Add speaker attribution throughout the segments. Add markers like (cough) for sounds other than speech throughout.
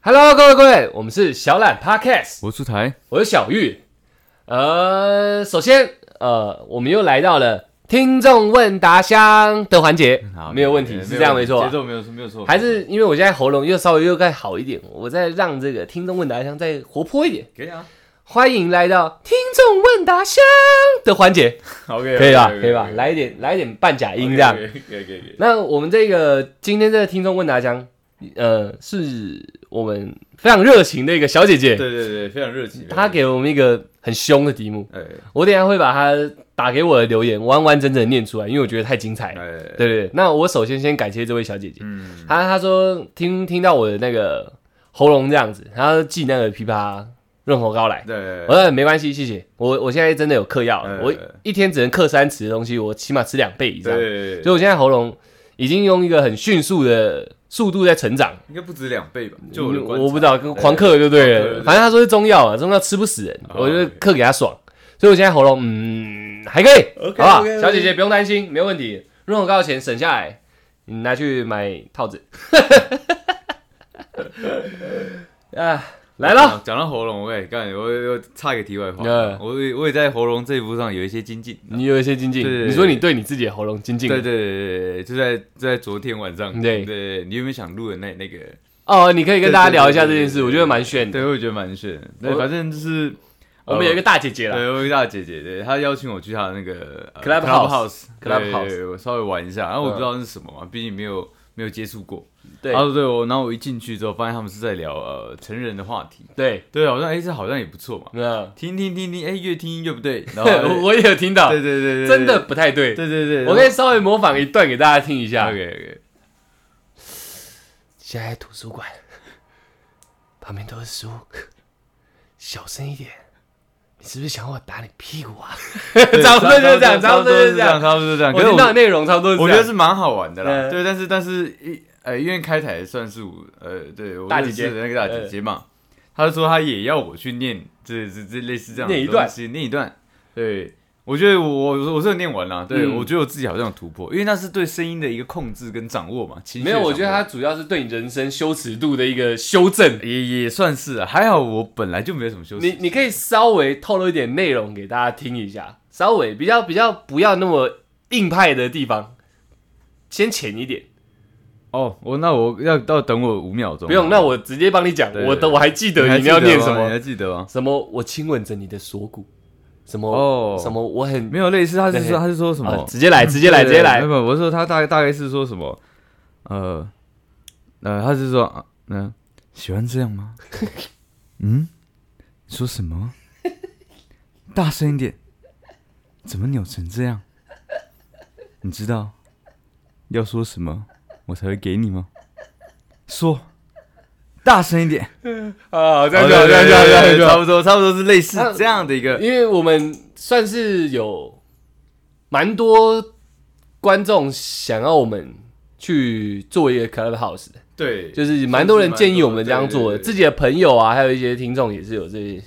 Speaker 1: Hello，各位各位，我们是小懒 Podcast，
Speaker 2: 我出台，
Speaker 1: 我是小玉。呃，首先，呃，我们又来到了听众问答箱的环节，没有问题，是这样没错
Speaker 2: 节
Speaker 1: 吧。
Speaker 2: 奏嗯没有没有错，
Speaker 1: 还是因为我现在喉咙又稍微又再好一点，我再让这个听众问答箱再活泼一点。
Speaker 2: 可以啊
Speaker 1: 欢迎来到听众问答箱的环
Speaker 2: (laughs)
Speaker 1: 节，
Speaker 2: ，OK，
Speaker 1: 可以吧？可以吧？来一点，来一点半假音这样。
Speaker 2: 可以可以可以。
Speaker 1: 那我们这个今天这个听众问答箱，呃，是我们非常热情的一个小姐姐，
Speaker 2: 对对对，非常热情。
Speaker 1: 她给我们一个很凶的题目，
Speaker 2: 哎
Speaker 1: 我等一下会把她打给我的留言完完整整念出来，因为我觉得太精彩了。
Speaker 2: 哎，
Speaker 1: 对对对，那我首先先感谢这位小姐姐，
Speaker 2: 嗯，
Speaker 1: 她她说听听到我的那个喉咙这样子，她寄那个枇杷润喉膏来。
Speaker 2: 对，
Speaker 1: 我说没关系，谢谢。我我现在真的有嗑药了，
Speaker 2: 嗯
Speaker 1: 我一天只能嗑三次的东西，我起码吃两倍以上。
Speaker 2: 对，
Speaker 1: 所以我现在喉咙已经用一个很迅速的速度在成长。
Speaker 2: 应该不止两倍吧？就我的观
Speaker 1: 我
Speaker 2: 察
Speaker 1: 我不知道，跟狂嗑就对
Speaker 2: 对对
Speaker 1: 了。
Speaker 2: 对
Speaker 1: 反正他说是中药啊，中药吃不死人，
Speaker 2: 哦
Speaker 1: 我就
Speaker 2: OK
Speaker 1: 嗑给他爽。所以我现在喉咙嗯还可以，好
Speaker 2: OK，
Speaker 1: 不好？
Speaker 2: OK，OK
Speaker 1: 小姐姐不用担心，没有问题。润喉膏的钱省下来，你拿去买套子。 (laughs) 啊，来了，
Speaker 2: 讲讲到喉咙，喂，刚才我又插一个题外话
Speaker 1: 嗯，
Speaker 2: 我也我也在喉咙这一步上有一些精进。
Speaker 1: 你有一些精
Speaker 2: 对对
Speaker 1: 进，
Speaker 2: 对
Speaker 1: 你说你对你自己的喉咙精进
Speaker 2: 对对
Speaker 1: 了，
Speaker 2: 对对对，就在就在昨天晚上，
Speaker 1: 对
Speaker 2: 对，你有没有想录的那那个？
Speaker 1: 哦，你可以跟
Speaker 2: 对
Speaker 1: 大家
Speaker 2: 对对
Speaker 1: 聊一下
Speaker 2: 对
Speaker 1: 这
Speaker 2: 对
Speaker 1: 件事，
Speaker 2: 对
Speaker 1: 我觉得蛮炫的。
Speaker 2: 对，我也觉得蛮炫的。对，
Speaker 1: 嗯我
Speaker 2: 反正就是
Speaker 1: 我们有一个大姐姐啦，
Speaker 2: 对，我有一个大姐姐，对，她邀请我去她的那个呃
Speaker 1: Clubhouse Clubhouse
Speaker 2: Clubhouse，对我稍微玩一下，然后我不知道是什么嘛，毕竟没有没有接触过。
Speaker 1: 对
Speaker 2: 然后对我，然后我一进去之后，发现他们是在聊呃成人的话题，
Speaker 1: 对，
Speaker 2: 对，好像哎这好像也不错嘛，
Speaker 1: 嗯，
Speaker 2: 听听听听，哎越听越不对，
Speaker 1: (laughs)
Speaker 2: 然
Speaker 1: 我
Speaker 2: 后
Speaker 1: 我也有听到
Speaker 2: 对，对对对，对
Speaker 1: 真的，不太对。
Speaker 2: 对对对，
Speaker 1: 我可以稍微模仿一段给大家听一下。
Speaker 2: OK OK，
Speaker 1: 现在图书馆 (laughs) 旁边都是书， (laughs) 小声一点。你是不是想我打你屁股 (laughs) 啊？差不多就是这样，差不多就是这样。
Speaker 2: 差不多就是这样。可
Speaker 1: 我
Speaker 2: 是
Speaker 1: 听到的内容差不多
Speaker 2: (laughs)
Speaker 1: 这
Speaker 2: 我觉
Speaker 1: 样
Speaker 2: 得是蛮好玩的啦，
Speaker 1: 嗯
Speaker 2: 对，但是但是一呃，因为开台算是我呃，对我
Speaker 1: 大
Speaker 2: 认
Speaker 1: 姐姐嗯
Speaker 2: 识的那个大姐姐嘛，她就说她也要我去念这这这类似这样的
Speaker 1: 念一段
Speaker 2: 东西，念一段，对。我觉得我我我是有念完了，对、
Speaker 1: 嗯
Speaker 2: 我觉得我自己好像有突破，因为那是对声音的一个控制跟掌握嘛。情绪
Speaker 1: 没
Speaker 2: 的
Speaker 1: 有，
Speaker 2: 掌握
Speaker 1: 我觉得它主要是对你人生羞耻度的一个修正。
Speaker 2: 也也算是、啊，还好我本来就没有什么修
Speaker 1: 你
Speaker 2: 饰。
Speaker 1: 你可以稍微透露一点内容给大家听一下，稍微比较比较不要那么硬派的地方，先浅一点。
Speaker 2: 哦，我那我要要等我五秒钟吗，
Speaker 1: 不用，那我直接帮你讲，
Speaker 2: 对对
Speaker 1: 我都我还记得
Speaker 2: 你还
Speaker 1: 你要
Speaker 2: 记得
Speaker 1: 念
Speaker 2: 吗
Speaker 1: 什
Speaker 2: 你
Speaker 1: 么，
Speaker 2: 还记得吗？
Speaker 1: 什么我亲吻着你的锁骨，什么、
Speaker 2: 哦
Speaker 1: 什么我很
Speaker 2: 没有类似，他是
Speaker 1: 对
Speaker 2: 说他是说什么？
Speaker 1: 啊直接来，直接来，直
Speaker 2: 对
Speaker 1: 接
Speaker 2: 没
Speaker 1: 来
Speaker 2: 有，没有，我是说他大概大概是说什么？呃，呃，他是说，啊嗯、喜欢这样吗？嗯，你说什么？大声一点！怎么扭成这样？你知道要说什么我才会给你吗？说，大声一点！
Speaker 1: 啊，这
Speaker 2: 这
Speaker 1: 样就好，这样就好，这样就
Speaker 2: 差
Speaker 1: 好。
Speaker 2: 不多，差不多是类似
Speaker 1: 那
Speaker 2: 这样的一个
Speaker 1: 因为我们算是有蛮多观众想要我们去做一个 clubhouse 的，
Speaker 2: 对，
Speaker 1: 就是蛮多人
Speaker 2: 算是蛮多
Speaker 1: 建议我们这样做的，
Speaker 2: 对对对
Speaker 1: 自己的朋友啊，还有一些听众也是有这些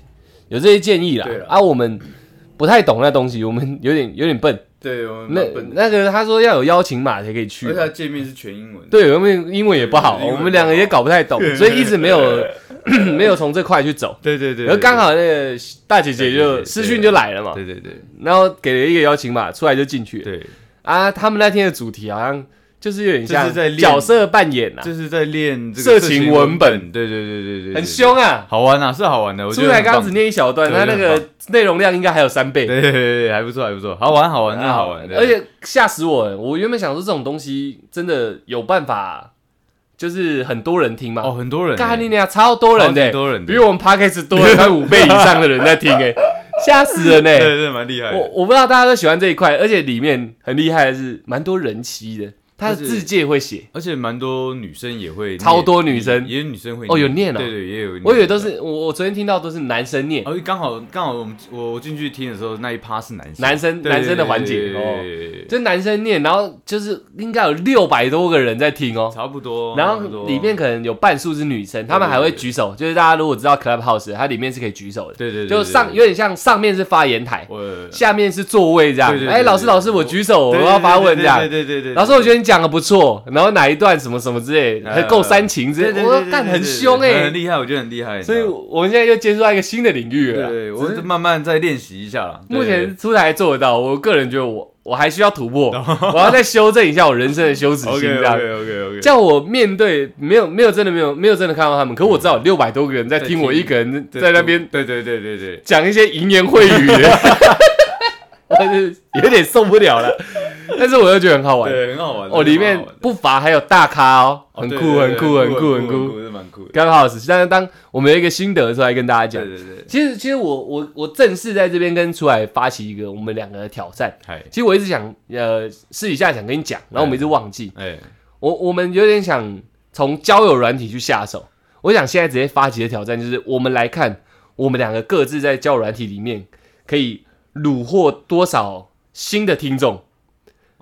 Speaker 1: 有这些建议啦
Speaker 2: 对。啦
Speaker 1: 啊，我们不太懂那东西，我们有点有点笨。
Speaker 2: 对我
Speaker 1: 那
Speaker 2: 蛮笨的
Speaker 1: 那个他说要有邀请码才可以去
Speaker 2: 而
Speaker 1: 嘛，
Speaker 2: 且它界面是全英文。
Speaker 1: 对，我们英文也不好，
Speaker 2: 对英文也不
Speaker 1: 我
Speaker 2: 好
Speaker 1: 们两个也搞不太懂，所以一直没有 (clears throat) 没有从这块去走。
Speaker 2: 对对对，
Speaker 1: 然后刚好那个大姐姐
Speaker 2: 对对
Speaker 1: 就
Speaker 2: 对
Speaker 1: 私讯就来了嘛，
Speaker 2: 对对对
Speaker 1: 然后给了一个邀请码，出来就进去了
Speaker 2: 对，
Speaker 1: 啊。他们那天的主题好像就是有点
Speaker 2: 就
Speaker 1: 像
Speaker 2: 是在练
Speaker 1: 角色扮演啊，
Speaker 2: 就是在练这
Speaker 1: 色
Speaker 2: 个
Speaker 1: 情
Speaker 2: 情
Speaker 1: 文本
Speaker 2: 对对对对对对，
Speaker 1: 很，凶啊。
Speaker 2: 好玩啊，是好玩的，我觉
Speaker 1: 出
Speaker 2: 得
Speaker 1: 来
Speaker 2: 很棒
Speaker 1: 刚刚只，念一小段，
Speaker 2: 对
Speaker 1: 他那
Speaker 2: 很
Speaker 1: 个内容量应该还有三倍，啊
Speaker 2: 对对对对，还不错还不错，好玩好玩，真的好玩，对
Speaker 1: 而且吓死我了！我原本想说这种东西真的有办法，就是很多人听吗？
Speaker 2: 哦，很多人欸，
Speaker 1: 干你娘，超多人的、
Speaker 2: 超级多人的
Speaker 1: 比我们 podcast 多了快五倍以上的人在听、
Speaker 2: (laughs)
Speaker 1: 欸，吓死人呢、欸
Speaker 2: 对对对蛮厉害的，
Speaker 1: 我我不知道大家都喜欢这一块，而且里面很厉害的是蛮多人妻的，他的
Speaker 2: 就是
Speaker 1: 字界会写，
Speaker 2: 而且蛮多女生也会念，
Speaker 1: 超多女生
Speaker 2: 也有女生会
Speaker 1: 哦有念哦
Speaker 2: 对对也有念，
Speaker 1: 我以为都是我我昨天听到都是男生念，
Speaker 2: 嗯哦，刚好刚好我们我我进去听的时候那一趴是男生
Speaker 1: 男生
Speaker 2: 对对
Speaker 1: 男生的环节哦
Speaker 2: 对对对对对对
Speaker 1: 就男生念，然后就是应该有六百多个人在听哦。
Speaker 2: 差不多，
Speaker 1: 然
Speaker 2: 差不多
Speaker 1: 后里面可能有半数是女生，她们还会举手，就是大家如果知道 Clubhouse，它里面是可以举手的，
Speaker 2: 对对对，
Speaker 1: 就
Speaker 2: 对
Speaker 1: 上有点像上面是发言台，
Speaker 2: 我
Speaker 1: 下面是座位这样
Speaker 2: 对。对对
Speaker 1: 哎，
Speaker 2: 对
Speaker 1: 老师
Speaker 2: 对
Speaker 1: 老师，
Speaker 2: 对
Speaker 1: 我举手，我
Speaker 2: 对对
Speaker 1: 要发
Speaker 2: 对
Speaker 1: 问这样。
Speaker 2: 对对对对对，
Speaker 1: 老师，我觉得你讲的不错，然后哪一段什么什么之类，
Speaker 2: 啊
Speaker 1: 还够煽情之类的，我干很凶
Speaker 2: 哎，
Speaker 1: 哎
Speaker 2: 很。厉害，我觉得很厉害。
Speaker 1: 所以
Speaker 2: 你知道吗
Speaker 1: 我们现在又接触到一个新的领域了。
Speaker 2: 对，我
Speaker 1: 只
Speaker 2: 就是慢慢再练习一下啦。
Speaker 1: 目
Speaker 2: 对
Speaker 1: 前出台做得到，我个人觉得我我还需要突破， (laughs) 我要再修正一下我人生的羞耻心，
Speaker 2: OK
Speaker 1: 这
Speaker 2: (laughs) OK
Speaker 1: 样
Speaker 2: OK OK，
Speaker 1: 这样我面对没有没有真的没有没有真的看到他们，可我知道六百多个人在
Speaker 2: 在
Speaker 1: 听
Speaker 2: 听
Speaker 1: 我一个人在那边
Speaker 2: 对对对对对，
Speaker 1: 讲一些淫言秽
Speaker 2: (laughs)
Speaker 1: 语，但是有点受不了了。但是我又觉得很好玩
Speaker 2: 对，很好玩。
Speaker 1: 哦，里面不乏还有大咖哦，很酷很酷很酷很
Speaker 2: 很
Speaker 1: 酷。
Speaker 2: 是蛮酷的。
Speaker 1: 刚好是，但是当我们有一个心得出来跟大家
Speaker 2: 对
Speaker 1: 讲，
Speaker 2: 对对，
Speaker 1: 其实其实我我我正式在这边跟出来发起一个我们两个的挑战。
Speaker 2: 嗨，
Speaker 1: 其实我一直想，呃，私底下想跟你讲，然后我们一直忘记。
Speaker 2: 哎，
Speaker 1: 我我们有点想从交友软体去下手。我想现在直接发起的挑战就是，我们来看我们两个各自在交友软体里面可以虏获多少新的听众。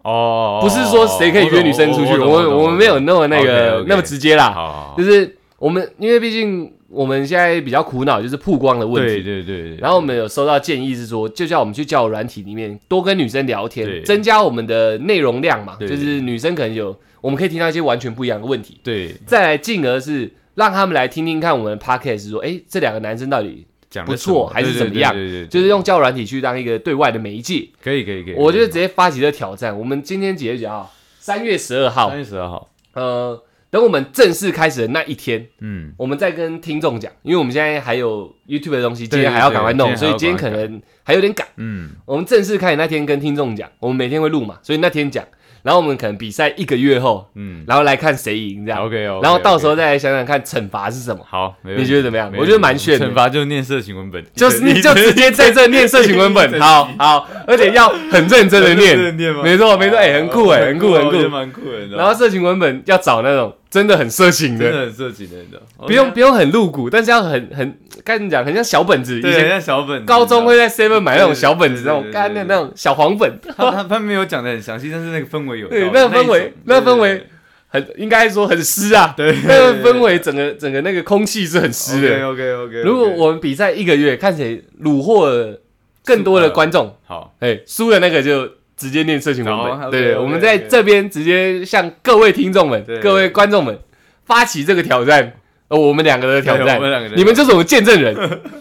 Speaker 2: 哦，
Speaker 1: 不是说谁可以约女生出去，我们我们没有那么那个那么直接啦。
Speaker 2: 好，
Speaker 1: 就是我们因为毕竟我们现在比较苦恼就是曝光的问
Speaker 2: 对
Speaker 1: 题。
Speaker 2: 对对，
Speaker 1: 然后我们有收到建议是说，就叫我们去交友软体里面多跟女生聊
Speaker 2: 对
Speaker 1: 天，增加我们的内容量嘛。
Speaker 2: 对
Speaker 1: 就是女生可能有，我们可以听到一些完全不一样的问题。
Speaker 2: 对
Speaker 1: 再来，进而是让他们来听听看我们的 podcast，说，哎，这两个男生到底
Speaker 2: 讲
Speaker 1: 不错还是怎么样？
Speaker 2: 对对，
Speaker 1: 就是用交友软体去当一个对外的媒介。
Speaker 2: 可以可以可以，
Speaker 1: 我就直接发起这个挑战。我们今天几月几号？三月十二号
Speaker 2: 三。月十二号，
Speaker 1: 呃，等我们正式开始的那一天，
Speaker 2: 嗯，
Speaker 1: 我们再跟听众讲，因为我们现在还有 YouTube 的东西，今
Speaker 2: 对
Speaker 1: 天还要赶快弄，
Speaker 2: 对对
Speaker 1: 所以今天可能还有点赶。
Speaker 2: 嗯，
Speaker 1: 我们正式开始那天跟听众讲，我们每天会录嘛，所以那天讲，然后我们可能比赛一个月后，
Speaker 2: 嗯
Speaker 1: 然后来看谁赢这样。
Speaker 2: ，OK 哦，
Speaker 1: 然后到时候再来想想看惩罚是什么。
Speaker 2: 好，没问题
Speaker 1: 你觉得怎么样
Speaker 2: 没问
Speaker 1: 我觉得蛮炫的
Speaker 2: 惩罚就是念色情文本，
Speaker 1: (laughs) 就是你就直接在这念色情文
Speaker 2: 一整
Speaker 1: 本，
Speaker 2: 集
Speaker 1: 好好，而且要很认真的
Speaker 2: 很认真地
Speaker 1: 念，
Speaker 2: 念吗啊
Speaker 1: 没错没错，哎，很酷哎，很酷很
Speaker 2: 我觉得
Speaker 1: 酷。
Speaker 2: 蛮酷的。你知道
Speaker 1: 然后色情文本要找那种真的很色情的，
Speaker 2: 真的哦很色情的，你知道，
Speaker 1: 不用不用很露骨，但是要很很该怎么讲，很像小本子，以
Speaker 2: 对，人
Speaker 1: 前
Speaker 2: 家小本子，
Speaker 1: 高中
Speaker 2: 你
Speaker 1: 会在 seven 买那种小本子，
Speaker 2: 对
Speaker 1: 那
Speaker 2: 对
Speaker 1: 种
Speaker 2: 对
Speaker 1: 干的
Speaker 2: 对对
Speaker 1: 那种小黄本，
Speaker 2: 知
Speaker 1: (laughs)
Speaker 2: 道吗他他他没有讲的很详细，但是那个氛围有到，
Speaker 1: 对那个氛围
Speaker 2: 那
Speaker 1: 那
Speaker 2: 一种
Speaker 1: 个氛围很应该说很湿啊，
Speaker 2: 对对
Speaker 1: (laughs) 那个
Speaker 2: 对对
Speaker 1: 氛围整个整个那个空气是很湿
Speaker 2: 对
Speaker 1: 的。
Speaker 2: OK OK，
Speaker 1: 如果我们比赛一个月，看谁虏获了更多的观众，
Speaker 2: 好，
Speaker 1: 哎，输的那个就直接念色情文
Speaker 2: 好
Speaker 1: 本。
Speaker 2: ，OK，
Speaker 1: 对，
Speaker 2: OK，
Speaker 1: 我们在这边直接向各位听众们
Speaker 2: 对、
Speaker 1: 各位观众们发起这个挑战，呃，我们两个的挑
Speaker 2: 对
Speaker 1: 战
Speaker 2: 我们两个，的
Speaker 1: 你们就是我们见证人，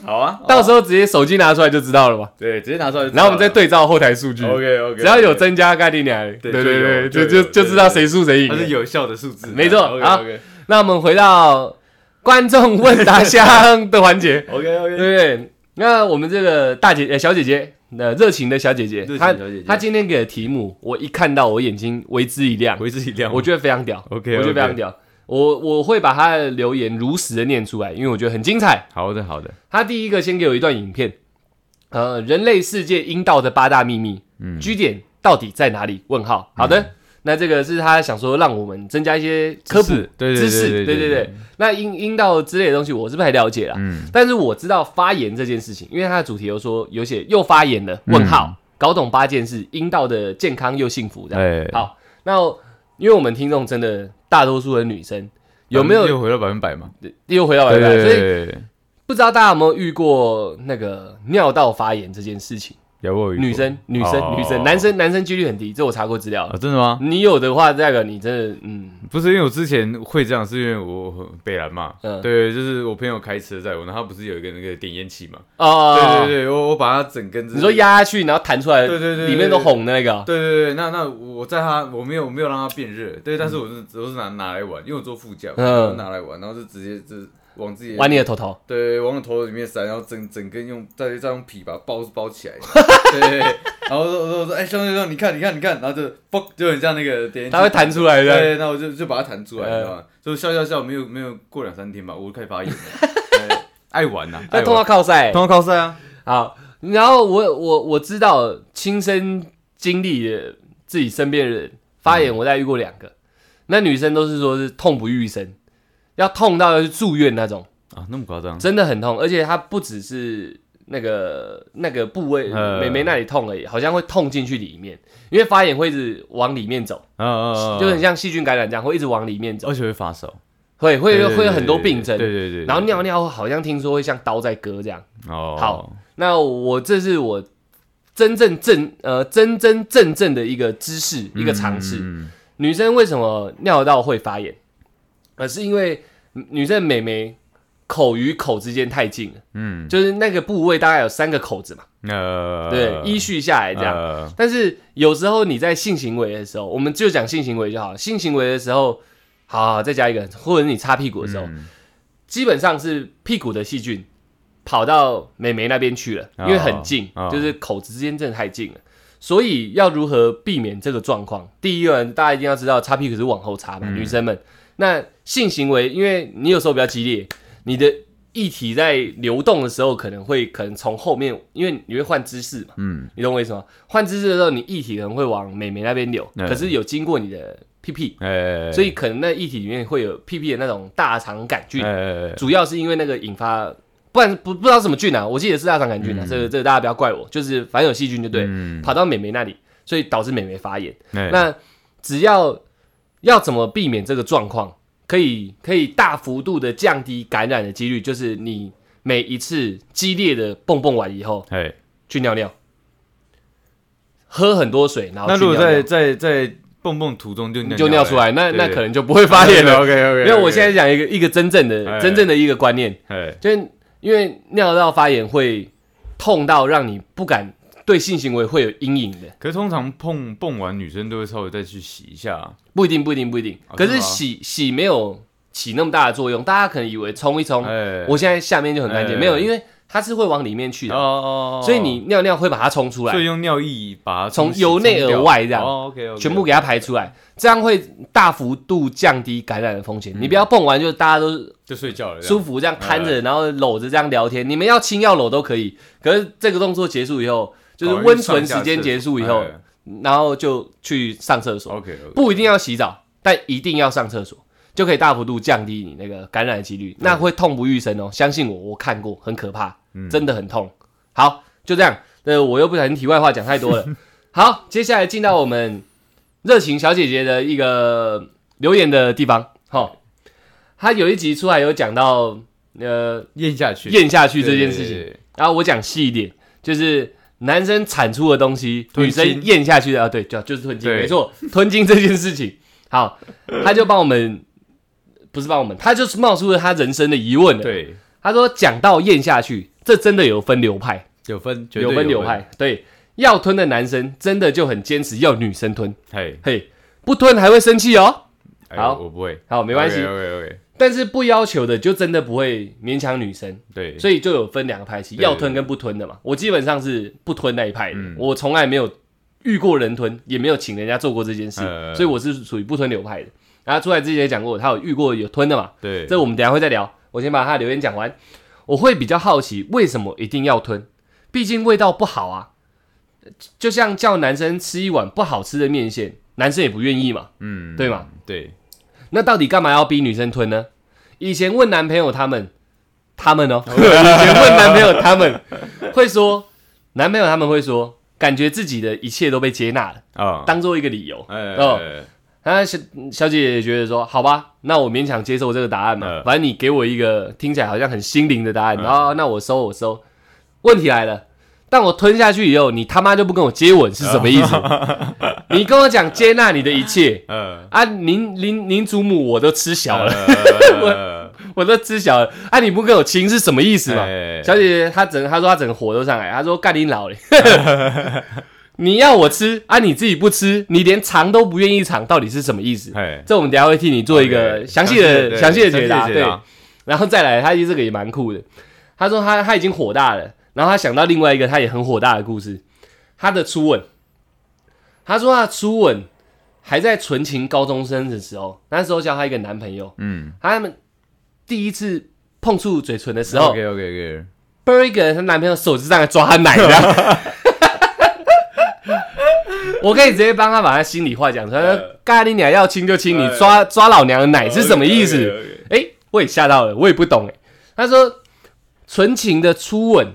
Speaker 2: 好啊，
Speaker 1: 到时候直接手机拿出来就知道了嘛。
Speaker 2: 对，直接拿出来就知
Speaker 1: 然
Speaker 2: 道了，
Speaker 1: 后我们再对照后台数
Speaker 2: (laughs)
Speaker 1: 据，
Speaker 2: OK OK，
Speaker 1: 只要有增加概念俩，对
Speaker 2: 对
Speaker 1: 对
Speaker 2: 就
Speaker 1: 对，
Speaker 2: 有
Speaker 1: 就
Speaker 2: 就
Speaker 1: 就
Speaker 2: 有
Speaker 1: 就知道谁输谁
Speaker 2: 它是
Speaker 1: 赢。
Speaker 2: 有效的数字，
Speaker 1: 没错好
Speaker 2: OK，
Speaker 1: 那我们回到观众问答箱的环节
Speaker 2: OK
Speaker 1: 对
Speaker 2: OK，
Speaker 1: 不对？那我们这个大姐呃小姐姐，那热情的小姐姐
Speaker 2: 热，情
Speaker 1: 她
Speaker 2: 小姐姐
Speaker 1: 她今天给的题目，我一看到我眼睛为之一亮，
Speaker 2: 为之一亮，
Speaker 1: 我觉得非常屌
Speaker 2: OK，OK
Speaker 1: 我觉得非常屌。我我会把他的留言如实的念出来，因为我觉得很精彩。
Speaker 2: 好的好的，
Speaker 1: 他第一个先给我一段影片，呃，人类世界阴道的八大秘密，
Speaker 2: 嗯
Speaker 1: 居点到底在哪里？问号。好的，那这个是他想说让我们增加一些科普
Speaker 2: 知识对对
Speaker 1: 知识
Speaker 2: 对
Speaker 1: 对
Speaker 2: 对对
Speaker 1: 对。那阴阴道之类的东西，我是不太了解啦，
Speaker 2: 嗯，
Speaker 1: 但是我知道发炎这件事情，因为它的主题有说有写又发炎了，问
Speaker 2: 嗯
Speaker 1: 号，搞懂八件事，阴道的健康又幸福这样。
Speaker 2: 哎，
Speaker 1: 好，那因为我们听众真的大多数的女生，有没有
Speaker 2: 又回到百分百嘛？
Speaker 1: 又回到白
Speaker 2: 嗯对
Speaker 1: 白？
Speaker 2: 对
Speaker 1: 所以
Speaker 2: 对，对
Speaker 1: 不知道大家有没有遇过那个尿道发炎这件事情？
Speaker 2: 有我有遇过
Speaker 1: 女生、女
Speaker 2: 哦
Speaker 1: 生、女生、男生、男生几率很低，这我查过资料
Speaker 2: 啊，。真的吗？
Speaker 1: 你有的话，代表你真的嗯，
Speaker 2: 不是因为我之前会这样，是因为我被拦嘛。
Speaker 1: 嗯
Speaker 2: 对，就是我朋友开车载我，然后他不是有一个那个点烟器嘛？
Speaker 1: 哦
Speaker 2: 对对，对，我我把它整根、就是，
Speaker 1: 你说，压下去，然后弹出来，
Speaker 2: 对对对对
Speaker 1: 里面都红的那个哦。
Speaker 2: 对对对，那那我在它我没有我没有让它变热，对，但是我是我是拿拿来玩，因为我坐副驾，
Speaker 1: 嗯
Speaker 2: 我拿来玩，然后就直接就是往自己的
Speaker 1: 玩你的头头，
Speaker 2: 对，往我头里面塞，然后整整根用再再用皮把它包包
Speaker 1: (laughs)
Speaker 2: 起来，对，然后我说我说我说，哎、兄弟兄弟，你看你看你看，然后就嘣，就很像那个点烟器
Speaker 1: 它会弹出来的。
Speaker 2: 对，那我就就把它弹出来，
Speaker 1: 嗯
Speaker 2: 你知道吗？就笑笑笑，没有没有过两三天吧，我就开始
Speaker 1: (laughs)
Speaker 2: 发炎了。对爱玩呐、
Speaker 1: 那
Speaker 2: 爱
Speaker 1: 通话
Speaker 2: 玩，
Speaker 1: 靠赛，
Speaker 2: 通话靠赛啊，
Speaker 1: 好，然后我我我知道亲身经历的自己身边的人发
Speaker 2: 嗯
Speaker 1: 炎，我大概遇过两个，那女生都是说是痛不欲生，要痛到要去住院那种，
Speaker 2: 啊，那么夸张？
Speaker 1: 真的很痛，而且它不只是那个那个部位
Speaker 2: 呃
Speaker 1: 美眉那里痛而已，好像会痛进去里面，因为发炎会一直往里面走，
Speaker 2: 啊啊啊！啊
Speaker 1: 就很，像细菌感染这样，会一直往里面走，
Speaker 2: 而且会发烧，
Speaker 1: 会会
Speaker 2: 对对对
Speaker 1: 会有很多病症，
Speaker 2: 对对对对。
Speaker 1: 然后尿尿好像听说会像刀在割这样。
Speaker 2: 哦，
Speaker 1: 好，那我这是我真正正呃真真正正的一个知识，一个尝试。
Speaker 2: 嗯，
Speaker 1: 女生为什么尿道会发炎？呃，是因为女生的美眉口与口之间太近了，
Speaker 2: 嗯，
Speaker 1: 就是那个部位大概有三个口子嘛，
Speaker 2: 呃，
Speaker 1: 对，依序下来这样。
Speaker 2: 呃
Speaker 1: 但是有时候你在性行为的时候，我们就讲性行为就好。性行为的时候，好好再加一个，或者你擦屁股的时候，
Speaker 2: 嗯
Speaker 1: 基本上是屁股的细菌跑到美眉那边去了，因为很近，
Speaker 2: 哦哦
Speaker 1: 就是口子之间真的太近了。所以要如何避免这个状况？第一个，大家一定要知道，擦屁股是往后擦
Speaker 2: 嗯
Speaker 1: 嘛，女生们。那性行为，因为你有时候比较激烈，你的液体在流动的时候，可能会可能从后面，因为你会换姿势嘛，
Speaker 2: 嗯，
Speaker 1: 你懂我意思吗？换姿势的时候，你液体可能会往美眉那边流，
Speaker 2: 嗯
Speaker 1: 可是有经过你的屁屁，
Speaker 2: 哎，
Speaker 1: 所以可能那液体里面会有屁屁的那种大肠杆菌，
Speaker 2: 哎，
Speaker 1: 主要是因为那个引发，不然不不知道什么菌啊，我记得是大肠杆菌啊，这个这个大家不要怪我，就是反正有细菌就对，
Speaker 2: 嗯
Speaker 1: 跑到美眉那里，所以导致美眉发炎。
Speaker 2: 哎
Speaker 1: 那只要要怎么避免这个状况，可以可以大幅度的降低感染的几率，就是你每一次激烈的蹦蹦完以后
Speaker 2: 哎，
Speaker 1: 去尿尿，喝很多水，然后
Speaker 2: 那
Speaker 1: 去
Speaker 2: 如果
Speaker 1: 尿
Speaker 2: 在
Speaker 1: 尿
Speaker 2: 在在蹦蹦途中就
Speaker 1: 你就尿出来，那那可能就不会
Speaker 2: 发
Speaker 1: 发炎了。
Speaker 2: OK OK，
Speaker 1: 因为我现在讲一个一个真正的
Speaker 2: 哎
Speaker 1: 真正的一个观念。
Speaker 2: 哎
Speaker 1: 就是因为尿道发炎会痛到让你不敢对性行为会有阴影的，
Speaker 2: 可是通常碰蹦完，女生都会稍微再去洗一下啊。
Speaker 1: 不一定，不一定，不一定。
Speaker 2: 啊
Speaker 1: 可是
Speaker 2: 真的吗
Speaker 1: 洗洗没有起那么大的作用，大家可能以为冲一冲，
Speaker 2: 哎，
Speaker 1: 我现在下面就很干净，
Speaker 2: 哎
Speaker 1: 没有，因为它是会往里面去
Speaker 2: 哦
Speaker 1: 的，
Speaker 2: 哦，哦
Speaker 1: 所以你尿尿会把它冲出
Speaker 2: 所以
Speaker 1: 来，
Speaker 2: 用尿液把它
Speaker 1: 从
Speaker 2: 冲洗
Speaker 1: 由内
Speaker 2: 冲掉
Speaker 1: 而外这样
Speaker 2: 哦，OK，
Speaker 1: 全部给它排出来，这样会大幅度降低感染的风
Speaker 2: 嗯
Speaker 1: 险。你不要蹦完就大家都
Speaker 2: 就睡觉了这样，哦
Speaker 1: 舒服这样摊
Speaker 2: 哎
Speaker 1: 着，然后搂着这样聊天，你们要亲要搂都可以。可是这个动作结束以后，就是
Speaker 2: 哦
Speaker 1: 温存时间结束以
Speaker 2: 哎
Speaker 1: 后，然后就去上厕所，
Speaker 2: ，OK，
Speaker 1: 不一定要洗澡，但一定要上厕所，就可以大幅度降低你那个感染的几率。那会痛不欲生哦，相信我，我看过，很可怕，
Speaker 2: 嗯
Speaker 1: 真的很痛。好，就这样。呃，我又不小心题外话讲太多了。好，接下来进到我们热情小姐姐的一个留言的地方。好、她有一集出来有讲到呃
Speaker 2: 咽下去，
Speaker 1: 咽下去这件事情，
Speaker 2: 情，
Speaker 1: 然后我讲细一点，就是男生产出的东西，
Speaker 2: 吞
Speaker 1: 女
Speaker 2: 金
Speaker 1: 生咽下去的啊，对，就就是吞金，
Speaker 2: 对
Speaker 1: 没错，吞金这件事情。好，他就帮我们，不是帮我们，他就是冒出了他人生的疑问了。
Speaker 2: 对，
Speaker 1: 他说，讲到咽下去，这真的有分流派，
Speaker 2: 有分，绝对
Speaker 1: 有分流派，对，要吞的男生真的就很坚持要女生吞，
Speaker 2: 分，
Speaker 1: 嘿，不吞还会生气哦。
Speaker 2: 嘿，
Speaker 1: 好
Speaker 2: 好，哎我不会，
Speaker 1: 好，没关系
Speaker 2: OK OK，
Speaker 1: 但是不要求的就真的不会勉强女生。
Speaker 2: 对，
Speaker 1: 所以就有分两个派系，
Speaker 2: 对
Speaker 1: 要吞跟不吞的嘛。我基本上是不吞那一派的，
Speaker 2: 嗯
Speaker 1: 我从来没有遇过人吞，也没有请人家做过这件事，
Speaker 2: 呃
Speaker 1: 所以我是属于不吞流派的。然后出来之前也讲过，他有遇过有吞的嘛，
Speaker 2: 对，
Speaker 1: 这我们等一下会再聊。我先把他的留言讲完，我会比较好奇为什么一定要吞，毕竟味道不好啊。就像叫男生吃一碗不好吃的面线，男生也不愿意嘛，
Speaker 2: 嗯，
Speaker 1: 对吗？
Speaker 2: 对，
Speaker 1: 那到底干嘛要逼女生吞呢？以前问男朋友他们，他们哦，以前问男朋友他们会说，男朋友他们会说，感觉自己的一切都被接纳了，
Speaker 2: 啊，
Speaker 1: 当做一个理由。
Speaker 2: 哎，
Speaker 1: 哦
Speaker 2: 哎
Speaker 1: 那小小姐姐也觉得说，好吧，那我勉强接受这个答案嘛，
Speaker 2: 嗯
Speaker 1: 反正你给我一个听起来好像很心灵的答案，然后那我收我收。问题来了，但我吞下去以后，你他妈就不跟我接吻是什么意思？你跟我讲接纳你的一切
Speaker 2: 呃，
Speaker 1: 啊，您您您祖母我都吃小了。
Speaker 2: 了，
Speaker 1: 我都知晓了啊！你不跟我亲 (laughs) 是什么意思嘛？
Speaker 2: 哎
Speaker 1: 小姐姐她整她说她整个火都上来，她说干你老嘞！ (laughs) 你要我吃啊，你自己不吃，你连尝都不愿意尝，到底是什么意思？
Speaker 2: 哎，
Speaker 1: 这我们等一下会替你做一个
Speaker 2: OK，
Speaker 1: 详细的、
Speaker 2: 对
Speaker 1: 哦详细的
Speaker 2: 详
Speaker 1: 解答，对。然后再来，他这个也蛮酷的。他说他他已经火大了，然后他想到另外一个他也很火大的故事，他的初吻。他说他的初吻还在纯情高中生的时候，那时候交他一个男朋友，
Speaker 2: 嗯，
Speaker 1: 他们第一次碰触嘴唇的时候，
Speaker 2: OK OK OK，
Speaker 1: b e r r y 个她男朋友手指上来抓她奶这样。
Speaker 2: (laughs)
Speaker 1: 我可以直接帮她把她心里话讲出来
Speaker 2: 呃，
Speaker 1: 咖喱奶要亲就亲，你
Speaker 2: 呃
Speaker 1: 抓抓老娘的奶是什么意思？哎、我也吓到了，我也不懂哎、他说纯情的初吻，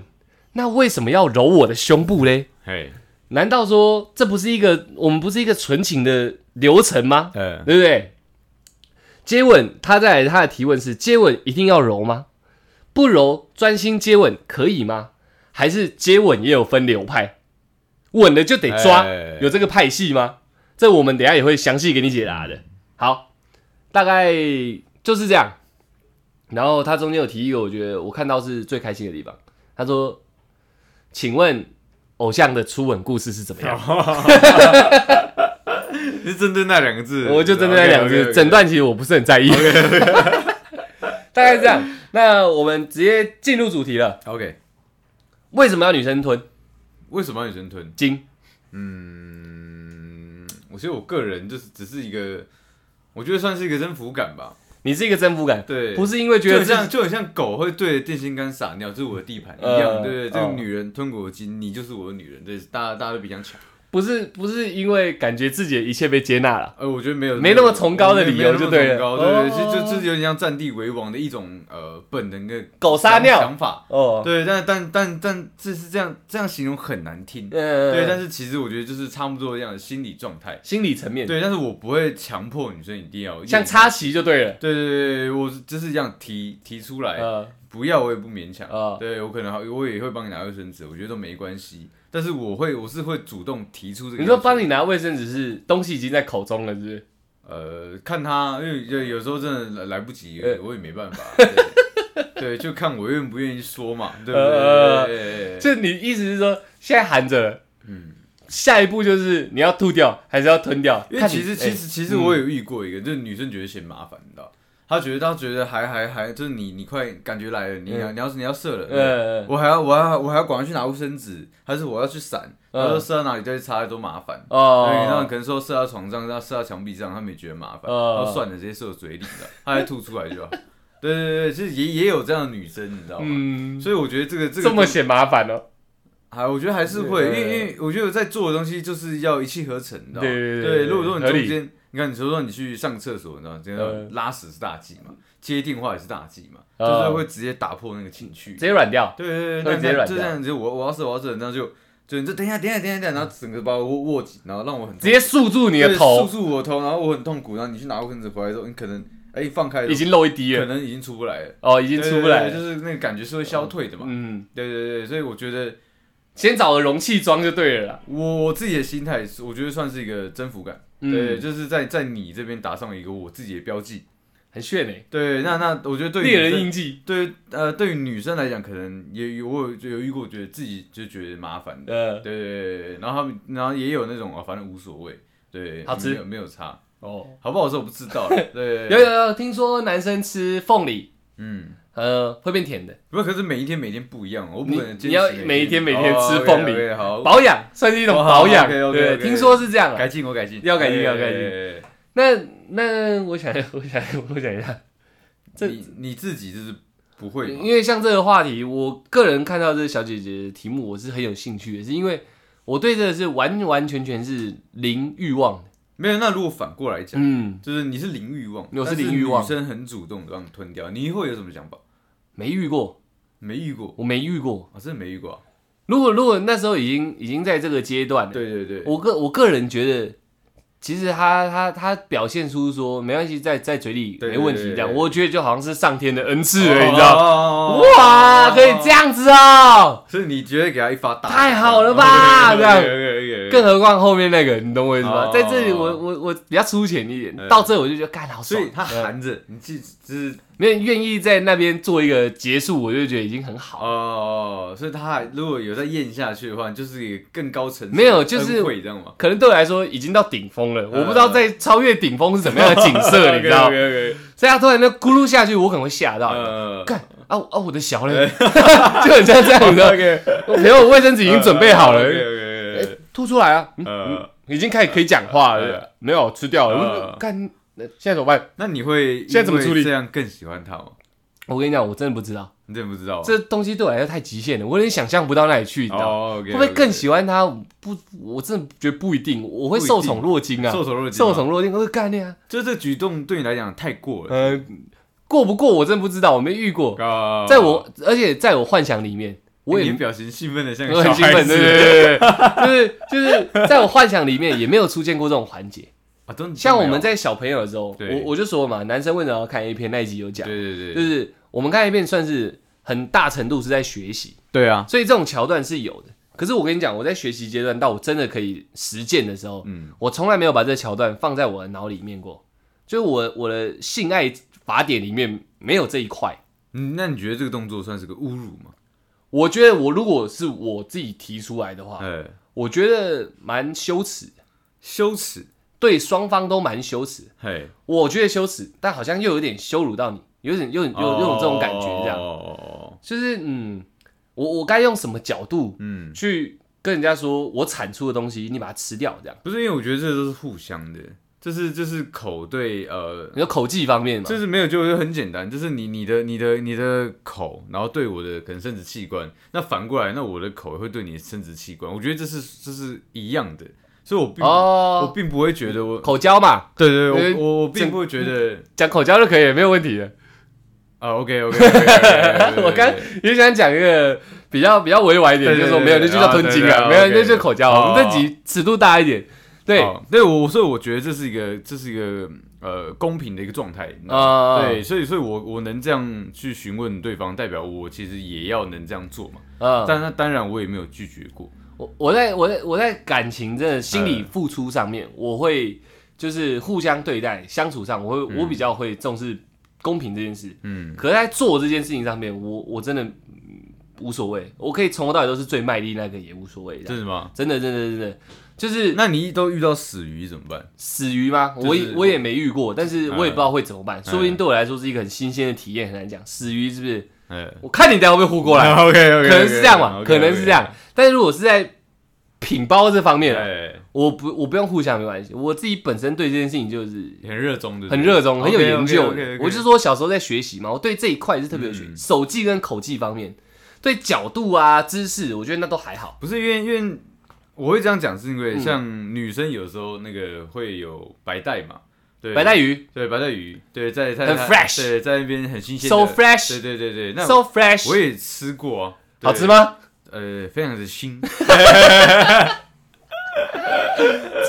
Speaker 1: 那为什么要揉我的胸部嘞？
Speaker 2: 嘿，
Speaker 1: 难道说这不是一个我们不是一个纯情的流程吗？
Speaker 2: 呃，
Speaker 1: 对不对？接吻，他在他的提问是：接吻一定要揉吗？不揉专心接吻可以吗？还是接吻也有分流派？吻了就得抓
Speaker 2: 哎，
Speaker 1: 有这个派系吗？这我们等一下也会详细给你解答的。好，大概就是这样。然后他中间有提一个，我觉得我看到是最开心的地方。他说：“请问偶像的初吻故事是怎么样？”
Speaker 2: 是针对那两个字，
Speaker 1: 我就针对那两只，整段其实我不是很在意。 (laughs) 大概是这样，那我们直接进入主题了。
Speaker 2: OK，
Speaker 1: 为什么要女生吞
Speaker 2: 为什么要女生吞？
Speaker 1: 精？
Speaker 2: 嗯，我觉得我个人就是只是一个，我觉得算是一个征服感吧。
Speaker 1: 你是一个征服感，
Speaker 2: 对，
Speaker 1: 不是因为觉
Speaker 2: 就
Speaker 1: 得
Speaker 2: 很
Speaker 1: 这
Speaker 2: 像就很像狗会对电线杆撒尿，这是我的地盘一
Speaker 1: 呃
Speaker 2: 样，对不对？这
Speaker 1: 哦
Speaker 2: 个女人吞果精，你就是我的女人，对，大家大家都比较强。
Speaker 1: 不是不是因为感觉自己的一切被接纳了，
Speaker 2: 呃，我觉得没有
Speaker 1: 没那么崇高的理由就对了
Speaker 2: 没有那么崇高对对，
Speaker 1: 哦
Speaker 2: 就就就是有点像占地为王的一种呃本能的
Speaker 1: 狗撒
Speaker 2: 想
Speaker 1: 尿
Speaker 2: 想法。
Speaker 1: 哦，
Speaker 2: 对，但但但但这是这样这样形容很难听。
Speaker 1: 嗯，
Speaker 2: 对，但是其实我觉得就是差不多这样的心理状态。
Speaker 1: 心理层面，
Speaker 2: 对，但是我不会强迫女生一定要
Speaker 1: 像。插旗就对了，
Speaker 2: 对对对对，我就是这样提提出来，
Speaker 1: 呃，
Speaker 2: 不要我也不勉强。
Speaker 1: 啊
Speaker 2: 对我可能还我也会帮你拿卫生纸，我觉得都没关系。但是我会我是会主动提出这个。
Speaker 1: 你说帮你？拿卫生纸是东西已经在口中了，是不是？
Speaker 2: 呃，看他，因为有有时候真的来来不及
Speaker 1: 呃，
Speaker 2: 我也没办法。对 (laughs) 对，就看我愿不愿意说嘛，对不
Speaker 1: 呃
Speaker 2: 对？
Speaker 1: 就你意思是说现在含着了，
Speaker 2: 嗯
Speaker 1: 下一步就是你要吐掉还是要吞掉？
Speaker 2: 因为
Speaker 1: 看你
Speaker 2: 其实
Speaker 1: 哎
Speaker 2: 其实其实我有遇过一个，就是女生觉得嫌麻烦，你知道，她觉得她觉得还还还就是你你快感觉来了，你要
Speaker 1: 嗯
Speaker 2: 你要你要射了，
Speaker 1: 呃，
Speaker 2: 我还要我还要我还要赶快去拿卫生纸，还是我要去闪？
Speaker 1: 嗯
Speaker 2: 她说射到哪里再去擦多麻烦。
Speaker 1: 哦，
Speaker 2: 对，然后可能说射到床上，然后射到墙壁上，她没觉得麻烦，
Speaker 1: 哦
Speaker 2: 然后算了，直接射我嘴里了，她还吐出来就好。 (laughs) 对对对，其实也也有这样的女生，你知道吗？
Speaker 1: 嗯，
Speaker 2: 所以我觉得这个这个
Speaker 1: 这么嫌麻烦哦。
Speaker 2: 还我觉得还是会，
Speaker 1: 对
Speaker 2: 因为因为我觉得在做的东西就是要一气呵成，你知道吗？
Speaker 1: 对对对对
Speaker 2: 如果说你
Speaker 1: 合理
Speaker 2: 中间，你看你说说你去上厕所，你知道吗？这
Speaker 1: 呃
Speaker 2: 样拉屎是大忌嘛，接电话也是大忌嘛，就
Speaker 1: 呃
Speaker 2: 是会直接打破那个情绪。
Speaker 1: 直接软掉。
Speaker 2: 对对
Speaker 1: 会
Speaker 2: 对，那
Speaker 1: 直接
Speaker 2: 那
Speaker 1: 软
Speaker 2: 就
Speaker 1: 掉
Speaker 2: 这样，就我我要射我要射，然后就就你就等一下等一下等一下等一下，然后整个把我握握紧，然后让我很
Speaker 1: 直接束住你的
Speaker 2: 对
Speaker 1: 头
Speaker 2: 束，住我头，然后我很痛苦，然后你去拿卫生纸回来之后，你可能哎放开了
Speaker 1: 已经漏一滴
Speaker 2: 可
Speaker 1: 了，
Speaker 2: 能已经出不来了，
Speaker 1: 哦，已经出不来
Speaker 2: 对
Speaker 1: 了。
Speaker 2: 对对就是那个感觉是会消退的嘛。
Speaker 1: 嗯，
Speaker 2: 对对对，所以我觉得。
Speaker 1: 先找个容器装就对了啦。
Speaker 2: 我我自己的心态是，我觉得算是一个征服感，对，
Speaker 1: 嗯，
Speaker 2: 就是在在你这边打上一个我自己的标记，
Speaker 1: 很炫诶，
Speaker 2: 对，那那我觉得对于
Speaker 1: 猎人
Speaker 2: 女生
Speaker 1: 印记。
Speaker 2: 对呃对于女生来讲，可能也有我有就有遇过，觉得自己就觉得麻烦的，
Speaker 1: 呃，
Speaker 2: 对对对，对然后他们然后也有那种啊，反正无所谓，对，
Speaker 1: 好吃
Speaker 2: 没有没有差，
Speaker 1: 哦，
Speaker 2: 好不好吃我不知
Speaker 1: (laughs)
Speaker 2: 道，对对，
Speaker 1: 有
Speaker 2: 对
Speaker 1: 有有，听说男生吃凤梨，
Speaker 2: 嗯，
Speaker 1: 呃，会变甜的，
Speaker 2: 不过可是每一天每天不一样，我不
Speaker 1: 你
Speaker 2: 可能坚持
Speaker 1: 你要每一天每天吃凤梨
Speaker 2: ，OK，好，
Speaker 1: 保养算是一种
Speaker 2: 哦
Speaker 1: 保养。
Speaker 2: 好，OK，OK，
Speaker 1: 对，
Speaker 2: OK，
Speaker 1: 听说是这样啊
Speaker 2: 改。进我改进，
Speaker 1: 要改进要
Speaker 2: 对
Speaker 1: 改进，
Speaker 2: 对对对对
Speaker 1: 那那我想 (laughs) 我想我想一下，这
Speaker 2: 你你自己就是不会嘛，
Speaker 1: 因为像这个话题，我个人看到这个小姐姐的题目，我是很有兴趣的，是因为我对这个是完完全全是零欲望的。
Speaker 2: 没有，那如果反过来讲。
Speaker 1: 嗯，
Speaker 2: 就是你是零欲望，
Speaker 1: 我是
Speaker 2: 但
Speaker 1: 零欲望
Speaker 2: 女生很主动地让你吞掉，你会有什么想法？
Speaker 1: 没遇过，
Speaker 2: 没遇过
Speaker 1: 我没遇过。
Speaker 2: 啊，真的没遇过、啊。
Speaker 1: 如果如果那时候已经已经在这个阶段了，
Speaker 2: 对对对，
Speaker 1: 我个我个人觉得，其实他他他表现出说没关系，在在嘴里
Speaker 2: 对
Speaker 1: 没问题
Speaker 2: 对对
Speaker 1: 这样，
Speaker 2: 对
Speaker 1: 我觉得就好像是上天的恩赐
Speaker 2: 哦
Speaker 1: 了，你知道？
Speaker 2: 哦
Speaker 1: 哇，可以这，
Speaker 2: 哦哦哦
Speaker 1: 样子哦！
Speaker 2: 所以你觉得给他一发大，
Speaker 1: 太好了吧这样
Speaker 2: 样
Speaker 1: 更何况后面那个，你懂我意思吗？
Speaker 2: 哦
Speaker 1: 在这里我我我比较粗浅一点，
Speaker 2: 嗯
Speaker 1: 到这我就觉得干好
Speaker 2: 所
Speaker 1: 爽
Speaker 2: 以，他呃含着，你记就是
Speaker 1: 没有愿意在那边做一个结束，我就觉得已经很好。
Speaker 2: 哦，所以他还如果有再咽下去的话，就是一个更高层次的
Speaker 1: 没有就是
Speaker 2: 恩惠这样嘛。
Speaker 1: 可能对我来说已经到顶峰
Speaker 2: 嗯
Speaker 1: 了，我不知道在超越顶峰是怎么样的景
Speaker 2: (laughs)
Speaker 1: 色，你知道？
Speaker 2: OK，
Speaker 1: 所以他突然就咕噜下去，我可能会吓到。
Speaker 2: 呃，
Speaker 1: 干啊我啊！我的小嘞，
Speaker 2: 嗯
Speaker 1: (laughs) 就很像这样，你
Speaker 2: (laughs)
Speaker 1: 知道？没有，我卫生纸已经准备好了，
Speaker 2: 嗯 OK，
Speaker 1: 吐出来啊，嗯
Speaker 2: 呃，
Speaker 1: 已经开始可以讲话
Speaker 2: 呃
Speaker 1: 了。没有吃掉
Speaker 2: 呃
Speaker 1: 了，干那现在怎么办？
Speaker 2: 那你会
Speaker 1: 现在怎么处理
Speaker 2: 因为这样更喜欢他吗？
Speaker 1: 我跟你讲，我真的不知道，
Speaker 2: 你真的不知道啊，
Speaker 1: 这东西对我来说太极限了，我有点想象不到那里去，你知道？
Speaker 2: 哦，
Speaker 1: 会
Speaker 2: 会
Speaker 1: 不会更喜欢他？不，我真的觉得不一定，我会受宠若惊啊，
Speaker 2: 受宠若惊？
Speaker 1: 受，宠若惊，我会干那啊。
Speaker 2: 就这举动对你来讲太过了。
Speaker 1: 嗯，过不过我真的不知道，我没遇过。
Speaker 2: 啊
Speaker 1: 嗯在我，而且在我幻想里面，我也
Speaker 2: 哎你表情兴奋的像
Speaker 1: 我
Speaker 2: 个小
Speaker 1: 很兴
Speaker 2: 孩
Speaker 1: 奋，
Speaker 2: 子，
Speaker 1: 对对对
Speaker 2: (laughs)
Speaker 1: 对，对就是就是在我幻想里面也没有出现过这种环
Speaker 2: (laughs)
Speaker 1: 节。
Speaker 2: 啊，
Speaker 1: (laughs)
Speaker 2: 都
Speaker 1: 像我们在小朋友的时候，
Speaker 2: 对
Speaker 1: 我我就说嘛，男生为什么要看 A 片那一集有讲，
Speaker 2: 对对
Speaker 1: 就
Speaker 2: 对
Speaker 1: 是我们看 A 片算是很大程度是在学习，
Speaker 2: 对啊，
Speaker 1: 所以这种桥段是有的。可是我跟你讲，我在学习阶段到我真的可以实践的时候，嗯，我从来没有把这桥段放在我的脑里面过，就是我我的性爱法典里面没有这一块。
Speaker 2: 嗯，那你觉得这个动作算是个侮辱吗？
Speaker 1: 我觉得我如果是我自己提出来的话，
Speaker 2: 哎、
Speaker 1: 我觉得蛮羞耻，
Speaker 2: 羞耻，
Speaker 1: 对双方都蛮羞耻。
Speaker 2: 嘿，
Speaker 1: 我觉得羞耻，但好像又有点羞辱到你，有点有点有有种这种感觉，这样、
Speaker 2: 哦，
Speaker 1: 就是嗯，我我该用什么角度
Speaker 2: 嗯，
Speaker 1: 去跟人家说我产出的东西，你把它吃掉，这样。
Speaker 2: 不是，因为我觉得这都是互相的，这是这是口对呃，
Speaker 1: 你说口技方面嘛，
Speaker 2: 就是没有，就是很简单，就是你你的你的你的口，然后对我的可能生殖器官，那反过来，那我的口会对你的生殖器官，我觉得这是这是一样的，所以我并、我
Speaker 1: 哦，
Speaker 2: 并不会觉得我，
Speaker 1: 口交嘛，
Speaker 2: 对对对
Speaker 1: 因为
Speaker 2: 我我我并
Speaker 1: 整
Speaker 2: 不会觉得
Speaker 1: 讲口交就可以，没有问题的。
Speaker 2: 啊，OK OK，, o
Speaker 1: (laughs)
Speaker 2: k
Speaker 1: 我刚也想讲一个比较比较委婉一点，
Speaker 2: 对
Speaker 1: 就
Speaker 2: 对
Speaker 1: 是说没有，那
Speaker 2: 对
Speaker 1: 就叫
Speaker 2: 啊
Speaker 1: 吞
Speaker 2: 对
Speaker 1: 金
Speaker 2: 对
Speaker 1: 啊，
Speaker 2: 啊
Speaker 1: 没有，
Speaker 2: OK
Speaker 1: 那就口交。我
Speaker 2: 哦
Speaker 1: 们这集尺度大一点，对，
Speaker 2: 哦对我，所以我觉得这是一个，这是一个呃公平的一个状态。
Speaker 1: 啊
Speaker 2: 啊，对，所以所以我我能这样去询问对方，代表我其实也要能这样做嘛。
Speaker 1: 嗯，
Speaker 2: 但那当然我也没有拒绝过。
Speaker 1: 我我在我在我在感情的心
Speaker 2: 嗯
Speaker 1: 理付出上面，我会就是互相对待相处上，我会我比较会重视公平这件事。
Speaker 2: 嗯，
Speaker 1: 可是在做这件事情上面，我我真的嗯无所谓，我可以从头到尾都是最卖力那个也无所谓。这
Speaker 2: 真
Speaker 1: 样
Speaker 2: 的吗？
Speaker 1: 真的真的真的就是
Speaker 2: 那你都遇到死鱼怎么办？
Speaker 1: 死鱼吗？
Speaker 2: 就是
Speaker 1: 我也我也没遇过，但是
Speaker 2: 嗯
Speaker 1: 我也不知道会怎么办，说不定对我来说是一个很新鲜的体验，很难讲。死鱼是不是？
Speaker 2: 哎，
Speaker 1: 我看你等下会不会呼过
Speaker 2: (laughs)
Speaker 1: 来，
Speaker 2: OK OK，
Speaker 1: 可能是这样嘛，可能是这样。但是如果是在品包这方面啊，
Speaker 2: 哎，
Speaker 1: 我不我不用互相没关系，我自己本身对这件事情就是
Speaker 2: 很热衷的，
Speaker 1: 很热衷、很有研究的。
Speaker 2: OK，OK，OK，OK
Speaker 1: 我就说小时候在学习嘛，我对这一块是特别有学习，
Speaker 2: 嗯
Speaker 1: 手技跟口技方面，对角度啊、姿势，我觉得那都还好。
Speaker 2: 不是因为因为我会这样讲，是因为
Speaker 1: 嗯
Speaker 2: 像女生有时候那个会有白带嘛，对，
Speaker 1: 白带鱼
Speaker 2: 对，白带鱼，对，在在
Speaker 1: 很
Speaker 2: 在
Speaker 1: fresh
Speaker 2: 对，在那边很新鲜的
Speaker 1: ，so
Speaker 2: 对
Speaker 1: fresh，so
Speaker 2: 对对对，那
Speaker 1: fresh，
Speaker 2: 我也吃过啊，对
Speaker 1: 好吃？吗？ (laughs)
Speaker 2: 呃，非常的新，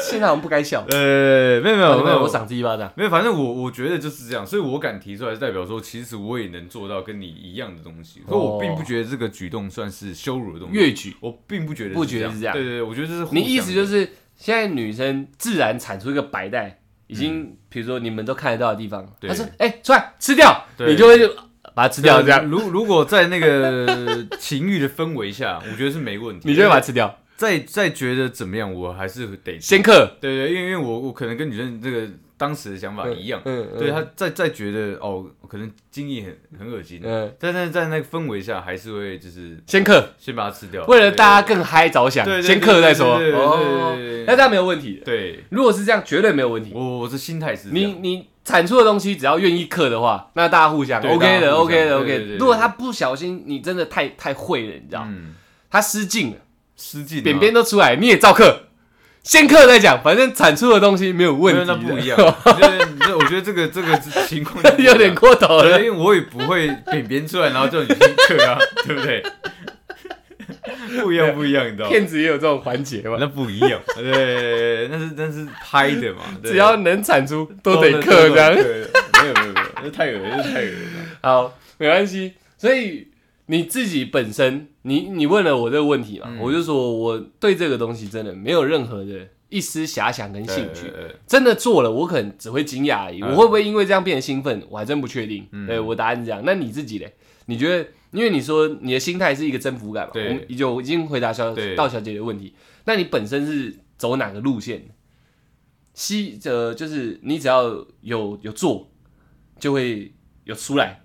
Speaker 1: 现在好像不该笑，
Speaker 2: 呃，没有
Speaker 1: 没
Speaker 2: 没有
Speaker 1: 有
Speaker 2: 没
Speaker 1: 没
Speaker 2: 有，
Speaker 1: 有，我赏自己一巴掌。
Speaker 2: 没有，反正我我觉得就是这样，所以我敢提出来，是代表说，其实我也能做到跟你一样的东西，所以我并不觉得这个举动算是羞辱的东西，
Speaker 1: 越举，
Speaker 2: 我并不觉得
Speaker 1: 不觉得
Speaker 2: 是
Speaker 1: 是
Speaker 2: 这
Speaker 1: 这样
Speaker 2: 样，对对对，我觉得这是互
Speaker 1: 你意
Speaker 2: 相
Speaker 1: 思
Speaker 2: 的
Speaker 1: 就是现在女生自然产出一个白带，已经比如说你们都看得到的地方，
Speaker 2: 嗯对
Speaker 1: 她说：“哎，出来吃掉。”
Speaker 2: 对
Speaker 1: 你就会就把它吃掉，这样
Speaker 2: 如 (laughs) 如果在那个 (laughs) 情欲的氛围下，我觉得是没问题。
Speaker 1: 你就会把它吃掉。
Speaker 2: 再再觉得怎么样，我还是得
Speaker 1: 先克，
Speaker 2: 对对，因为因为我我可能跟女生这个当时的想法一样，
Speaker 1: 嗯，
Speaker 2: 对她再再觉得哦，可能精液很很恶心，
Speaker 1: 嗯，
Speaker 2: 但是在那个氛围下，还是会就是
Speaker 1: 先克，
Speaker 2: 先把它吃掉，
Speaker 1: 为了大家更嗨着想
Speaker 2: 对，对
Speaker 1: 先克再说。
Speaker 2: 对对对
Speaker 1: 哦
Speaker 2: 对对对，
Speaker 1: 那这样没有问题的。
Speaker 2: 对
Speaker 1: 如果是这样，绝对没有问题。
Speaker 2: 我我的心态是这
Speaker 1: 你
Speaker 2: 样，
Speaker 1: 你产出的东西只要愿意克的话，那大家互相
Speaker 2: 对
Speaker 1: OK
Speaker 2: 大家
Speaker 1: 的
Speaker 2: 互相
Speaker 1: ，OK 的
Speaker 2: 对对对
Speaker 1: ，OK
Speaker 2: 对
Speaker 1: 的。如果他不小心，你真的太太会了，你知道，
Speaker 2: 嗯，
Speaker 1: 他失禁了。
Speaker 2: 失禁啊，
Speaker 1: 扁扁都出来，你也照刻，先刻再讲，反正产出的东西没有问
Speaker 2: 没有
Speaker 1: 题
Speaker 2: 那
Speaker 1: 的。
Speaker 2: 不一样，对对我觉得这个这个情况就不一样
Speaker 1: (laughs) 有点过头
Speaker 2: 对，
Speaker 1: 了。
Speaker 2: 因为我也不会扁扁出来，然后叫你听课啊， (laughs) 对不对？不一样，不一样，你知道吗？
Speaker 1: 骗子也有这种环节嘛，
Speaker 2: 那不一样，对，那是那是拍的嘛，对
Speaker 1: 只要能产出都得刻这
Speaker 2: 都
Speaker 1: 样。
Speaker 2: 得刻没有没有没有，那太恶心，那太恶心了。
Speaker 1: 好，没关系。所以你自己本身，你你问了我这个问题嘛，
Speaker 2: 嗯
Speaker 1: 我就说我对这个东西真的没有任何的一丝遐想跟兴趣。
Speaker 2: 对，对对
Speaker 1: 真的做了，我可能只会惊讶而已。
Speaker 2: 嗯
Speaker 1: 我会不会因为这样变得兴奋，我还真不确定。
Speaker 2: 嗯
Speaker 1: 对我答案是这样。那你自己嘞？你觉得？因为你说你的心态是一个征服感嘛，
Speaker 2: 对
Speaker 1: 我们就已经回答小
Speaker 2: 对
Speaker 1: 道小姐的问题。那你本身是走哪个路线？西呃，就是你只要有有做，就会有出来，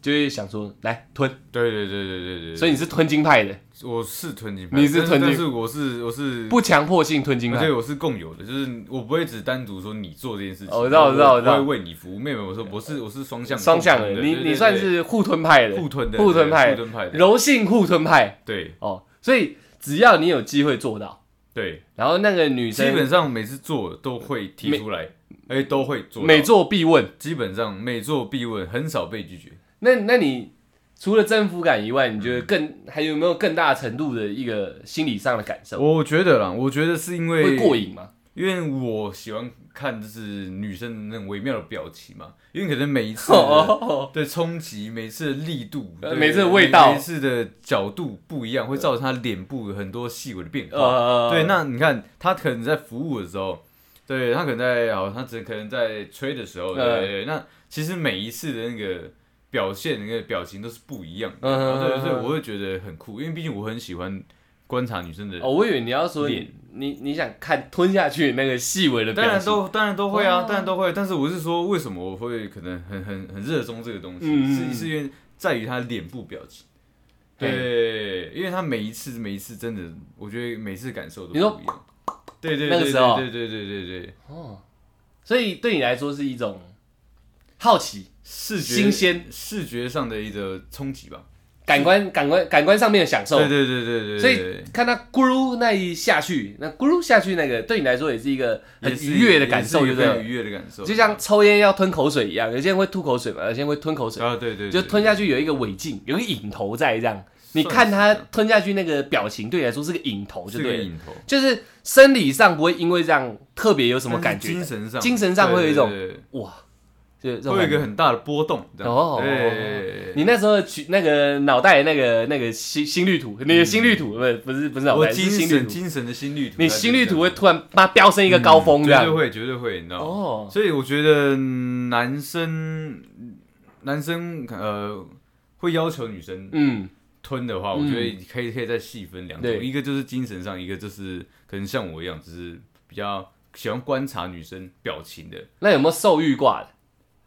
Speaker 1: 就会想说来吞。
Speaker 2: 对对对对对对。
Speaker 1: 所以你是吞金派的，
Speaker 2: 以我是吞金派，
Speaker 1: 你是
Speaker 2: 但
Speaker 1: 吞金
Speaker 2: 但是我是我是
Speaker 1: 不强迫性吞金
Speaker 2: 而
Speaker 1: 派
Speaker 2: 且。我是共有的，就是我不会只单独说你做这件事情，
Speaker 1: 哦我知道我知道
Speaker 2: 我
Speaker 1: 我知道
Speaker 2: 不会为你服务。妹妹，我说我是我是双向
Speaker 1: 双向的，
Speaker 2: 的，
Speaker 1: 你
Speaker 2: 对
Speaker 1: 你算是互吞派的，
Speaker 2: 互吞的，
Speaker 1: 互吞派
Speaker 2: 互吞派的，
Speaker 1: 柔性互吞派。
Speaker 2: 对
Speaker 1: 哦，所以只要你有机会做到，
Speaker 2: 对，
Speaker 1: 然后那个女
Speaker 2: 基
Speaker 1: 生
Speaker 2: 本上每次做都会提出来，哎，都会做到，
Speaker 1: 每做必问，
Speaker 2: 基本上每做必问，很少被拒绝。
Speaker 1: 那那你除了征服感以外，你觉得更还有没有更大程度的一个心理上的感受？
Speaker 2: 我觉得啦，我觉得是因为
Speaker 1: 嗯会过瘾吗？
Speaker 2: 因因为我喜欢看就是女生的那种微妙的表情嘛，因为可能每一次的
Speaker 1: (laughs) 哦，
Speaker 2: 对冲击，每次的力度，
Speaker 1: 呃
Speaker 2: 对
Speaker 1: 每次的味道
Speaker 2: 每次的角度不一样，会造成她脸部有很多细微的变化。
Speaker 1: 呃，
Speaker 2: 对，那你看她可能在服务的时候，对她可能在好，她只可能在吹的时候，对
Speaker 1: 呃
Speaker 2: 对对。那其实每一次的那个表现，那个表情都是不一样的。
Speaker 1: 嗯
Speaker 2: 然后哦对，
Speaker 1: 嗯
Speaker 2: 所以
Speaker 1: 嗯
Speaker 2: 我会觉得很酷，因为毕竟我很喜欢观察女生的
Speaker 1: 哦，我以为你要说
Speaker 2: 脸
Speaker 1: 你你你想看吞下去那个细微的表情，
Speaker 2: 当然都当然都会啊
Speaker 1: 哦，
Speaker 2: 当然都会。但是我是说，为什么我会可能很很很热衷这个东西，
Speaker 1: 嗯
Speaker 2: 是是因为在于他脸部表情。
Speaker 1: 嘿
Speaker 2: 对，因为他每一次每一次真的，我觉得每次感受都不
Speaker 1: 你说
Speaker 2: 一样。对对
Speaker 1: 那
Speaker 2: 对
Speaker 1: 个
Speaker 2: 对
Speaker 1: 时候啊
Speaker 2: 对对对对对，
Speaker 1: 哦，所以对你来说是一种好奇、
Speaker 2: 视觉
Speaker 1: 新鲜、
Speaker 2: 视觉上的一个冲击吧。
Speaker 1: 感官、感官、感官上面的享受。
Speaker 2: 对对对对对，
Speaker 1: 所
Speaker 2: 对
Speaker 1: 以看它咕噜那一下去，那咕噜下去那个，对你来说也是一个很
Speaker 2: 也是
Speaker 1: 愉悦的感受，对
Speaker 2: 也是
Speaker 1: 不
Speaker 2: 非常
Speaker 1: 对？
Speaker 2: 愉悦的感受，
Speaker 1: 就像抽烟要吞口水一样，有些人会吐口水嘛，有些人会吞口水，
Speaker 2: 啊对对，对
Speaker 1: 就吞下去有一个尾劲，有一个引头在这样。你
Speaker 2: 算
Speaker 1: 看他
Speaker 2: 是这样
Speaker 1: 吞下去那个表情，对你来说是个引头，就是
Speaker 2: 个
Speaker 1: 对了，
Speaker 2: 引头，
Speaker 1: 就是生理上不会因为这样特别有什么
Speaker 2: 但
Speaker 1: 感
Speaker 2: 是
Speaker 1: 觉，
Speaker 2: 精神上
Speaker 1: 精神上会有一种
Speaker 2: 对对对对
Speaker 1: 哇，就是这种
Speaker 2: 会有
Speaker 1: 感
Speaker 2: 一
Speaker 1: 觉
Speaker 2: 个很大的波动。这样
Speaker 1: 哦
Speaker 2: 对，
Speaker 1: 你那时候取那个脑袋那个那个心心率图，你的心率图不是不是不是脑
Speaker 2: 我
Speaker 1: 袋，
Speaker 2: 精
Speaker 1: 是心率
Speaker 2: 神
Speaker 1: 图。
Speaker 2: 精神的心率图，
Speaker 1: 你心率图会突然把它飙升一个高峰这
Speaker 2: 绝嗯对
Speaker 1: 样。
Speaker 2: 会，绝对会，你知道吗？
Speaker 1: 哦，
Speaker 2: 所以我觉得男生男生呃会要求女生
Speaker 1: 嗯，
Speaker 2: 吞的话，我觉得可以可以再细分两种，
Speaker 1: 对
Speaker 2: 一个就是精神上，一个就是可能像我一样，就是比较喜欢观察女生表情的，
Speaker 1: 那有没有兽欲挂的？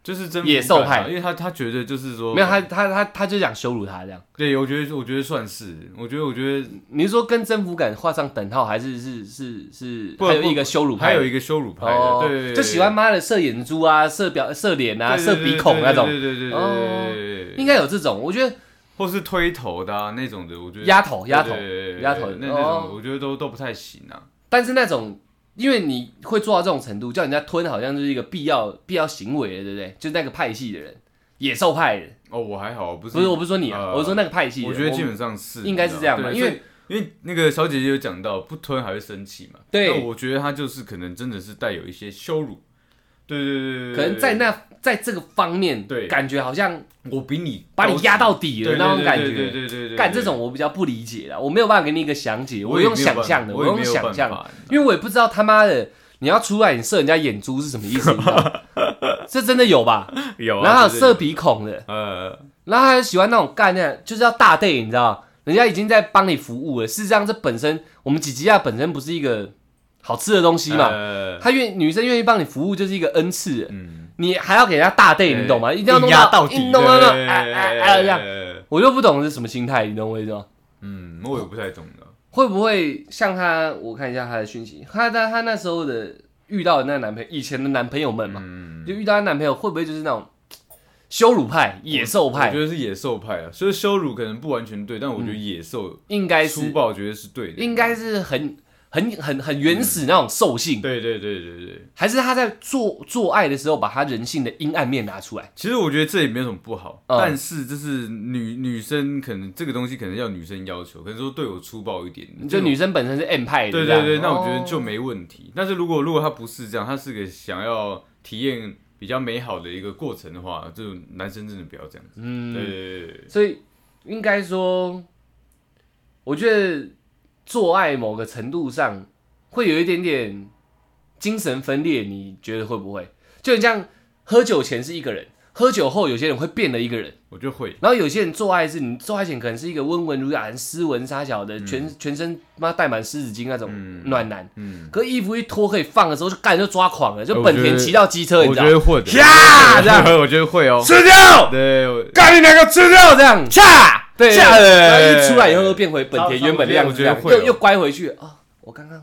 Speaker 2: 就是真
Speaker 1: 野兽派
Speaker 2: 啊因为他他觉得就是说
Speaker 1: 没有，他他他他就想羞辱他这样。
Speaker 2: 对，我觉得我觉得算是，我觉得我觉得
Speaker 1: 你是说跟征服感画上等号，还是是是是
Speaker 2: 不
Speaker 1: 还有一个羞辱派？
Speaker 2: 还有一个羞辱派的，
Speaker 1: 哦
Speaker 2: 对对，对对
Speaker 1: 就喜欢妈的射眼珠啊、射表、射脸啊、
Speaker 2: 对
Speaker 1: 射
Speaker 2: 对对
Speaker 1: 鼻孔那种，
Speaker 2: 对对对对对
Speaker 1: 哦
Speaker 2: 对对对
Speaker 1: 应该有这种。我觉得
Speaker 2: 或是推头的啊那种的，我觉得
Speaker 1: 压头、压哦头
Speaker 2: 对，对对对
Speaker 1: 压头
Speaker 2: 那
Speaker 1: 哦
Speaker 2: 那种我觉得都都不太行啊。
Speaker 1: 但是那种，因为你会做到这种程度，叫人家吞，好像就是一个必要必要行为了，对不对？就是那个派系的人，野兽派的人，
Speaker 2: 哦，我还好，不是
Speaker 1: 不是，我不是说你啊，
Speaker 2: 呃
Speaker 1: 我是说那个派系的
Speaker 2: 我
Speaker 1: 人。
Speaker 2: 觉得基本上是
Speaker 1: 应该是这样吧
Speaker 2: 对
Speaker 1: 因为
Speaker 2: 所以因为那个小姐姐有讲到不吞还会生气嘛，
Speaker 1: 对
Speaker 2: 那我觉得她就是可能真的是带有一些羞辱，对对对对对，
Speaker 1: 可能在那在这个方面，
Speaker 2: 对
Speaker 1: 感觉好像
Speaker 2: 我比你
Speaker 1: 把你压到底
Speaker 2: 底
Speaker 1: 了那种感
Speaker 2: 对对
Speaker 1: 觉。
Speaker 2: 对对对，
Speaker 1: 干这种我比较不理解了，我没有办法给你一个详解，
Speaker 2: 我
Speaker 1: 我
Speaker 2: 也
Speaker 1: 用
Speaker 2: 没有办法
Speaker 1: 想象的，
Speaker 2: 我
Speaker 1: 我
Speaker 2: 也
Speaker 1: 用
Speaker 2: 没有
Speaker 1: 想
Speaker 2: 办
Speaker 1: 象的，
Speaker 2: 法
Speaker 1: 因为我也不知道他妈的你要出来你射人家眼珠是什么意思，你知道
Speaker 2: (laughs)
Speaker 1: 吗？这真的有吧？
Speaker 2: 有啊，
Speaker 1: 然后还有
Speaker 2: 对
Speaker 1: 射
Speaker 2: 对
Speaker 1: 鼻孔的，
Speaker 2: 呃
Speaker 1: 然后还有喜欢那种干那，就是要大 day，你知道，人家已经在帮你服务了。事实上，这本身我们几吉亚本身不是一个好吃的东西嘛，
Speaker 2: 呃
Speaker 1: 他愿女生愿意帮你服务就是一个恩赐，
Speaker 2: 嗯，
Speaker 1: 你还要给人家大 day，你懂吗？一定要弄
Speaker 2: 压到底，
Speaker 1: 硬弄到那
Speaker 2: 对
Speaker 1: 哎哎哎这样，我就不懂是什么心态，你懂我意思吗？
Speaker 2: 嗯，我也不太懂的。
Speaker 1: 会不会像她？我看一下她的讯息，她她她那时候的遇到的那个男朋友，以前的男朋友们嘛，
Speaker 2: 嗯，
Speaker 1: 就遇到她男朋友会不会就是那种羞辱派、野兽
Speaker 2: 我
Speaker 1: 派嗯
Speaker 2: 觉？得是野兽派啊，所以羞辱可能不完全对，但我觉得野兽
Speaker 1: 应该
Speaker 2: 粗
Speaker 1: 是
Speaker 2: 暴觉得是对的，
Speaker 1: 应该是很很很很原始那种兽性，
Speaker 2: 嗯对对对对对。
Speaker 1: 还是他在做做爱的时候把他人性的阴暗面拿出来？
Speaker 2: 其实我觉得这也没有什么不好，
Speaker 1: 嗯
Speaker 2: 但是就是女女生可能这个东西可能要女生要求，可能说对我粗暴一点，
Speaker 1: 就
Speaker 2: 这种
Speaker 1: 女生本身是 M 派的，
Speaker 2: 对
Speaker 1: 这
Speaker 2: 对
Speaker 1: 样
Speaker 2: 对，那我觉得
Speaker 1: 哦
Speaker 2: 就没问题。但是如果如果他不是这样，他是个想要体验比较美好的一个过程的话，就男生真的不要这样子。对对
Speaker 1: 嗯，
Speaker 2: 对对对
Speaker 1: 所以应该说，我觉得做爱某个程度上会有一点点精神分裂，你觉得会不会？就很像喝酒前是一个人，喝酒后有些人会变了一个人。
Speaker 2: 我就会
Speaker 1: 然后有些人做爱是你做爱前可能是一个温文儒雅、很斯文沙小的，全全身妈带满湿纸巾那种暖男，
Speaker 2: 嗯
Speaker 1: 可衣服一脱可以放的时候就干就抓狂了，就本
Speaker 2: 哎我觉
Speaker 1: 田
Speaker 2: 得
Speaker 1: 骑到机车，你
Speaker 2: 我
Speaker 1: 知
Speaker 2: 觉
Speaker 1: 道吗？
Speaker 2: 得会的，
Speaker 1: 呀这样
Speaker 2: 我觉得会哦。
Speaker 1: 吃掉，
Speaker 2: 对，我
Speaker 1: 干你两个吃掉这样，
Speaker 2: 下
Speaker 1: 对，
Speaker 2: 吓人
Speaker 1: 然后一出来以后又变回本田
Speaker 2: 差不多
Speaker 1: 原本的样子，
Speaker 2: 我
Speaker 1: 这
Speaker 2: 觉得
Speaker 1: 样
Speaker 2: 会哦
Speaker 1: 又又乖回去啊、我刚刚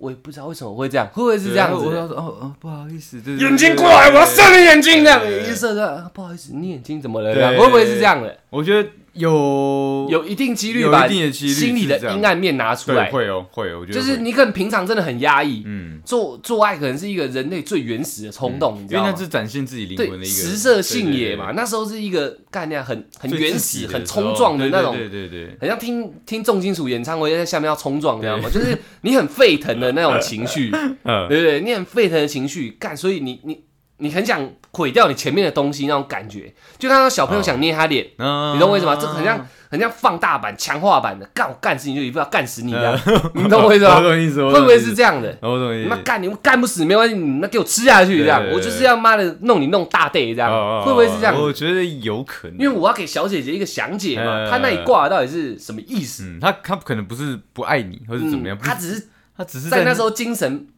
Speaker 1: 我也不知道为什么会这样，会不会是这样
Speaker 2: 我
Speaker 1: 子？
Speaker 2: 要说哦哦，不好意思，对
Speaker 1: 眼睛过来，我要射你眼睛，这样
Speaker 2: 对对
Speaker 1: 一
Speaker 2: 对
Speaker 1: 射射，啊不好意思，你眼睛怎么了？
Speaker 2: 对
Speaker 1: 这样会不会是这样的？
Speaker 2: 我觉得有
Speaker 1: 有一定几率
Speaker 2: 有
Speaker 1: 把
Speaker 2: 一定的几率
Speaker 1: 心里
Speaker 2: 是
Speaker 1: 的
Speaker 2: 这样
Speaker 1: 阴暗面拿出
Speaker 2: 对
Speaker 1: 来，
Speaker 2: 会哦会哦，我觉得
Speaker 1: 就是
Speaker 2: 会
Speaker 1: 你可能平常真的很压抑，
Speaker 2: 嗯，
Speaker 1: 做做爱可能是一个人类最原始的冲动，你知
Speaker 2: 因
Speaker 1: 道
Speaker 2: 为那
Speaker 1: 吗？
Speaker 2: 是展现自己灵魂的
Speaker 1: 对，
Speaker 2: 一个
Speaker 1: 食色性也嘛，
Speaker 2: 对，
Speaker 1: 那时候是一个概念很很
Speaker 2: 对对对
Speaker 1: 原
Speaker 2: 最
Speaker 1: 始、
Speaker 2: 自己
Speaker 1: 很
Speaker 2: 的时候
Speaker 1: 冲撞的那种，
Speaker 2: 对对对对，对
Speaker 1: 很像听听重金属演唱会在下面要冲撞，你知道吗？就是你很沸腾的那种情
Speaker 2: (laughs)
Speaker 1: 绪，对
Speaker 2: 嗯，
Speaker 1: 不对？你很沸腾的情绪，干，所以你你你很想毁掉你前面的东西那种感觉，就像那小朋友想捏他脸，
Speaker 2: 嗯
Speaker 1: 你懂我意思吗？这很像很像放大版、强化版的，干我干死你就一定要干死你一样，
Speaker 2: 嗯
Speaker 1: 你懂我意思
Speaker 2: 我 (laughs)
Speaker 1: 吗？
Speaker 2: 懂意思，我
Speaker 1: 会
Speaker 2: 懂
Speaker 1: 不
Speaker 2: 意
Speaker 1: 会
Speaker 2: 思哦
Speaker 1: 是这样的？
Speaker 2: 我懂意
Speaker 1: 你妈
Speaker 2: 思，
Speaker 1: 干你干不死没关系，你那给我吃下去这样
Speaker 2: 对，对
Speaker 1: 我就
Speaker 2: 对
Speaker 1: 是要妈的弄你弄大队这样
Speaker 2: 哦哦，哦
Speaker 1: 会不会是这样？
Speaker 2: 我觉得有可能，
Speaker 1: 因为我要给小姐姐一个详解嘛，
Speaker 2: 嗯
Speaker 1: 她那里挂的到底是什么意思？啊
Speaker 2: 嗯，他他可能不是不爱你，或者怎么样，
Speaker 1: 嗯
Speaker 2: 不是
Speaker 1: 她只是
Speaker 2: 他只是
Speaker 1: 在那时
Speaker 2: 候
Speaker 1: 候精神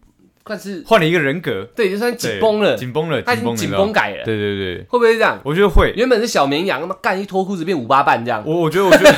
Speaker 1: 快是
Speaker 2: 换了一个人格，
Speaker 1: 对，就算
Speaker 2: 对
Speaker 1: 紧绷了，
Speaker 2: 紧绷了，
Speaker 1: 她已经
Speaker 2: 了
Speaker 1: 紧绷，改了，
Speaker 2: 对对对，
Speaker 1: 会不会是这样？
Speaker 2: 我觉得会，
Speaker 1: 原本是小绵羊，他妈干一脱裤子变五八半这样，
Speaker 2: 我我觉得我觉得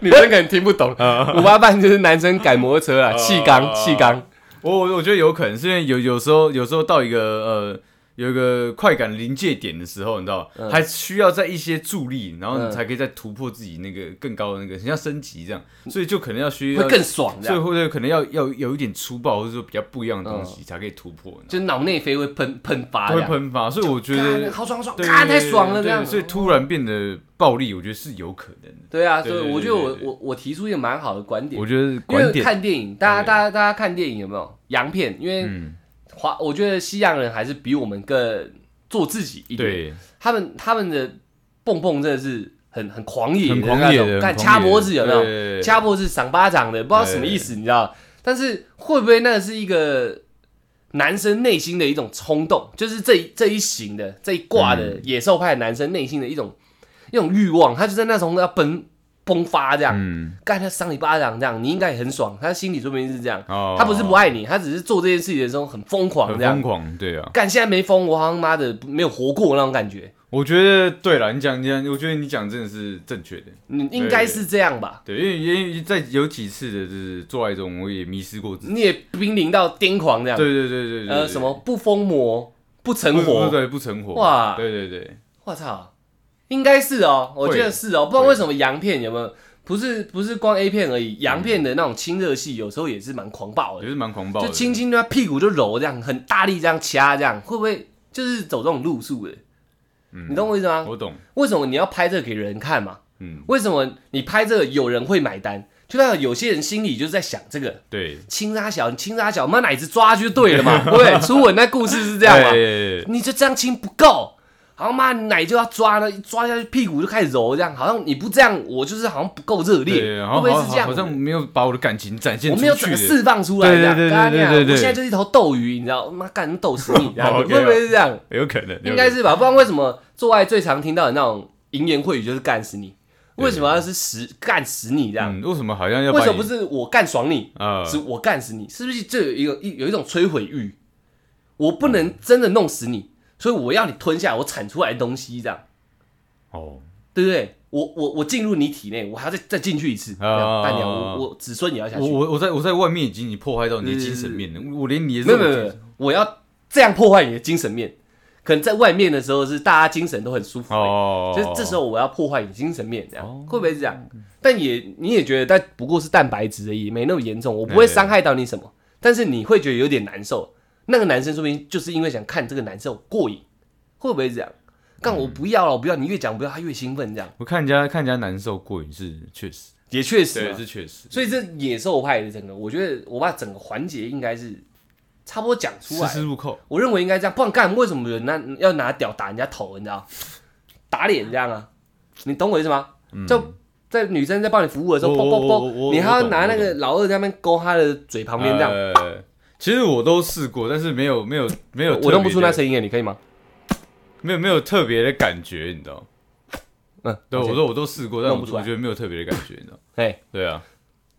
Speaker 1: 女生可能听不
Speaker 2: (laughs)
Speaker 1: 懂。
Speaker 2: 嗯
Speaker 1: 五八半就是男生改摩托车啊，
Speaker 2: 哦
Speaker 1: 气缸
Speaker 2: 哦
Speaker 1: 气缸，
Speaker 2: 我我我觉得有可能，是因为有有时候有时候到一个呃有一个快感临界点的时候，你知道，还需要在一些助力，然后
Speaker 1: 嗯
Speaker 2: 你才可以再突破自己那个更高的那个，很像升级这样，所以就可能要需要
Speaker 1: 会，更爽这
Speaker 2: 嗯所以
Speaker 1: 样，嗯
Speaker 2: 或者可能要要有一点粗暴，或者说比较不一样的东西才可以突破，
Speaker 1: 就是脑内啡会喷喷发
Speaker 2: 它
Speaker 1: 这
Speaker 2: 会
Speaker 1: 样，
Speaker 2: 喷发，所以我觉
Speaker 1: 干
Speaker 2: 得。
Speaker 1: 好爽好爽，
Speaker 2: 对
Speaker 1: 看太爽了这样哦
Speaker 2: 对。所以突然变得暴力，我觉得是有可能的。
Speaker 1: 对啊，所
Speaker 2: 对
Speaker 1: 以
Speaker 2: 对
Speaker 1: 我
Speaker 2: 对
Speaker 1: 觉得
Speaker 2: 对
Speaker 1: 我
Speaker 2: 对
Speaker 1: 我我提出一个蛮好的观点
Speaker 2: 我，觉得
Speaker 1: 因
Speaker 2: 观
Speaker 1: 为
Speaker 2: 点，
Speaker 1: 看电影，大家
Speaker 2: 对
Speaker 1: 大家大家看电影有没有洋片？因为
Speaker 2: 嗯，
Speaker 1: 华，我觉得西洋人还是比我们更做自己一点，
Speaker 2: 对，
Speaker 1: 他们他们的蹦蹦真的是很很狂野的
Speaker 2: 很
Speaker 1: 那种，
Speaker 2: 狂野的，
Speaker 1: 干
Speaker 2: 很狂
Speaker 1: 掐
Speaker 2: 野
Speaker 1: 脖
Speaker 2: 的
Speaker 1: 子有没有？
Speaker 2: 对
Speaker 1: 掐脖子、赏巴掌的，不知道什么意思，你知道？但是会不会那是一个男生内心的一种冲动，就是这一这一型的这一挂的
Speaker 2: 嗯
Speaker 1: 野兽派男生内心的一种一种欲望，他就在那时候要崩崩发这样，
Speaker 2: 嗯，
Speaker 1: 干、他赏你巴掌这样，你应该也很爽，他心里说不定是这样，
Speaker 2: 哦，
Speaker 1: 他不是不爱你，他只是做这件事情的时候很疯狂
Speaker 2: 很
Speaker 1: 这
Speaker 2: 疯
Speaker 1: 样。
Speaker 2: 狂，对啊，
Speaker 1: 干，现在没疯，我好像妈的没有活过那种感觉，
Speaker 2: 我觉得对了，你讲你讲，我觉得你讲真的是正确的，
Speaker 1: 你应该是这样吧？
Speaker 2: 嗯对，因为因为在有几次的就是做爱中，我也迷失过自己，
Speaker 1: 你也濒临到癫狂这样，
Speaker 2: 对对对对对，
Speaker 1: 嗯呃，
Speaker 2: 对
Speaker 1: 什么不疯魔不成
Speaker 2: 不
Speaker 1: 活
Speaker 2: 不，对不成活，
Speaker 1: 哇
Speaker 2: 对对对，
Speaker 1: 我操，应该是哦，我觉得是哦，不知道为什么洋片有没有，不是不是光 A 片而
Speaker 2: 嗯
Speaker 1: 已，洋片的那种亲热戏有时候也是蛮狂暴
Speaker 2: 我
Speaker 1: 的
Speaker 2: 觉，得蛮狂暴
Speaker 1: 就
Speaker 2: 的，
Speaker 1: 轻轻的屁股就揉这样，很大力这样掐这样，会不会就是走这种路数的？你懂我意思吗？
Speaker 2: 嗯我懂，
Speaker 1: 为什么你要拍这个给人看嘛？
Speaker 2: 嗯，
Speaker 1: 为什么你拍这个有人会买单？就代表有些人心里就是在想这个
Speaker 2: 对，
Speaker 1: 亲他小，你亲他小，妈奶子抓就对了
Speaker 2: (laughs)
Speaker 1: 嘛，对不对？初吻那故事是这样嘛？
Speaker 2: 对
Speaker 1: 你就这样亲不够，好像妈奶就要抓了，一抓下去屁股就开始揉，这样好像你不这样，我就是好像不够热烈，
Speaker 2: 对，然
Speaker 1: 会
Speaker 2: 后
Speaker 1: 不会
Speaker 2: 好
Speaker 1: 是这样？
Speaker 2: 好像没有把我的感情展现
Speaker 1: 我
Speaker 2: 出去，
Speaker 1: 没有整个释放出来，
Speaker 2: 对
Speaker 1: 这样
Speaker 2: 对对
Speaker 1: 干
Speaker 2: 对
Speaker 1: 娘
Speaker 2: 对对
Speaker 1: 我现在就是一头斗鱼，你知道，妈
Speaker 2: (laughs)
Speaker 1: 干斗死你，这样
Speaker 2: OK
Speaker 1: 会不会是这样？
Speaker 2: 有可能，
Speaker 1: 应该是吧，不然为什么做爱最常听到的那种淫言秽语就是干死你？为什么要是死干死你这
Speaker 2: 这
Speaker 1: 样？
Speaker 2: 嗯样，为什么好像要
Speaker 1: 为
Speaker 2: 把
Speaker 1: 什么不
Speaker 2: 你
Speaker 1: 是我干爽你，
Speaker 2: 啊？
Speaker 1: 是我干死你，是不是就有一个一有一种摧毁欲？我不能真的弄死你，所以我要你吞下我产出来的东西，这样
Speaker 2: 哦，
Speaker 1: 对不对？我我我进入你体内，我还要再再进去一次，这样
Speaker 2: 啊
Speaker 1: 干娘，我我子孙也要下
Speaker 2: 我
Speaker 1: 去，
Speaker 2: 我我在我在外面已经你破坏到你的精神面了，我连你的
Speaker 1: 没有没
Speaker 2: 这种
Speaker 1: 有，没有，我要这样破坏你的精神面。可能在外面的时候是大家精神都很舒服，
Speaker 2: 哦，
Speaker 1: 就是这时候我要破坏你精神面，这样
Speaker 2: 哦
Speaker 1: 会不会是这样？但也你也觉得，但不过是蛋白质而已，没那么严重，我不会伤害到你什么，但是你会觉得有点难受。那个男生说不定就是因为想看这个难受过瘾，会不会这样？干我不要了，我不要，你越讲不要，他越兴奋，这样
Speaker 2: 我看人家看人家难受过瘾是确实，
Speaker 1: 也确实
Speaker 2: 对，
Speaker 1: 嘛。
Speaker 2: 是确实，
Speaker 1: 所以这野兽派的整个，我觉得我把整个环节应该是差不多讲出
Speaker 2: 丝
Speaker 1: 来
Speaker 2: 丝，入扣，
Speaker 1: 我认为应该这样，不然干为什么有人拿要拿屌打人家头？你知道，打脸这样啊？你懂我意思吗？就在女生在帮你服务的时候，
Speaker 2: 嗯我
Speaker 1: 砰
Speaker 2: 我我
Speaker 1: 砰
Speaker 2: 我
Speaker 1: 砰，
Speaker 2: 我
Speaker 1: 你还
Speaker 2: 我
Speaker 1: 要
Speaker 2: 懂
Speaker 1: 拿
Speaker 2: 我
Speaker 1: 那个老二在那边勾她的嘴旁边这样，
Speaker 2: 呃，其实我都试过，但是没有没有没哎有特别的，
Speaker 1: 我弄不出那声音耶，你可以吗？
Speaker 2: 没有没有特别的感觉，你知道？
Speaker 1: 嗯，
Speaker 2: 对，我
Speaker 1: 说，
Speaker 2: 说我都试过，但
Speaker 1: 弄
Speaker 2: 我
Speaker 1: 不出来
Speaker 2: 我觉得没有特别的感觉，你知道？
Speaker 1: 哎，
Speaker 2: 对啊，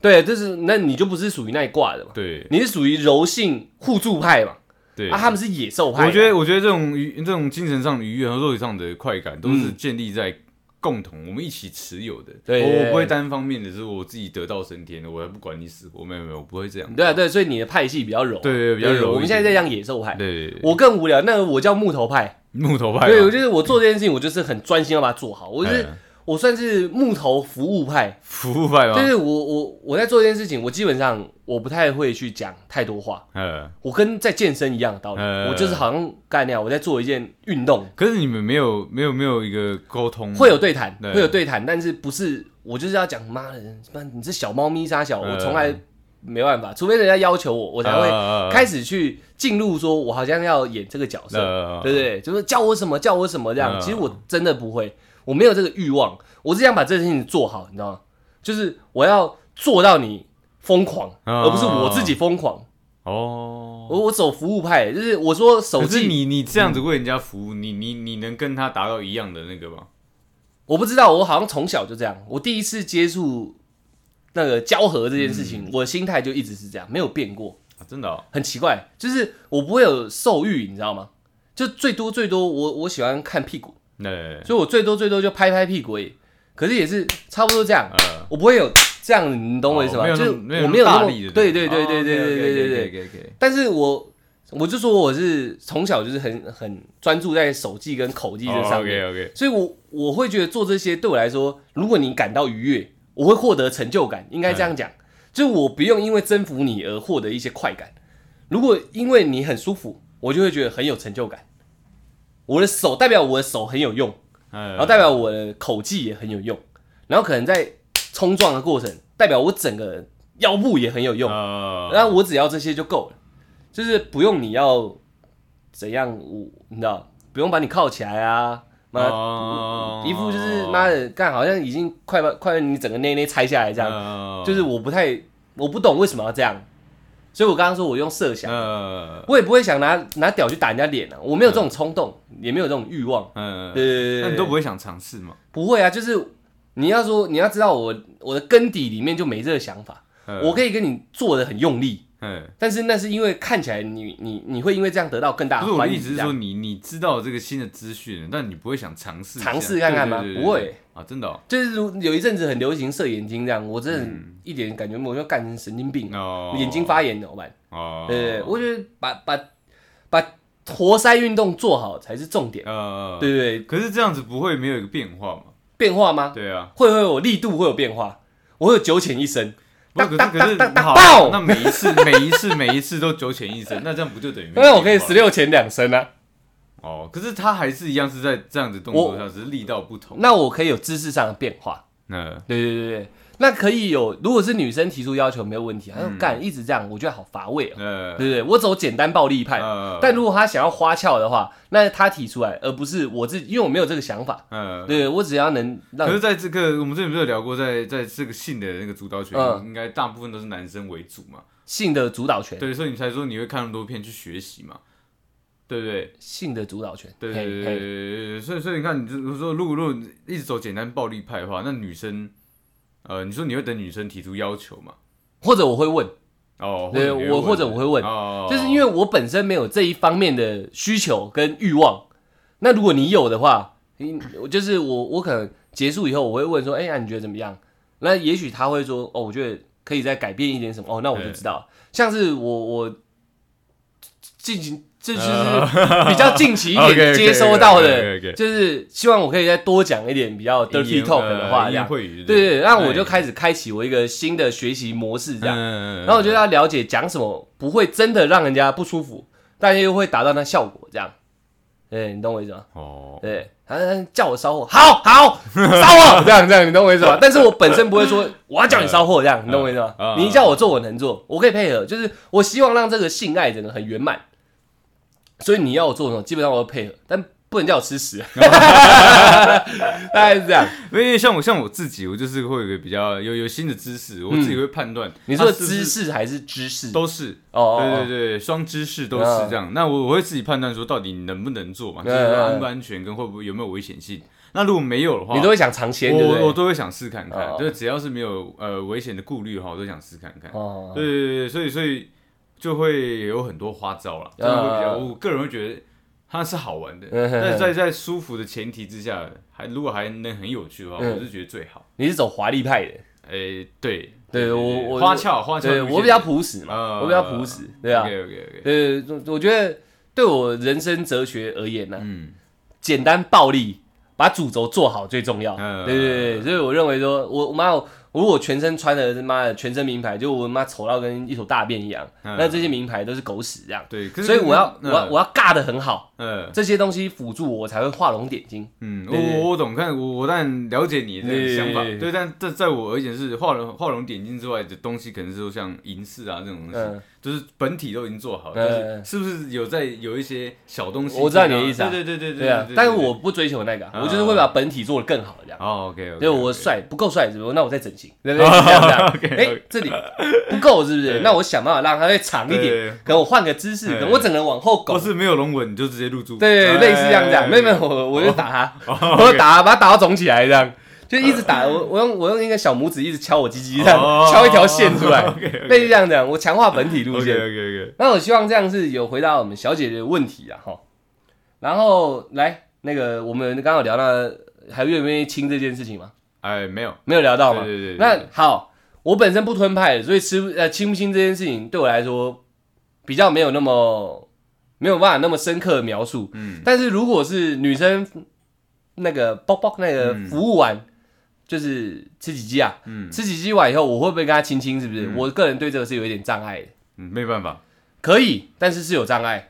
Speaker 1: 对，就是那你就不是属于那一挂的嘛，
Speaker 2: 对
Speaker 1: 你是属于柔性互助派嘛，
Speaker 2: 对
Speaker 1: 啊，。他们是野兽派嘛，
Speaker 2: 我觉得，我觉得这种愉这种精神上的愉悦和肉体上的快感，都是建立在共同我们一起持有的。
Speaker 1: 嗯对
Speaker 2: 我
Speaker 1: 对
Speaker 2: 我不会单方面的，是我自己得道升天的，我还不管你死活，没有没有，我不会这样。
Speaker 1: 对啊对，所以你的派系比较柔啊，
Speaker 2: 对对比较柔
Speaker 1: 我们
Speaker 2: 一
Speaker 1: 现在
Speaker 2: 点
Speaker 1: 在讲野兽派，
Speaker 2: 对，对对
Speaker 1: 我更无聊，那个我叫木头派，
Speaker 2: 木头派嘛，
Speaker 1: 对，我就是我做这件事情，我就是很专心要把它做好，我就是
Speaker 2: 哎
Speaker 1: 我算是木头服务派，
Speaker 2: 服务派吗
Speaker 1: 但？是我我我在做这件事情，我基本上我不太会去讲太多话。
Speaker 2: 呃，
Speaker 1: 我跟在健身一样的道理，
Speaker 2: 呃
Speaker 1: 我就是好像干那样，我在做一件运动，
Speaker 2: 可是你们没有没有没有一个沟通，
Speaker 1: 会有对谈，
Speaker 2: 嗯对
Speaker 1: 会有对谈，但是不是我就是要讲妈的，妈你这小猫咪杀小，
Speaker 2: 呃
Speaker 1: 我从来没办法，除非人家要求我，我
Speaker 2: 我
Speaker 1: 才会
Speaker 2: 会
Speaker 1: 开始去进入，说我好像要演这个角色，
Speaker 2: 呃
Speaker 1: 对不对？就是叫我什么叫我什么这样，
Speaker 2: 呃
Speaker 1: 其实我真的不会，我没有这个欲望，我只想把这件事情做好，你知道吗？就是我要做到你疯狂，
Speaker 2: 呃
Speaker 1: 而不是我自己疯狂。
Speaker 2: 哦。
Speaker 1: 我我走服务派，就是我说手
Speaker 2: 可是
Speaker 1: 机，
Speaker 2: 你你这样子为人家服务，你你你能跟他达到一样的那个吗？
Speaker 1: 我不知道，我好像从小就这样。我第一次接触那个交合这件事
Speaker 2: 嗯
Speaker 1: 情，我的心态就一直是这样，没有变过。
Speaker 2: 啊真的哦，
Speaker 1: 很奇怪，就是我不会有兽欲，你知道吗？就最多最多，我我喜欢看屁股，
Speaker 2: 对，
Speaker 1: 所以我最多最多就拍拍屁股而已。可是也是差不多这样，
Speaker 2: 呃，
Speaker 1: 我不会有这样，你懂我意思吗？
Speaker 2: 哦没有
Speaker 1: 就
Speaker 2: 那
Speaker 1: 是
Speaker 2: 么
Speaker 1: 我
Speaker 2: 没
Speaker 1: 有
Speaker 2: 有那么
Speaker 1: 那
Speaker 2: 哦大
Speaker 1: 么
Speaker 2: 力的，
Speaker 1: 对对对对对对对对对。
Speaker 2: 对对，
Speaker 1: 但是我我就说我是从小就是很很专注在手技跟口技这上面。
Speaker 2: 哦 OK OK，
Speaker 1: 所以我我会觉得做这些对我来说，如果你感到愉悦，我会获得成就感，应该这样
Speaker 2: 嗯
Speaker 1: 讲，就是我不用因为征服你而获得一些快感。如果因为你很舒服，我就会觉得很有成就感。我的手代表我的手很有用，
Speaker 2: 然
Speaker 1: 然后代表我的口技也很有用，然后可能在冲撞的过程，代表我整个腰部也很有用。
Speaker 2: 呃，
Speaker 1: 那我只要这些就够了，就是不用你要怎样，我你知道，不用把你铐起来啊，妈
Speaker 2: 哦
Speaker 1: 一副就是妈的干，好像已经快把快把你整个内内拆下来这样，
Speaker 2: 样
Speaker 1: 就是我不太我不懂为什么要这样，所以我刚刚说我用设想，
Speaker 2: 呃
Speaker 1: 我也不会想拿拿屌去打人家脸啊，我没有这种冲动，也没有这种欲望，
Speaker 2: 呃，
Speaker 1: 对对对
Speaker 2: 那
Speaker 1: 对
Speaker 2: 你
Speaker 1: 对
Speaker 2: 都不会想尝试吗？
Speaker 1: 不会啊，就是你要说你要知道我我的根底里面就没这个想法，我可以跟你做的很用力。
Speaker 2: 嗯，
Speaker 1: 但是那是因为看起来你你你会因为这样得到更大的
Speaker 2: 不是我
Speaker 1: 欢
Speaker 2: 的意
Speaker 1: 迎，
Speaker 2: 思是
Speaker 1: 这
Speaker 2: 说
Speaker 1: 样
Speaker 2: 你你知道这个新的资讯，但你不会想尝试一下
Speaker 1: 尝试看看吗
Speaker 2: 对对对对
Speaker 1: 不会
Speaker 2: 啊，真的哦
Speaker 1: 就是如有一阵子很流行射眼睛这样，我真的一点感觉没有，我就干成神经病，
Speaker 2: 嗯哦，
Speaker 1: 眼睛发炎怎么办？
Speaker 2: 哦，
Speaker 1: 对对对，我觉得把把把活塞运动做好才是重点，
Speaker 2: 呃，
Speaker 1: 对不对？
Speaker 2: 可是这样子不会没有一个变化嘛？
Speaker 1: 变化吗？
Speaker 2: 对啊，
Speaker 1: 会会我力度会有变化，我会有九浅一深，
Speaker 2: 不是可是
Speaker 1: 当
Speaker 2: 可是
Speaker 1: 当当
Speaker 2: 好
Speaker 1: 当
Speaker 2: 那每一
Speaker 1: (laughs)
Speaker 2: 次每一次每一次都九浅一深，那这样不就等于没有
Speaker 1: 因为我可以
Speaker 2: 变化
Speaker 1: 十六浅两深啊，
Speaker 2: 哦？可是他还是一样是在这样子动作上，只是力道不同。呃
Speaker 1: 那我可以有姿势上的变化，
Speaker 2: 那
Speaker 1: 对对对对，那可以有，如果是女生提出要求没有问题，她说
Speaker 2: 嗯
Speaker 1: 干一直这样，我觉得好乏味哦。
Speaker 2: 呃
Speaker 1: 对不对？我走简单暴力派，
Speaker 2: 呃
Speaker 1: 但如果他想要花俏的话，那他提出来，而不是我自己，因为我没有这个想法。
Speaker 2: 呃，
Speaker 1: 对，我只要能
Speaker 2: 可
Speaker 1: 让
Speaker 2: 是，在这个我们之前不是有聊过在，在这个性的那个主导权，
Speaker 1: 嗯
Speaker 2: 应该大部分都是男生为主嘛？
Speaker 1: 性的主导权，
Speaker 2: 对，所以你才说你会看那么多片去学习嘛？对不对？
Speaker 1: 性的主导权，
Speaker 2: 对
Speaker 1: 嘿
Speaker 2: 对对对
Speaker 1: 嘿
Speaker 2: 对对所以所以你看，你就我说，如果如果你一直走简单暴力派的话，那女生，呃，你说你会等女生提出要求嘛？
Speaker 1: 或者我会问，
Speaker 2: 哦，
Speaker 1: 对
Speaker 2: 者你
Speaker 1: 我或者我会问
Speaker 2: 哦，
Speaker 1: 就是因为我本身没有这一方面的需求跟欲望。那如果你有的话，你我就是我，我可能结束以后，我会问说，哎、呀、你觉得怎么样？那也许他会说，哦，我觉得可以再改变一点什么。哦，那我就知道了。像是我我进行，这就是比较近期一
Speaker 2: 哦 (laughs) OK，OK，OK，OK，OK，OK
Speaker 1: 点接收到的，就是希望我可以再多讲一点比较 dirty talk 的话，这样。
Speaker 2: 呃会语
Speaker 1: 对对，对那我就
Speaker 2: 哎
Speaker 1: 开始开启我一个新的学习模式，这样。
Speaker 2: 嗯，
Speaker 1: 然后我就要了解讲什么不会真的让人家不舒服，但又会达到那效果，这样。对，你懂我意思吗？
Speaker 2: 哦，
Speaker 1: 对，他他叫我烧火，好好烧火，这样这样，你懂我意思吗？但是我本身不会说我要叫你烧火，这样，你懂我意思吗
Speaker 2: 嗯？嗯
Speaker 1: 你叫我做，我能做，我可以配合，就是我希望让这个性爱整个很圆满。所以你要我做什么，基本上我会配合，但不能叫我吃屎， (laughs) 大概是这样。
Speaker 2: 因为像我像我自己，我就是会有一个比较有有新的知识，我自己会判断啊它是
Speaker 1: 嗯你
Speaker 2: 不是。
Speaker 1: 说的姿势还是知识？
Speaker 2: 都是，
Speaker 1: 哦哦
Speaker 2: 对
Speaker 1: 哦
Speaker 2: 对对，双知识都是这样。那我我会自己判断说，到底能不能做嘛，就
Speaker 1: 嗯
Speaker 2: 是说安不安全跟会不会有没有危险性。那如果没有的话，
Speaker 1: 你都会想尝鲜，对哦不
Speaker 2: 我我
Speaker 1: 对？
Speaker 2: 都会想试看看
Speaker 1: 哦，
Speaker 2: 就是只要是没有呃危险的顾虑哈，我都想试看看。
Speaker 1: 哦，
Speaker 2: 对对对，所以所以就会有很多花招啦，这样会比较，我个人会觉得它是好玩的，
Speaker 1: 嗯
Speaker 2: 但是在在舒服的前提之下，还如果还能很有趣的话，
Speaker 1: 嗯
Speaker 2: 我是觉得最好。
Speaker 1: 你是走华丽派的。
Speaker 2: 诶，对
Speaker 1: 对我我
Speaker 2: 花俏花俏
Speaker 1: 对
Speaker 2: 路线，
Speaker 1: 我比较朴实嘛，
Speaker 2: 呃
Speaker 1: 我比较朴实，对啊，
Speaker 2: OK OK OK，
Speaker 1: 对，我我觉得对我人生哲学而言呢，
Speaker 2: 嗯，
Speaker 1: 简单暴力把主轴做好最重要。
Speaker 2: 嗯
Speaker 1: 对对对，所以我认为说，我我妈我如果全身穿的是妈的全身名牌，就我妈丑到跟一坨大便一样，
Speaker 2: 嗯
Speaker 1: 那这些名牌都是狗屎这样。
Speaker 2: 对，可是
Speaker 1: 所以我要我
Speaker 2: 嗯
Speaker 1: 要我要尬的很好，
Speaker 2: 嗯
Speaker 1: 这些东西辅助我才会画龙点睛。
Speaker 2: 嗯，
Speaker 1: 对对对
Speaker 2: 我我懂，看我我当然了解你的
Speaker 1: 对
Speaker 2: 想法，
Speaker 1: 对对
Speaker 2: 对，但这在我而言是画龙画龙点睛之外的东西，可能是说像银饰啊这种东西，
Speaker 1: 嗯，
Speaker 2: 就是本体都已经做好，
Speaker 1: 嗯
Speaker 2: 就是是不是有在有一些小东西？
Speaker 1: 我知道你的意思啊
Speaker 2: 对对对对
Speaker 1: 对啊，但是我不追求那个啊，
Speaker 2: 嗯
Speaker 1: 我就是会把本体做得更好这样。
Speaker 2: 哦，OK，
Speaker 1: 对，我帅不够帅是不是？那我再整形，对不
Speaker 2: (laughs)
Speaker 1: 对？这样这样
Speaker 2: OK，OK
Speaker 1: 哎，这里不够是不是？
Speaker 2: 对
Speaker 1: 那我想办法让它再长一
Speaker 2: 对
Speaker 1: 点
Speaker 2: 对对，
Speaker 1: 可能我换个姿势，
Speaker 2: 对
Speaker 1: 可能我整个人往后
Speaker 2: 或
Speaker 1: 拱，
Speaker 2: 是没有龙纹你就直接入住，哎
Speaker 1: 对，类似这样这样。没有没有，我我就打
Speaker 2: 哦
Speaker 1: 他，我就打他，把他打到肿起来这样，就一直打我，我用我用一个小拇指一直敲我鸡鸡，这样
Speaker 2: 哦
Speaker 1: 敲一条线出
Speaker 2: (laughs)
Speaker 1: 来， (laughs) 类似这样这样。我强化本体路
Speaker 2: ，OK
Speaker 1: 线。
Speaker 2: OK OK，
Speaker 1: 那我希望这样是有回答我们小姐姐的问题啊，哈。然后来那个，我们刚好聊到还愿不愿意亲这件事情吗？
Speaker 2: 哎，没有，
Speaker 1: 没有聊到
Speaker 2: 对
Speaker 1: 吗？
Speaker 2: 对对，
Speaker 1: 那好，我本身不吞派的，所以吃呃清不清这件事情对我来说比较没有那么没有办法那么深刻的描述。
Speaker 2: 嗯，
Speaker 1: 但是如果是女生那个包包那个
Speaker 2: 嗯
Speaker 1: 服务完，就是吃几鸡啊，
Speaker 2: 嗯
Speaker 1: 吃几鸡完以后，我会不会跟她亲亲？是不是？
Speaker 2: 嗯
Speaker 1: 我个人对这个是有一点障碍的，
Speaker 2: 嗯没办法，
Speaker 1: 可以，但是是有障碍。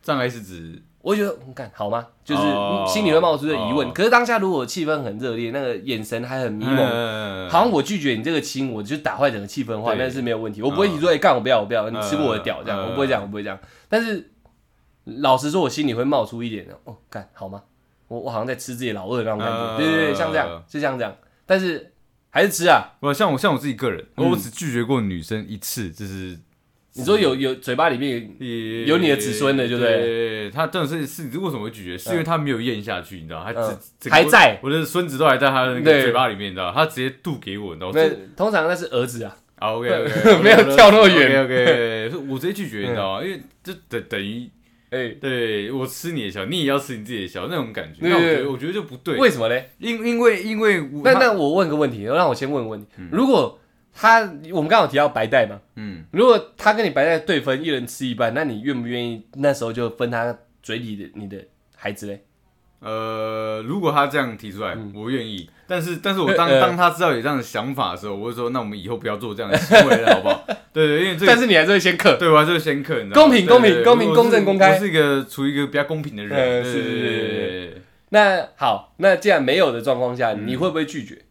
Speaker 2: 障碍是指
Speaker 1: 我觉得，嗯干好吗？就是、
Speaker 2: 哦
Speaker 1: 嗯心里会冒出的疑问。
Speaker 2: 哦
Speaker 1: 可是当下如果气氛很热烈，那个眼神还很迷
Speaker 2: 嗯
Speaker 1: 蒙，
Speaker 2: 蒙
Speaker 1: 好像我拒绝你这个亲，我就打坏整个气氛的话，
Speaker 2: 对嗯
Speaker 1: 那是没有问题。我不会提说，哎、干我不要，我不要，你吃过我的屌这样，
Speaker 2: 嗯嗯
Speaker 1: 我不会这样，我不会这样。但是老实说，我心里会冒出一点，哦，干好吗？我我好像在吃自己老二那种感觉，
Speaker 2: 嗯
Speaker 1: 对对对，像这
Speaker 2: 嗯
Speaker 1: 样，是像这样。但是还是吃啊。
Speaker 2: 我像我像我自己个人，
Speaker 1: 嗯
Speaker 2: 我只拒绝过女生一次，就是
Speaker 1: 你说有有嘴巴里面有你的子孙的就对了
Speaker 2: 对？他真的是是为什么会拒绝？是因为他没有咽下去，你知道，他
Speaker 1: 嗯
Speaker 2: 只
Speaker 1: 还在，
Speaker 2: 我的孙子都还在他的那个
Speaker 1: 对
Speaker 2: 嘴巴里面，你知道，他直接吐给我，你知道，
Speaker 1: 那
Speaker 2: 这
Speaker 1: 通常那是儿子啊，
Speaker 2: 啊 OK OK，
Speaker 1: 没有跳那么远
Speaker 2: OK，我直接拒绝，你知道吗？因为这等等于
Speaker 1: 哎、
Speaker 2: 对我吃你的小，你也要吃你自己的小那种感觉，
Speaker 1: 对
Speaker 2: 那我觉
Speaker 1: 对
Speaker 2: 得我觉得就不对，
Speaker 1: 为什么嘞？
Speaker 2: 因因为因为我
Speaker 1: 那
Speaker 2: 他
Speaker 1: 那我问个问题，让我先问个问题。如果他，我们刚好提到白带嘛，
Speaker 2: 嗯
Speaker 1: 如果他跟你白带对分，一人吃一半，那你愿不愿意那时候就分他嘴里的你的孩子嘞？
Speaker 2: 呃，如果他这样提出来，我愿意。但是，但是我
Speaker 1: 嗯呃
Speaker 2: 当
Speaker 1: 呃
Speaker 2: 当他知道有这样的想法的时候，我会说，那我们以后不要做这样的行为了，好
Speaker 1: (laughs)
Speaker 2: 不好？对对，因为这
Speaker 1: 但
Speaker 2: 个
Speaker 1: 是你还是会先克。
Speaker 2: 对我还是会先克，你知道吗
Speaker 1: 公平
Speaker 2: 对对对
Speaker 1: 公平
Speaker 2: 我
Speaker 1: 公平公正
Speaker 2: 是
Speaker 1: 公开
Speaker 2: 我是一个处于一个比较公平的
Speaker 1: 呃
Speaker 2: 人，对
Speaker 1: 是是是是
Speaker 2: 对对对对。
Speaker 1: 那好，那既然没有的状况下，
Speaker 2: 嗯
Speaker 1: 你会不会拒绝？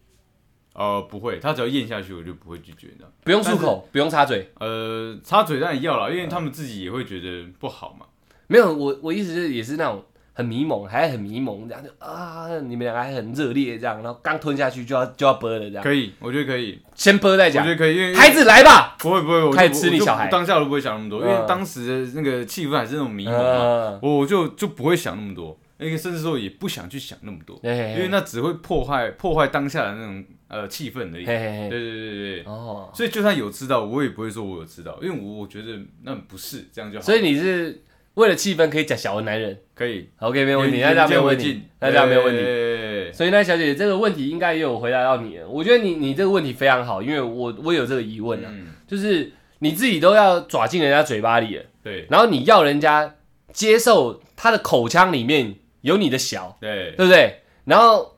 Speaker 2: 哦，不会，他只要咽下去，我就不会拒绝的。
Speaker 1: 不用漱口，不用插嘴。
Speaker 2: 呃，插嘴当然要了，因为他们自己也会觉得不好嘛。
Speaker 1: 没有，我我意思就是也是那种很迷蒙，还很迷蒙，这样就啊，你们两个还很热烈这样，然后刚吞下去就要就要啵了这样，
Speaker 2: 可以，我觉得可以，
Speaker 1: 先啵嗯再
Speaker 2: 我觉
Speaker 1: 讲，
Speaker 2: 得可以，因为
Speaker 1: 孩子来吧。
Speaker 2: 不会不会，我就
Speaker 1: 开始吃你
Speaker 2: 我就
Speaker 1: 小孩
Speaker 2: 当下都不会想那么多，因
Speaker 1: 嗯
Speaker 2: 为当时的那个气氛还是那种迷茫嘛。
Speaker 1: 嗯
Speaker 2: 我我就就不会想那么多，那个甚至说也不想去想那么多，
Speaker 1: 嘿嘿
Speaker 2: 因为那只会破坏破坏当下的那种呃气氛而
Speaker 1: 嘿
Speaker 2: 已。对
Speaker 1: 嘿
Speaker 2: 对
Speaker 1: 嘿，
Speaker 2: 对对，
Speaker 1: 哦，
Speaker 2: 所以就算有知道，我也不会说我有知道，因为我我觉得那不是这样就好，
Speaker 1: 所以你是为了气氛可以假小的男人
Speaker 2: 可以
Speaker 1: ，OK，没有问题，
Speaker 2: 眼
Speaker 1: 那这样没有问
Speaker 2: 眼不见为
Speaker 1: 题
Speaker 2: 净，
Speaker 1: 那这样没有问题。
Speaker 2: 对
Speaker 1: 所以呢，小姐这个问题应该也有回答到你了。我觉得你你这个问题非常好，因为我我有这个疑问啊，
Speaker 2: 嗯，
Speaker 1: 就是你自己都要抓进人家嘴巴里了，
Speaker 2: 对
Speaker 1: 然后你要人家接受他的口腔里面有你的小，
Speaker 2: 对
Speaker 1: 对不对？然后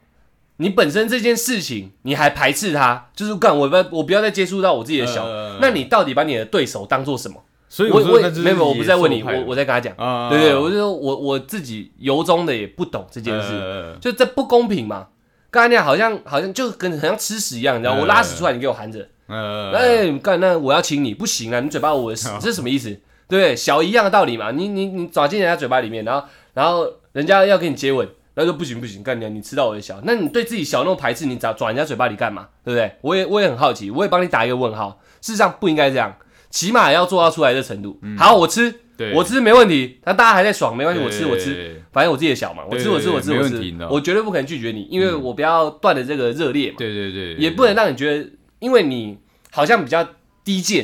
Speaker 1: 你本身这件事情你还排斥他，就是干我不要我不要再接触到我自己的小，
Speaker 2: 呃
Speaker 1: 那你到底把你的对手当做什么？
Speaker 2: 所以
Speaker 1: 我
Speaker 2: 说
Speaker 1: 我
Speaker 2: 那就是
Speaker 1: 没有，我不在问你，
Speaker 2: 野兽派
Speaker 1: 我我在跟他讲，
Speaker 2: 啊，
Speaker 1: 对对，我就说我我自己由衷的也不懂这件事。
Speaker 2: 事，
Speaker 1: 就这不公平嘛。刚才那样好像好像就跟很像吃屎一样，你知道，
Speaker 2: 嗯
Speaker 1: 我拉屎出来，你给我含着，
Speaker 2: 呃，
Speaker 1: 哎，干那我要请你，不行啊，你嘴巴我的
Speaker 2: (laughs)
Speaker 1: 屎，这是什么意思？对不对？小一样的道理嘛，你你你抓进人家嘴巴里面，然后然后人家要跟你接吻，然后说不行不行，干你你吃到我的小，那你对自己小那么排斥，你抓抓人家嘴巴里干嘛？对不对？我也我也很好奇，我也帮你打一个问号。事实上不应该这样，起码要做到出来的程度。
Speaker 2: 嗯
Speaker 1: 好，我吃，
Speaker 2: 对，
Speaker 1: 我吃没问题，那大家还在爽，没关系，我吃
Speaker 2: 对
Speaker 1: 我吃，，反正我自己也小嘛，我吃
Speaker 2: 对
Speaker 1: 我吃
Speaker 2: 对
Speaker 1: 我吃
Speaker 2: 没
Speaker 1: 我
Speaker 2: 问题
Speaker 1: 吃
Speaker 2: 你知，道
Speaker 1: 我绝对不可能拒绝你，因为我不要断了这个热烈嘛，
Speaker 2: 对对对，
Speaker 1: 也不能让你觉得，因为你好像比较低贱，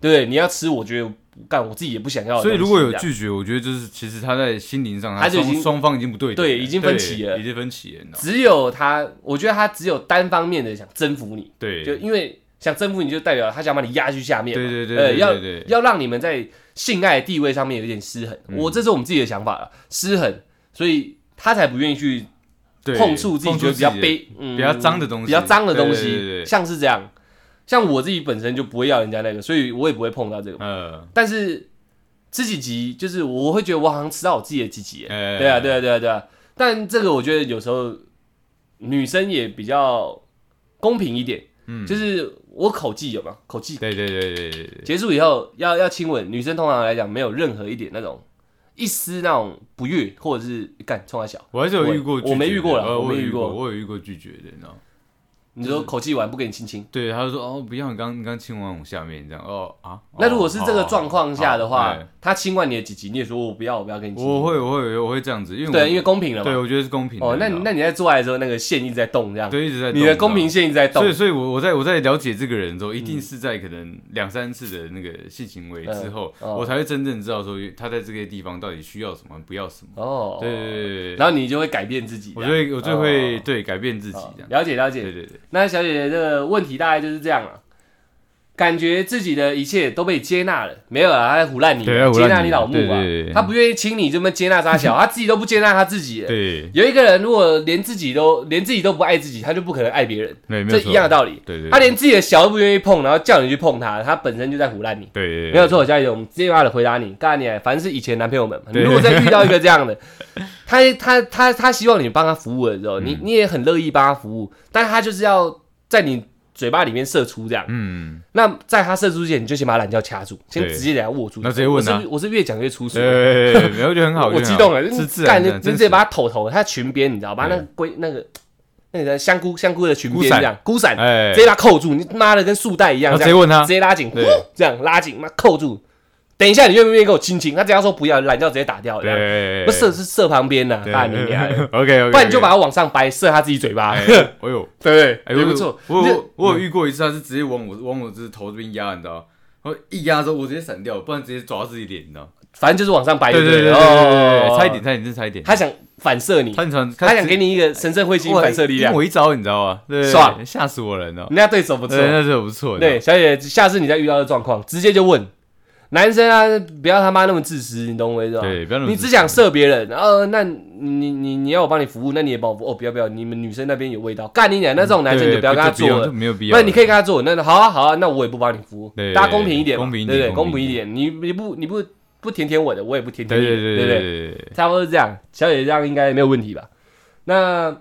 Speaker 1: 对不对？你要吃，我觉得干我自己也不想哦要的东西。
Speaker 2: 所以如果有
Speaker 1: 这样
Speaker 2: 拒绝，我觉得就是其实他在心灵上，
Speaker 1: 他
Speaker 2: 他
Speaker 1: 就已
Speaker 2: 双
Speaker 1: 经
Speaker 2: 双方已经不对等了，
Speaker 1: 对已经分歧了
Speaker 2: 已经分歧了，你知道吗
Speaker 1: 只有他，我觉得他只有单方面的想征服你，
Speaker 2: 对，
Speaker 1: 就因为想征服你，就代表他想把你压去下面嘛，
Speaker 2: 对对对
Speaker 1: 呃
Speaker 2: 对
Speaker 1: 要
Speaker 2: 对对嗯
Speaker 1: 要让你们在性爱地位上面有点失衡。我这是我们自己的想法了，失衡，所以他才不愿意去
Speaker 2: 对
Speaker 1: 碰触自己觉得比较
Speaker 2: 碰触自己
Speaker 1: 悲、嗯
Speaker 2: 比较脏的东西，
Speaker 1: 比较脏的东西，
Speaker 2: 对对对对
Speaker 1: 像是这样。像我自己本身就不会要人家那个，所以我也不会碰到这个。
Speaker 2: 呃，
Speaker 1: 但是吃几集，就是我会觉得我好像吃到我自己的几集耶。
Speaker 2: 哎
Speaker 1: 对啊，对啊，对啊，对啊。但这个我觉得有时候女生也比较公平一点，
Speaker 2: 嗯
Speaker 1: 就是我口技有没有？口技
Speaker 2: 对对对对对对，
Speaker 1: 结束以后要要亲吻，女生通常来讲没有任何一点那种一丝那种不悦，或者是干冲她小。
Speaker 2: 我还是有遇过
Speaker 1: 我
Speaker 2: 拒绝的，
Speaker 1: 我没遇过啦
Speaker 2: 呃
Speaker 1: 我
Speaker 2: 我
Speaker 1: 没
Speaker 2: 有
Speaker 1: 遇过
Speaker 2: 我有遇过拒绝的，你知道吗？
Speaker 1: 你说口技完不给你亲亲，
Speaker 2: 对，他就说哦，不要，你刚你刚亲完我下面这样，哦啊。哦
Speaker 1: 那如果是这个状况下的
Speaker 2: 好好
Speaker 1: 话
Speaker 2: 好，
Speaker 1: 她亲完你的几集，你也说我不要，我不要跟你亲亲。
Speaker 2: 我会我会我会这样子，因为我
Speaker 1: 对，因为公平了
Speaker 2: 对
Speaker 1: 嘛。
Speaker 2: 我觉得是公平的。
Speaker 1: 哦，那
Speaker 2: 你
Speaker 1: 你
Speaker 2: 知道
Speaker 1: 那
Speaker 2: 吗
Speaker 1: 你在做爱的时候，那个线一直在动，这样，
Speaker 2: 对一直在
Speaker 1: 你
Speaker 2: 动
Speaker 1: 的公平，线一直在
Speaker 2: 知道
Speaker 1: 动
Speaker 2: 吗所以。所以我我在我在了解这个人之后，一定是在可能两三次的那个性行为之后，
Speaker 1: 嗯嗯哦
Speaker 2: 我才会真正知道说他在这个地方到底需要什么，不要什么。
Speaker 1: 哦，
Speaker 2: 对对对对对，
Speaker 1: 然后你就会改变自己。
Speaker 2: 我就会我就会、
Speaker 1: 哦
Speaker 2: 对改变自己
Speaker 1: 哦
Speaker 2: 这样。
Speaker 1: 了解了
Speaker 2: 对
Speaker 1: 解。
Speaker 2: 对对，
Speaker 1: 那小姐姐的问题大概就是这样了，感觉自己的一切都被接纳了，没有啊？她在胡乱你，
Speaker 2: 对她胡
Speaker 1: 接
Speaker 2: 乱
Speaker 1: 纳
Speaker 2: 你
Speaker 1: 你老母
Speaker 2: 对
Speaker 1: 啊
Speaker 2: 对对对！
Speaker 1: 她不愿意亲你，这么接纳她小，她自己都不接纳她自己。
Speaker 2: 对
Speaker 1: 有一个人如果连自己都连自己都不爱自己，他就不可能爱别人，
Speaker 2: 对，没
Speaker 1: 这
Speaker 2: 有错
Speaker 1: 一样的道理。
Speaker 2: 对对，对
Speaker 1: 他连自己的小都不愿意碰，然后叫你去碰他，他本身就在胡乱你。
Speaker 2: 对对对
Speaker 1: 没有错，佳怡姐，我们接下来回答你，告诉你，凡是以前男朋友们嘛，你
Speaker 2: 对
Speaker 1: 如果再遇到一个这
Speaker 2: (laughs)
Speaker 1: 样的，他他他他希望你帮他服务的时候，
Speaker 2: 嗯
Speaker 1: 你你也很乐意帮他服务，但他就是要在你嘴巴里面射出这样。
Speaker 2: 嗯，
Speaker 1: 那在他射出之前，你就先把他懒觉掐住，先
Speaker 2: 对
Speaker 1: 直接给他握住。
Speaker 2: 那直接问他
Speaker 1: 我是我是越讲越粗俗
Speaker 2: 对，对对对，没有，我觉得很好，
Speaker 1: 我
Speaker 2: 就很
Speaker 1: 激
Speaker 2: 好
Speaker 1: 动了，
Speaker 2: 是自
Speaker 1: 干
Speaker 2: 然
Speaker 1: 你
Speaker 2: 的，
Speaker 1: 你
Speaker 2: 真
Speaker 1: 直接
Speaker 2: 实
Speaker 1: 把他头头，他裙边你知道吧？
Speaker 2: 对
Speaker 1: 那个龟那个那个香菇香菇的裙边
Speaker 2: 菇伞
Speaker 1: 这样，菇伞
Speaker 2: 哎
Speaker 1: 直，接把他扣住，你妈的跟束带一样
Speaker 2: 然后
Speaker 1: 这
Speaker 2: 直
Speaker 1: 样
Speaker 2: 接。问他
Speaker 1: 直，接拉紧，呼
Speaker 2: 对
Speaker 1: 这样拉紧，妈扣住。等一下，你愿不愿意给我亲亲？他只要说不要，懒觉直接打掉，这样
Speaker 2: 对，
Speaker 1: 不射是射旁边的，大你
Speaker 2: (laughs)
Speaker 1: 娘的！
Speaker 2: ，OK OK，
Speaker 1: 不然你就把它往上掰，射他自己嘴巴，
Speaker 2: 哎
Speaker 1: 对
Speaker 2: 哎呦。
Speaker 1: 不 (laughs)
Speaker 2: 哎
Speaker 1: 对？
Speaker 2: 我
Speaker 1: 也
Speaker 2: 有
Speaker 1: 不错。
Speaker 2: 我
Speaker 1: 你
Speaker 2: 有
Speaker 1: 就
Speaker 2: 我有遇过一次，他是直接往我往我这头这边压，你知道？然后一压之后，我直接闪掉，不然直接抓到自己脸，你知道？
Speaker 1: 反正就是往上掰，
Speaker 2: 对
Speaker 1: 不
Speaker 2: 对对对
Speaker 1: 哦
Speaker 2: 对对，差一点，。差一点，真差一点。
Speaker 1: 他想反射你，
Speaker 2: 他很传，
Speaker 1: 他想给
Speaker 2: 你
Speaker 1: 你一个神圣彗星反射力量，
Speaker 2: 我一招，你知道吗？对，
Speaker 1: 爽
Speaker 2: 吓死我了，你知道？
Speaker 1: 人家对手不错。
Speaker 2: 对，那是不错。
Speaker 1: 对，，小姐，下次你再遇到的状况，直接就问男生啊，不要他妈那么自私，你懂我意思吧？
Speaker 2: 对不要那么
Speaker 1: 你
Speaker 2: 自
Speaker 1: 只想射别人，然、后那你你你要我帮你服务，那你也帮我服务哦，不要不要，你们女生那边有味道，干你娘！那这种男
Speaker 2: 嗯
Speaker 1: 生你就不要跟他做了。
Speaker 2: 没有必要。
Speaker 1: 那你可以跟他做，那好啊好啊，那我也不帮你服务，
Speaker 2: 对
Speaker 1: 大家公平一点嘛，
Speaker 2: 公平一
Speaker 1: 对
Speaker 2: 点
Speaker 1: 不对？
Speaker 2: 公
Speaker 1: 平
Speaker 2: 平
Speaker 1: 一
Speaker 2: 一
Speaker 1: 点，你你不你不不舔舔我的，我也不舔
Speaker 2: 对
Speaker 1: 舔你的，
Speaker 2: 对
Speaker 1: 不
Speaker 2: 对对，
Speaker 1: 差不多是这样，小姐这样应该没有问题吧？那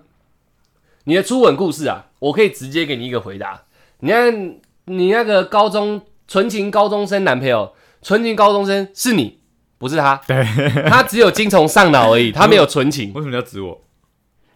Speaker 1: 你的初吻故事啊，我可以直接给你一个回答。你看你那个高中纯情高中生男朋友，纯情高中生是你，不是他，
Speaker 2: 对，
Speaker 1: 他只有精虫上脑而已，他没有纯
Speaker 2: (laughs)
Speaker 1: 情，
Speaker 2: 为什么要指我？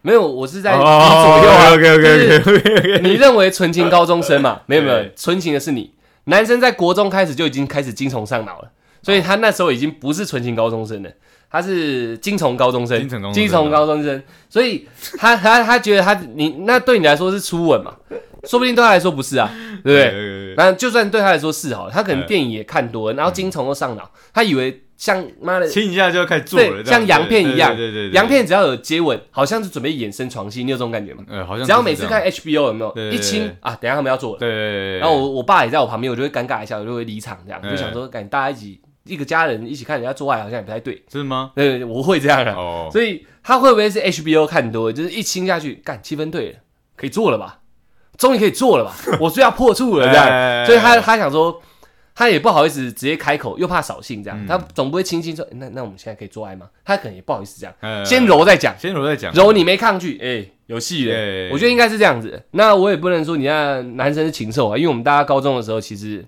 Speaker 1: 没有，我是在
Speaker 2: 哦
Speaker 1: 你左右啊。
Speaker 2: ，OK
Speaker 1: 就是
Speaker 2: OK OK OK，
Speaker 1: (laughs) 你认为纯情高中生
Speaker 2: (laughs)
Speaker 1: 嘛？没有没有
Speaker 2: 对，
Speaker 1: 纯情的是你。男生在国中开始就已经开始精虫上脑了，所
Speaker 2: 哦
Speaker 1: 以他那时候已经不是纯情高中生了，他是精虫高中生
Speaker 2: 精虫高，中生啊
Speaker 1: 精虫高中生。所以他他他觉得他你那对你来说是初吻嘛？说不定对他来说不是啊，对不对？
Speaker 2: 对？
Speaker 1: 那就算对他来说是好了，他可能
Speaker 2: 对
Speaker 1: 电影也看多了，然后精虫又上脑，他以为像妈的
Speaker 2: 亲一下就要开始做了，对对对，
Speaker 1: 洋，片只要有接吻，好像是准备衍生床戏，你有这种感觉吗？
Speaker 2: 呃，好像
Speaker 1: 只要每次看 HBO 有没有
Speaker 2: 对
Speaker 1: 一
Speaker 2: 对
Speaker 1: 亲
Speaker 2: 对
Speaker 1: 啊，等一下他们要做了，
Speaker 2: 对对，
Speaker 1: 然后我我爸也在我旁边，我就会尴尬一下，我就会离场这样，
Speaker 2: 嗯
Speaker 1: 就想说，感大家一起一个家人一起看人家做爱好像也不太对，
Speaker 2: 是吗？ (laughs)
Speaker 1: 对，我会这样的、
Speaker 2: 哦，
Speaker 1: 所以他会不会是 HBO 看多了，就是一亲下去，干气氛对了，可以做了吧？终于可以做了
Speaker 2: (laughs)
Speaker 1: 吧？我最要破处了这
Speaker 2: 哎
Speaker 1: 样，所以他他想说，他也不好意思直接开口，又怕扫兴这样，
Speaker 2: 嗯
Speaker 1: 他总不会轻轻说，那那我们现在可以做爱吗？他可能也不好意思这样，
Speaker 2: 他
Speaker 1: 先揉再讲。
Speaker 2: 呃先揉再讲，
Speaker 1: 揉你没抗拒，哎、有戏了。
Speaker 2: 哎
Speaker 1: 我觉得应该是这样子。那我也不能说你那男生是禽兽啊，因为我们大家高中的时候其实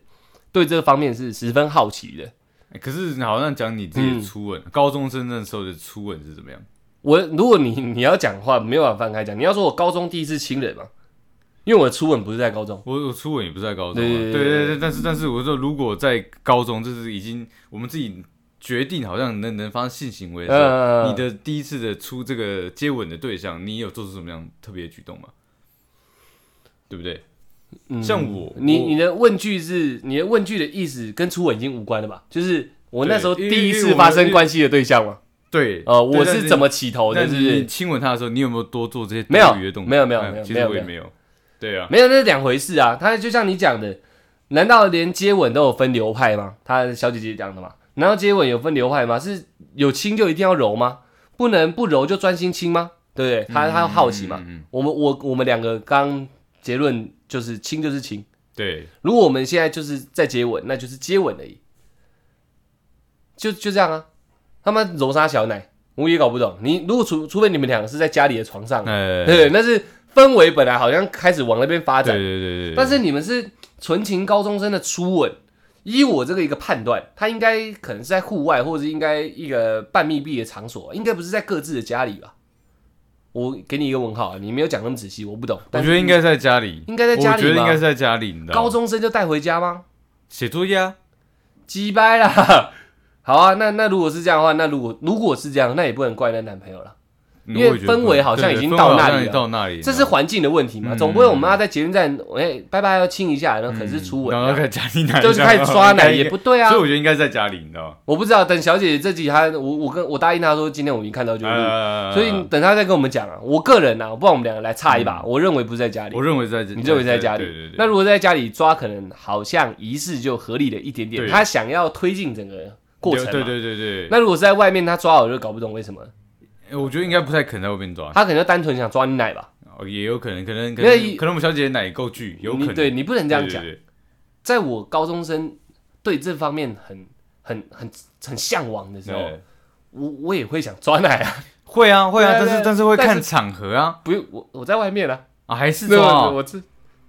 Speaker 1: 对这方面是十分好奇的。
Speaker 2: 欸可是好像讲你自己的初吻，
Speaker 1: 嗯
Speaker 2: 高中生那时候的初吻是怎么样？
Speaker 1: 我如果你你要讲的话，没有办法翻开讲。你要说我高中第一次亲人嘛，因为我的初吻不是在高中，
Speaker 2: 我我初吻也不是在高中、
Speaker 1: 对
Speaker 2: 啊，
Speaker 1: 对
Speaker 2: 对
Speaker 1: 对
Speaker 2: 对对，但是但是我说如果在高中，就是已经我们自己决定好像能能发生性行为的时候，
Speaker 1: 呃
Speaker 2: 你，的第一次的出这个接吻的对象，你有做出什么样特别的举动吗？对不对？
Speaker 1: 嗯
Speaker 2: 像我
Speaker 1: 你
Speaker 2: 我
Speaker 1: 你的问句是你的问句的意思跟初吻已经无关了吧？就是我那时候
Speaker 2: 对因为
Speaker 1: 第一
Speaker 2: 因为
Speaker 1: 次
Speaker 2: 我们
Speaker 1: 发生关系的对象嘛，
Speaker 2: 对，
Speaker 1: 呃，
Speaker 2: 对
Speaker 1: 我是怎？么起头
Speaker 2: 但
Speaker 1: 的，
Speaker 2: 但
Speaker 1: 是
Speaker 2: 是
Speaker 1: 不
Speaker 2: 你
Speaker 1: 是？
Speaker 2: 亲吻他的时候，你有没有多做这些多
Speaker 1: 没有
Speaker 2: 余的动作？
Speaker 1: 没有没有
Speaker 2: 哎
Speaker 1: 没有
Speaker 2: 其
Speaker 1: 没
Speaker 2: 实
Speaker 1: 有
Speaker 2: 我也没有。对啊，
Speaker 1: (laughs) 没有，那是两回事啊。他就像你讲的，难道连接吻都有分流派吗？他小姐姐讲的嘛，难道接吻有分流派吗？是有亲就一定要揉吗？不能不揉就专心亲吗？对不对？他他好奇嘛。
Speaker 2: 嗯嗯嗯
Speaker 1: 我们我我们两个刚结论就是亲就是亲，
Speaker 2: 对，
Speaker 1: 如果我们现在就是在接吻，那就是接吻而已，就就这样啊。他妈揉啥小奶，我也搞不懂。你如果除除非你们两个是在家里的床上，啊
Speaker 2: 呃，
Speaker 1: 嗯
Speaker 2: 对
Speaker 1: 对，那是氛围本来好像开始往那边发
Speaker 2: 对
Speaker 1: 展，
Speaker 2: 对对对，
Speaker 1: 但是你们是纯情高中生的初吻，依我这个一个判断，他应该可能是在户外，或者是应该一个半密闭的场所，应该不是在各自的家里吧？我给你一个问号啊，你没有讲那么仔细，我不懂。
Speaker 2: 我
Speaker 1: 但
Speaker 2: 觉得应该在家里，
Speaker 1: 应该在家里吧
Speaker 2: 我觉得应该是在家里，你知道吗
Speaker 1: 高中生就带回家吗？
Speaker 2: 写作业啊，
Speaker 1: 鸡掰啦！ (laughs) 好啊，那那如果是这样的话，那如果如果是这样，那也不能怪那男朋友了，因为
Speaker 2: 我也觉得
Speaker 1: 氛围好像已经
Speaker 2: 对
Speaker 1: 到
Speaker 2: 氛围
Speaker 1: 那
Speaker 2: 好
Speaker 1: 里
Speaker 2: 像已
Speaker 1: 了
Speaker 2: 经到那里，
Speaker 1: 这是环境的问题嘛，
Speaker 2: 嗯
Speaker 1: 总不会我们要在捷运站，哎、拜拜要亲一下，然后可是初吻
Speaker 2: 嗯然
Speaker 1: 啊、
Speaker 2: 后开始家里奶，
Speaker 1: 就是开始刷
Speaker 2: (laughs)
Speaker 1: 奶也不对啊
Speaker 2: 所以。我觉得应该在家里，你知道吗？
Speaker 1: 我不知道，等小姐这集她，我我跟我答应她说，今天我已经看到就录，
Speaker 2: 呃
Speaker 1: 所以等她再跟我们讲啊。我个人啊，不然我们两个来差一把，我认为不是在家里
Speaker 2: 我，认为在，
Speaker 1: 你认为在家里？
Speaker 2: 对对对，
Speaker 1: 那如果在家里抓，可能好像仪式就合理了一点点。
Speaker 2: 对
Speaker 1: 他想要推进整个过程嘛，啊
Speaker 2: 对对对对对，嗯
Speaker 1: 那如果是在外面他抓，我就搞不懂为什么，
Speaker 2: 那我觉得应该不太可能在外面抓，
Speaker 1: 他可能就单纯想抓你奶吧？
Speaker 2: 哦也有可能，可能可
Speaker 1: 因为
Speaker 2: 能可能我们小姐的奶够巨，有可
Speaker 1: 你
Speaker 2: 能
Speaker 1: 对你不能这样讲。
Speaker 2: 对对对
Speaker 1: 在我高中生对这方面很很很很向往的时候，
Speaker 2: 对
Speaker 1: 我我也会想抓奶啊，
Speaker 2: 会啊会啊，
Speaker 1: 对对
Speaker 2: 但
Speaker 1: 对
Speaker 2: 是但是会
Speaker 1: 但是
Speaker 2: 看场合啊
Speaker 1: 不用我我在外面啊，
Speaker 2: 啊，还是
Speaker 1: 没有
Speaker 2: 抓
Speaker 1: 没有
Speaker 2: 哦
Speaker 1: 我这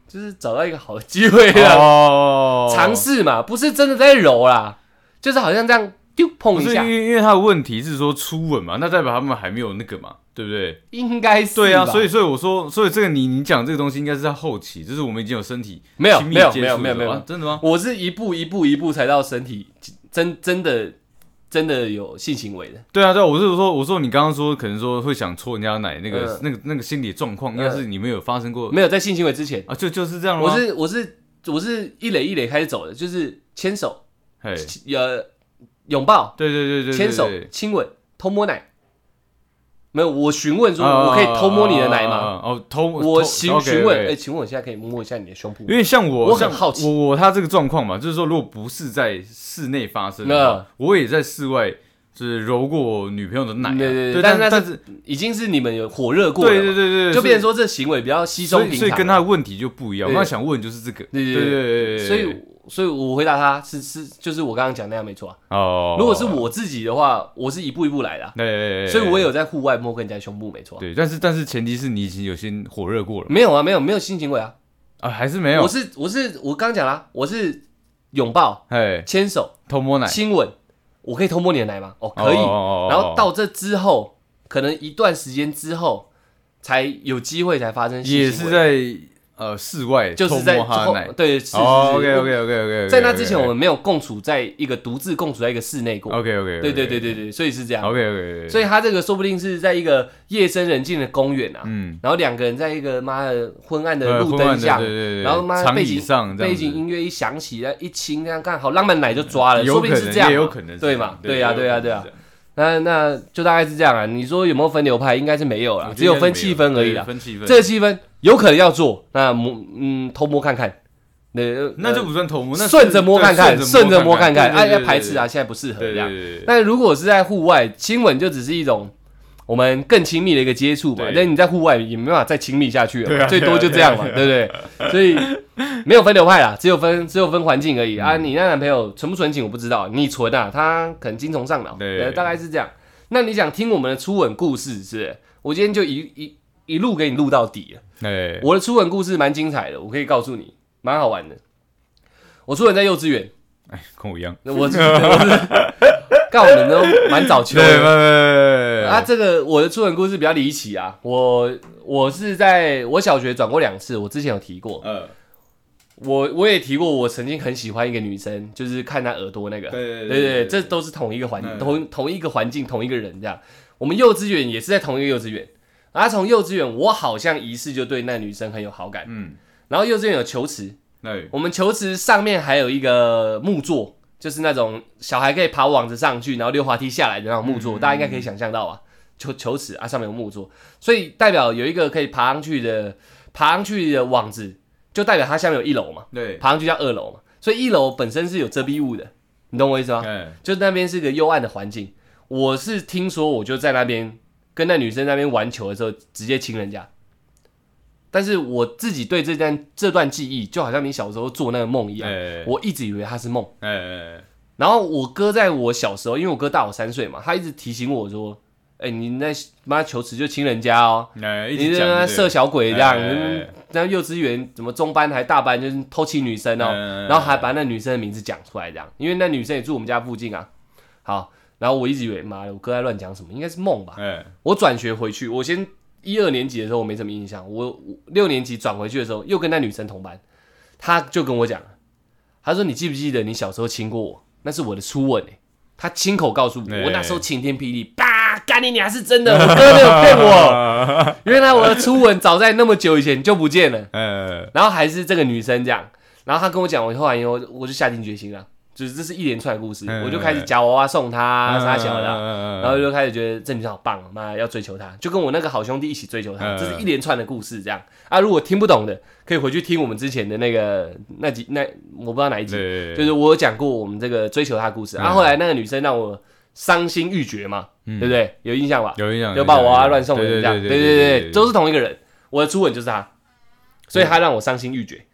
Speaker 1: 就是找到一个好的机会啊，
Speaker 2: (laughs) 哦
Speaker 1: 尝试嘛，不是真的在揉啦，就是好像这样丢
Speaker 2: 不
Speaker 1: 碰
Speaker 2: 是
Speaker 1: 一下，
Speaker 2: 哦因为因为他的问题是说初吻嘛，那代表他们还没有那个嘛，对不对？
Speaker 1: 应该是
Speaker 2: 对啊，
Speaker 1: 吧
Speaker 2: 所以所以我说，所以这个你你讲这个东西应该是在后期，就是我们已经有身体
Speaker 1: 没有
Speaker 2: 亲密
Speaker 1: 没有
Speaker 2: 接
Speaker 1: 没有
Speaker 2: 触
Speaker 1: 没有
Speaker 2: 了
Speaker 1: 没有
Speaker 2: 啊真的吗？
Speaker 1: 我是一步一步一步才到身体真真的真的有性行为的，
Speaker 2: 对啊对啊，我是说我说你刚刚说可能说会想戳人家奶那个、
Speaker 1: 嗯
Speaker 2: 那个那个心理状况，应该是你们有发生过、
Speaker 1: 没有在性行为之前，
Speaker 2: 啊？就就是这样咯
Speaker 1: 呃我是我是我是一垒一垒开始走的，就是牵手
Speaker 2: 嘿，
Speaker 1: 呃拥抱。
Speaker 2: 对对对对，对
Speaker 1: 牵手
Speaker 2: 对、
Speaker 1: 亲吻、偷摸奶。没有，我询问说我可以偷摸你的奶吗？
Speaker 2: 啊？哦，偷
Speaker 1: 我询询问，哎，
Speaker 2: 哎，
Speaker 1: 请问我现在可以摸一下你的胸部吗
Speaker 2: 因？为像我，
Speaker 1: 我很
Speaker 2: 像
Speaker 1: 好奇
Speaker 2: 我我他这个状况嘛，就是说，如果不是在室内发生的话，我也在室外就是揉过我女朋友的奶啊、
Speaker 1: 对对对但
Speaker 2: 但
Speaker 1: 是那是
Speaker 2: 但是
Speaker 1: 已经是你们有火热过了
Speaker 2: 对
Speaker 1: 嘛，
Speaker 2: 对对对，
Speaker 1: 就变成
Speaker 2: 说，
Speaker 1: 说这行为比较稀
Speaker 2: 所
Speaker 1: 松
Speaker 2: 以
Speaker 1: 平
Speaker 2: 所以
Speaker 1: 常。
Speaker 2: 跟他的问题就不一样。我
Speaker 1: 对
Speaker 2: 刚想问就是这个，
Speaker 1: 对对
Speaker 2: 对
Speaker 1: 对
Speaker 2: 对对，
Speaker 1: 所以所以我回答他是是就是我刚刚讲那样没错啊。
Speaker 2: 哦，
Speaker 1: 如果是，我自己的话，我是一步一步来的啊，
Speaker 2: 对对对，
Speaker 1: 所以我有在户外摸过人家胸部，没错啊。
Speaker 2: 对，但是但是前提是你已经有些火热过了
Speaker 1: 没有啊，没有没有性行为啊，
Speaker 2: 啊，还是没有
Speaker 1: 我？是我是我刚讲啦，我是拥抱、
Speaker 2: 哎，
Speaker 1: 牵手、
Speaker 2: 偷摸奶
Speaker 1: 亲吻，我可以偷摸你的奶吗？哦，可以。
Speaker 2: 然
Speaker 1: 然后到这之后，可能一段时间之后，才有机会才发生性
Speaker 2: 也
Speaker 1: 行
Speaker 2: 是
Speaker 1: 为，
Speaker 2: 在呃室外
Speaker 1: 就是在
Speaker 2: 偷摸他的
Speaker 1: 后
Speaker 2: 奶。
Speaker 1: 对，是是是。
Speaker 2: 哦，OK OK
Speaker 1: 我
Speaker 2: OK OK，
Speaker 1: 在那之前，我们没有共处在一个独自共处在一个室内过。
Speaker 2: OK OK，
Speaker 1: 对对对对对，所以是这样。
Speaker 2: ，OK OK，
Speaker 1: 所
Speaker 2: 以
Speaker 1: 以他这个说不定是在一个夜深人静的公园啊，
Speaker 2: 嗯，
Speaker 1: 然后两个人在一个妈的昏暗的
Speaker 2: 呃
Speaker 1: 路
Speaker 2: 昏暗
Speaker 1: 灯
Speaker 2: 的
Speaker 1: 下
Speaker 2: 对，对对，
Speaker 1: 然后妈的
Speaker 2: 长
Speaker 1: 背
Speaker 2: 椅
Speaker 1: 景
Speaker 2: 上这样
Speaker 1: 背
Speaker 2: 子
Speaker 1: 景音乐一响起，然后一亲这样看，好浪漫奶就抓了，说
Speaker 2: 有
Speaker 1: 不
Speaker 2: 可
Speaker 1: 定
Speaker 2: 能
Speaker 1: 是这样嘛，
Speaker 2: 也有可能是
Speaker 1: 对
Speaker 2: 这样
Speaker 1: 嘛？对啊呀，对呀，对呀。，
Speaker 2: 有可能是
Speaker 1: 那那就大概是这样啊。你说有没有分流派？应该是没有
Speaker 2: 这样
Speaker 1: 啦，只有分气氛而已
Speaker 2: 对
Speaker 1: 啦。
Speaker 2: 分气氛。
Speaker 1: 这个气氛有可能要做，那摸嗯偷摸看看，那呃
Speaker 2: 那就不算偷摸，那是
Speaker 1: 顺着摸看看，
Speaker 2: 对
Speaker 1: 顺着摸看看，哎
Speaker 2: 对对
Speaker 1: 要
Speaker 2: 对
Speaker 1: 排斥啊，现在不适合
Speaker 2: 对
Speaker 1: 这
Speaker 2: 对
Speaker 1: 样。
Speaker 2: 对对对，
Speaker 1: 但如果是在户外，亲吻就只是一种我们更亲密的一个接触嘛。
Speaker 2: 对
Speaker 1: 但你在户外也没办法再亲密下去了
Speaker 2: 对
Speaker 1: 嘛，
Speaker 2: 啊
Speaker 1: 最多就这样嘛，对不对？所以没有分流派啦，只有分只有分环境而
Speaker 2: 嗯
Speaker 1: 已啊。你那男朋友纯不纯情我不知道，你纯啊，他可能精虫上脑，
Speaker 2: 对
Speaker 1: 呃大概是这样。那你想听我们的初吻故事是不是？我今天就一一一路给你录到底了。
Speaker 2: 哎，
Speaker 1: 我的初吻故事蛮精彩的，我可以告诉你，蛮好玩的。我初吻在幼稚园，
Speaker 2: 哎跟我一样，
Speaker 1: 那我我是 (laughs) 干我们都蛮早秋
Speaker 2: 对
Speaker 1: 的
Speaker 2: 对，对对，
Speaker 1: 啊，这个我的初吻故事比较离奇啊，我我是在我小学转过两次，我之前有提过，
Speaker 2: 呃，
Speaker 1: 我我也提过，我曾经很喜欢一个女生，就是看她耳朵那个，
Speaker 2: 对
Speaker 1: 对对，这都是同一个环
Speaker 2: 嗯
Speaker 1: 同同一个环境，同一个人这样。我们幼稚园也是在同一个幼稚园，然后从幼稚园我好像疑似就对那女生很有好感，
Speaker 2: 嗯，
Speaker 1: 然后幼稚园有球池，
Speaker 2: 对
Speaker 1: 我们球池上面还有一个木座，就是那种小孩可以爬网子上去，然后溜滑梯下来的那种木座，大家应该可以想象到吧？球球池啊，上面有木座，所以代表有一个可以爬上去的爬上去的网子，就代表它下面有一楼嘛，
Speaker 2: 对，
Speaker 1: 爬上去叫二楼嘛，所以一楼本身是有遮蔽物的，你懂我意思吗？
Speaker 2: 哎，
Speaker 1: 就那边是个幽暗的环境，我是听说我就在那边跟那女生在那边玩球的时候直接亲人家。但是我自己对这段这段记忆，就好像你小时候做那个梦一样，
Speaker 2: 哎
Speaker 1: 我一直以为它是梦。
Speaker 2: 哎哎，
Speaker 1: 然后我哥在我小时候，因为我哥大我三岁嘛，他一直提醒我说：“哎、你那妈球池就亲人家哦，
Speaker 2: 哎，一
Speaker 1: 你
Speaker 2: 直
Speaker 1: 在
Speaker 2: 讲
Speaker 1: 那射小鬼这样，
Speaker 2: 哎哎哎
Speaker 1: 嗯那幼稚园怎么中班还大班就是偷亲女生哦，
Speaker 2: 哎哎哎
Speaker 1: 然后还把那女生的名字讲出来这样，因为那女生也住我们家附近啊。好，然后我一直以为妈的，我哥在乱讲什么，应该是梦吧。
Speaker 2: 哎
Speaker 1: 我转学回去，我先一二年级的时候我没什么印象，我我六年级转回去的时候又跟那女生同班，她就跟我讲，她说你记不记得你小时候亲过我？那是我的初吻、欸、她亲口告诉我，
Speaker 2: 哎
Speaker 1: 我那时候晴天霹雳，bah，干你娘是真
Speaker 2: (laughs)
Speaker 1: 的，我哥没有骗我，原来我的初吻早在那么久以前就不见了，
Speaker 2: 哎
Speaker 1: 然后还是这个女生这样，然后她跟我讲，我后来以后我就下定决心了，就是这是一连串的故事，
Speaker 2: 哎
Speaker 1: 我就开始夹娃娃送
Speaker 2: 嗯
Speaker 1: 她，啥小的啊。
Speaker 2: 的
Speaker 1: 然后就开始觉得这女生好棒、哦，妈要追求她，就跟我那个好兄弟一起追求她，
Speaker 2: 嗯
Speaker 1: 这是一连串的故事这样啊。如果听不懂的，可以回去听我们之前的那个那集那我不知道哪一集，就
Speaker 2: 对，嗯
Speaker 1: 是我有讲过我们这个追求她的故事。啊，后来那个女生让我伤心欲绝嘛，对不对？有印象吧？
Speaker 2: 啊有印象，
Speaker 1: 就把娃娃乱送人
Speaker 2: 对
Speaker 1: 这样，
Speaker 2: 对
Speaker 1: 对
Speaker 2: 对
Speaker 1: 对
Speaker 2: 对，
Speaker 1: 对，都是同一个人。我的初吻就是她，所以她让我伤心欲绝。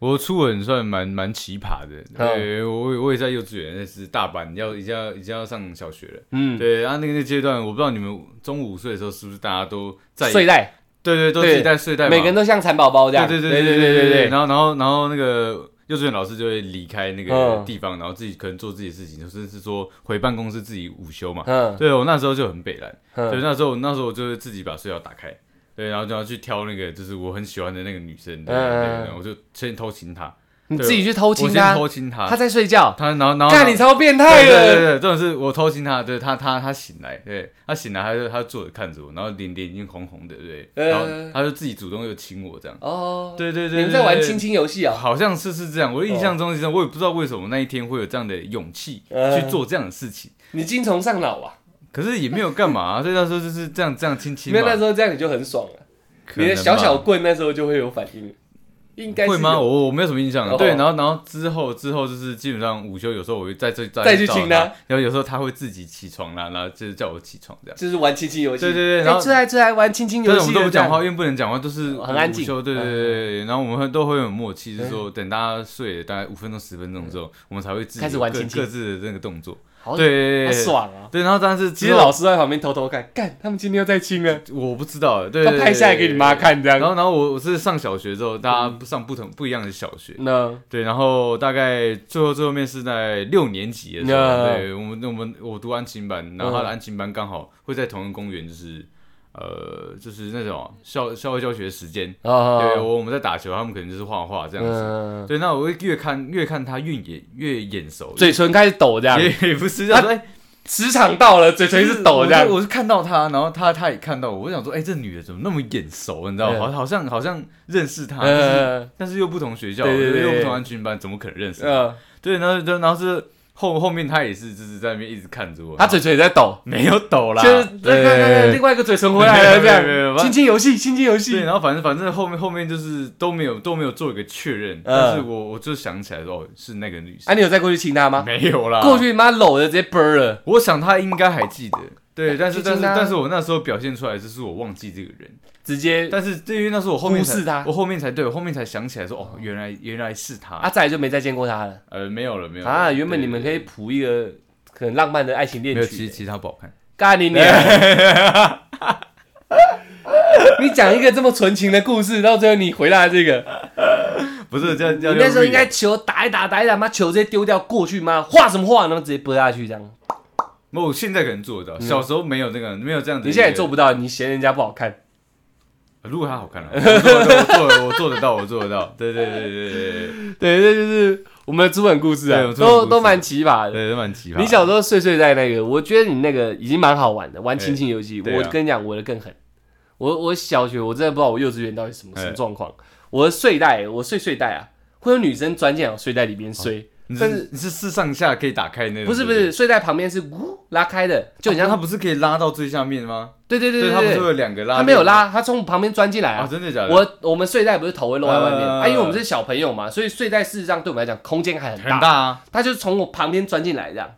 Speaker 2: 我初吻算蛮蛮奇葩的，
Speaker 1: 嗯
Speaker 2: 对，我我也在幼稚园，那是大班，要已经要已经要上小学了。
Speaker 1: 嗯，
Speaker 2: 对，然后那个那阶段，我不知道你们中午午睡的时候是不是大家都在
Speaker 1: 睡袋，
Speaker 2: 对对，都自己带睡袋嘛，
Speaker 1: 每个人都像蚕宝宝这样。
Speaker 2: 对对
Speaker 1: 对
Speaker 2: 对
Speaker 1: 对
Speaker 2: 对
Speaker 1: 对
Speaker 2: 然后然后然后那个幼稚园老师就会离开那个
Speaker 1: 嗯
Speaker 2: 地方，然后自己可能做自己的事情，就是是说回办公室自己午休嘛。
Speaker 1: 嗯
Speaker 2: 对我那时候就很北蓝，对
Speaker 1: 嗯
Speaker 2: 那时候那时候我就是自己把睡觉打开，对，然后就要去挑那个就是我很喜欢的那个女生，
Speaker 1: 嗯
Speaker 2: 对，对
Speaker 1: 嗯
Speaker 2: 对
Speaker 1: 嗯
Speaker 2: 对我就先偷亲她，
Speaker 1: 你自己去偷
Speaker 2: 我
Speaker 1: 亲
Speaker 2: 先
Speaker 1: 她，
Speaker 2: 偷亲她
Speaker 1: 她，在睡觉。
Speaker 2: 她然后然后
Speaker 1: 看你超变态
Speaker 2: 对对对
Speaker 1: 了，
Speaker 2: 对，这种是我偷亲他，对他他他醒来，对他醒来，他就他就坐着看着我，然后脸脸已经红红的，对，
Speaker 1: 呃
Speaker 2: 然后他就自己主动又亲我这样，
Speaker 1: 哦，
Speaker 2: 对对对，
Speaker 1: 你们在
Speaker 2: 对
Speaker 1: 玩
Speaker 2: 对
Speaker 1: 亲哦亲游戏啊？
Speaker 2: 好像是是这样，我的印象中是这样，我也不知道为什么那一天会有这样的勇气
Speaker 1: 呃
Speaker 2: 去做这样的事情，
Speaker 1: 你精虫上脑啊？
Speaker 2: 可是也没有干嘛啊，所以那时候就是这样这样亲亲
Speaker 1: 没
Speaker 2: 嘛
Speaker 1: 有，，那时候这样你就很爽了，
Speaker 2: 可
Speaker 1: 你
Speaker 2: 能
Speaker 1: 的小
Speaker 2: 吧
Speaker 1: 小棍那时候就会有反应，应该是
Speaker 2: 会吗？
Speaker 1: 有？
Speaker 2: 我我没有什么印象。
Speaker 1: 哦
Speaker 2: 对，然后然后之后之后就是基本上午休有时候我会再再
Speaker 1: 再去
Speaker 2: 找
Speaker 1: 亲他，
Speaker 2: 他然后有时候他会自己起床啦，然后就是叫我起床这样。
Speaker 1: 就是玩亲亲游戏，
Speaker 2: 对对对
Speaker 1: 哎
Speaker 2: 然后
Speaker 1: 最爱最爱玩亲亲游
Speaker 2: 但是我
Speaker 1: 戏
Speaker 2: 们
Speaker 1: 的
Speaker 2: 都不
Speaker 1: 这
Speaker 2: 讲
Speaker 1: 样，
Speaker 2: 话，因为不能讲话，都是
Speaker 1: 很安静嗯
Speaker 2: 午休对对对对，然后我们都会有默契，是说等大家睡了大概五分钟十分钟之后，我们才会自己
Speaker 1: 嗯开始玩
Speaker 2: 各
Speaker 1: 亲亲
Speaker 2: 各自的那个动作。
Speaker 1: 好
Speaker 2: 对
Speaker 1: 好
Speaker 2: 对对对对
Speaker 1: 爽啊！
Speaker 2: 对，然后但是
Speaker 1: 其
Speaker 2: 之
Speaker 1: 实
Speaker 2: 后
Speaker 1: 老师在旁边偷偷看，干他们今天又在亲了，
Speaker 2: 我不知道，对
Speaker 1: 他
Speaker 2: 对对
Speaker 1: 拍下来给你妈。看这
Speaker 2: 对对然
Speaker 1: 样。嗯
Speaker 2: 后然后我我是上小学之后，大家上不同不一样的小学，
Speaker 1: 那
Speaker 2: 对，然后大概最后最后面是在六年级的时候，啊
Speaker 1: 那
Speaker 2: 对我们我们我读安亲班，然后他
Speaker 1: 嗯
Speaker 2: 的安亲班刚好会在同一个公园，就是呃就是那种校校外教学时间，对，
Speaker 1: 哦，
Speaker 2: 我我们在打球，他们可能就是画画这样子。
Speaker 1: 嗯，
Speaker 2: 对，那我会越看越看他越眼越眼熟，
Speaker 1: 嘴唇开始抖这样，
Speaker 2: 也也不是这样说，哎、
Speaker 1: 时场到了，啊嘴唇一直抖
Speaker 2: 我
Speaker 1: 这样
Speaker 2: 就。我是看到他，然后他他也看到我，我想说，哎、这女的怎么那么眼熟？你知道吗，
Speaker 1: 嗯
Speaker 2: 好好像好像认识她，但是
Speaker 1: 嗯
Speaker 2: 但是又不同学校，
Speaker 1: 对对对
Speaker 2: 又不同安全班，怎么可能认识？
Speaker 1: 嗯，
Speaker 2: 对，然后就然后是后后面他也是就是在那边一直看着我，
Speaker 1: 他嘴唇也在抖，
Speaker 2: 没有抖啦，
Speaker 1: 就是
Speaker 2: 对
Speaker 1: 对对对，另外一个嘴唇回来了，这
Speaker 2: 没有没有没
Speaker 1: 样。
Speaker 2: 有
Speaker 1: 亲亲游戏，亲亲游戏
Speaker 2: 对，。然后反正反正后面后面就是都没有都没有做一个确
Speaker 1: 嗯
Speaker 2: 认，但是我我就想起来说，哦，是那个女生，
Speaker 1: 啊，你有再过去亲他吗？
Speaker 2: 没有啊啦，
Speaker 1: 过去妈搂着直接啵儿了。
Speaker 2: 我想他应该还记得，对，但是
Speaker 1: 毕竟
Speaker 2: 但
Speaker 1: 他
Speaker 2: 是但是我那时候表现出来就是我忘记这个人，
Speaker 1: 直接
Speaker 2: 但是对于那时候我后面才
Speaker 1: 哎忽视他
Speaker 2: 我后面才对我后面才想起来说，哦，原来原来是他，
Speaker 1: 啊，再也就没再见过他了
Speaker 2: 呃，没有了没有了
Speaker 1: 啊。原本你们可
Speaker 2: 对
Speaker 1: 以谱一个很浪漫的爱情
Speaker 2: 对对没有，
Speaker 1: 恋
Speaker 2: 其实
Speaker 1: 曲，
Speaker 2: 其实他不好看，
Speaker 1: 干你娘！ (laughs) 你讲一个这么纯情的故事，到最后你回答这个，
Speaker 2: 不是这样这
Speaker 1: 你
Speaker 2: 样
Speaker 1: 那时候
Speaker 2: 就
Speaker 1: 应该球打一打打一打，妈球直接丢掉过去妈，画什么画，然后直接拨下去这样。
Speaker 2: 没有，我现在可能做得到，小时候没有这个没有这样子，
Speaker 1: 你现在也做不到，你嫌人家不好看。
Speaker 2: 呃如果他好看了，我做得到我做得到我做得到，对对对对对对对
Speaker 1: 对，这就是我们的资本故事
Speaker 2: 对我
Speaker 1: 啊，
Speaker 2: 们的资本故
Speaker 1: 都
Speaker 2: 事
Speaker 1: 都蛮奇葩的。
Speaker 2: 对，都蛮奇葩的。
Speaker 1: 你小时候睡睡在那个，我觉得你那个已经蛮好玩的，玩亲亲游戏。
Speaker 2: 对啊
Speaker 1: 我跟你讲，我的更狠。我我小学我真的不知道我幼稚园到底什么
Speaker 2: 哎
Speaker 1: 什么状况。我的睡袋，我睡睡袋啊，会有女生钻进我睡袋里面睡，
Speaker 2: 你
Speaker 1: 但
Speaker 2: 是
Speaker 1: 是
Speaker 2: 你是是上下可以打开那种，
Speaker 1: 不是不
Speaker 2: 对对
Speaker 1: 是，，睡袋旁边是呜拉开的，就很像
Speaker 2: 他不是可以拉到最下面吗？
Speaker 1: 对对对
Speaker 2: 他不
Speaker 1: 对
Speaker 2: 是会
Speaker 1: 对，
Speaker 2: 有两个拉链吗，
Speaker 1: 他没有拉，他从旁边钻进来啊。
Speaker 2: 啊？真的假的？
Speaker 1: 我我们睡袋不是头会露在外面
Speaker 2: 呃
Speaker 1: 啊，因为我们是小朋友嘛，所以睡袋事实上对我们来讲空间还很
Speaker 2: 很
Speaker 1: 大。
Speaker 2: 大啊，
Speaker 1: 他就是从我旁边钻进来这样。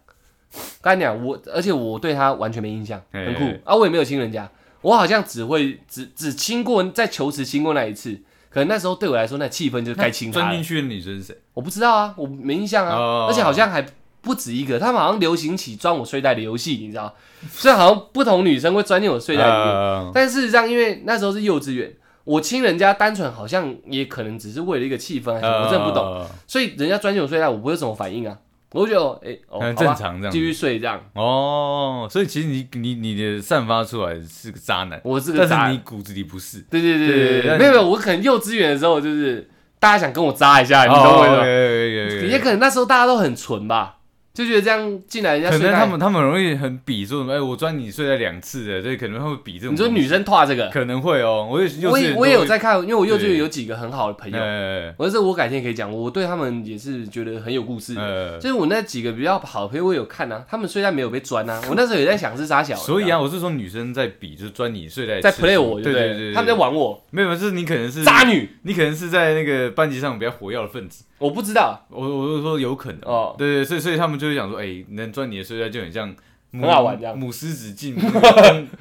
Speaker 1: 跟你讲，我而且我对他完全没印象，很酷
Speaker 2: 嘿
Speaker 1: 啊！我也没有亲人家，我好像只会只只亲过在球池亲过那一次，可能那时候对我来说那气氛就是该亲
Speaker 2: 钻
Speaker 1: 他
Speaker 2: 进
Speaker 1: 了。
Speaker 2: 去的女生是谁？
Speaker 1: 我不知道啊，我没印象啊，
Speaker 2: 哦
Speaker 1: 而且好像还不止一个，他们好像流行起钻我睡袋的游戏，你知道，所以好像不同女生会钻进我睡袋里面。
Speaker 2: 呃
Speaker 1: 但事实上，因为那时候是幼稚园，我亲人家单纯好像也可能只是为了一个气氛，还是什么我真的不懂。
Speaker 2: 呃
Speaker 1: 所以人家钻进我睡袋，我不会有什么反应啊，我就觉得哦哎、哦，
Speaker 2: 很
Speaker 1: 好吧
Speaker 2: 正常这样
Speaker 1: 继
Speaker 2: 子。
Speaker 1: 续睡这样。
Speaker 2: 哦，所以其实你你你的散发出来是个渣男，
Speaker 1: 我是个渣
Speaker 2: 但是
Speaker 1: 男
Speaker 2: 你，骨子里不是。
Speaker 1: 对对对
Speaker 2: 对
Speaker 1: 对
Speaker 2: 对
Speaker 1: 对，
Speaker 2: 对
Speaker 1: 没有没有，我可能幼稚园的时候就是大家想跟我扎一下，你懂
Speaker 2: 哦
Speaker 1: 我意思吗？
Speaker 2: ，OK，OK，OK，OK
Speaker 1: 也可能那时候大家都很纯吧，就觉得这样进来人家
Speaker 2: 可
Speaker 1: 睡
Speaker 2: 能
Speaker 1: 袋，
Speaker 2: 他们他们容易很比说，哎，我钻你睡了两次的，所以可能他们比这种。
Speaker 1: 你说女生跨这个，
Speaker 2: 可能会哦，我也
Speaker 1: 我也我也有，在哦看，因为我幼稚园
Speaker 2: 对
Speaker 1: 有几个很好的朋友，
Speaker 2: 呃
Speaker 1: 我这我改天可以讲，我对他们也是觉得很有故事的。
Speaker 2: 呃，
Speaker 1: 所以我那几个比较好的朋友，我有看啊，他们虽然没有被钻
Speaker 2: (laughs)
Speaker 1: 啊，我那时候也在想是啥小的，
Speaker 2: 所以
Speaker 1: 啊，
Speaker 2: 啊，我是说女生在比，就是钻你睡袋
Speaker 1: 在
Speaker 2: 次数
Speaker 1: play 我，
Speaker 2: 对
Speaker 1: 不
Speaker 2: 对
Speaker 1: 对？
Speaker 2: 对，
Speaker 1: 他们在玩我，
Speaker 2: 没有，就是你可能是
Speaker 1: 渣，女，
Speaker 2: 你可能是在那个班级上比较活跃的分子。
Speaker 1: 我不知道，
Speaker 2: 我我就说有可能
Speaker 1: 哦
Speaker 2: 对对，所以所以他们就会想说，哎，能钻你的睡袋就很像母。
Speaker 1: 很好玩这样
Speaker 2: 母狮子进 (laughs) 母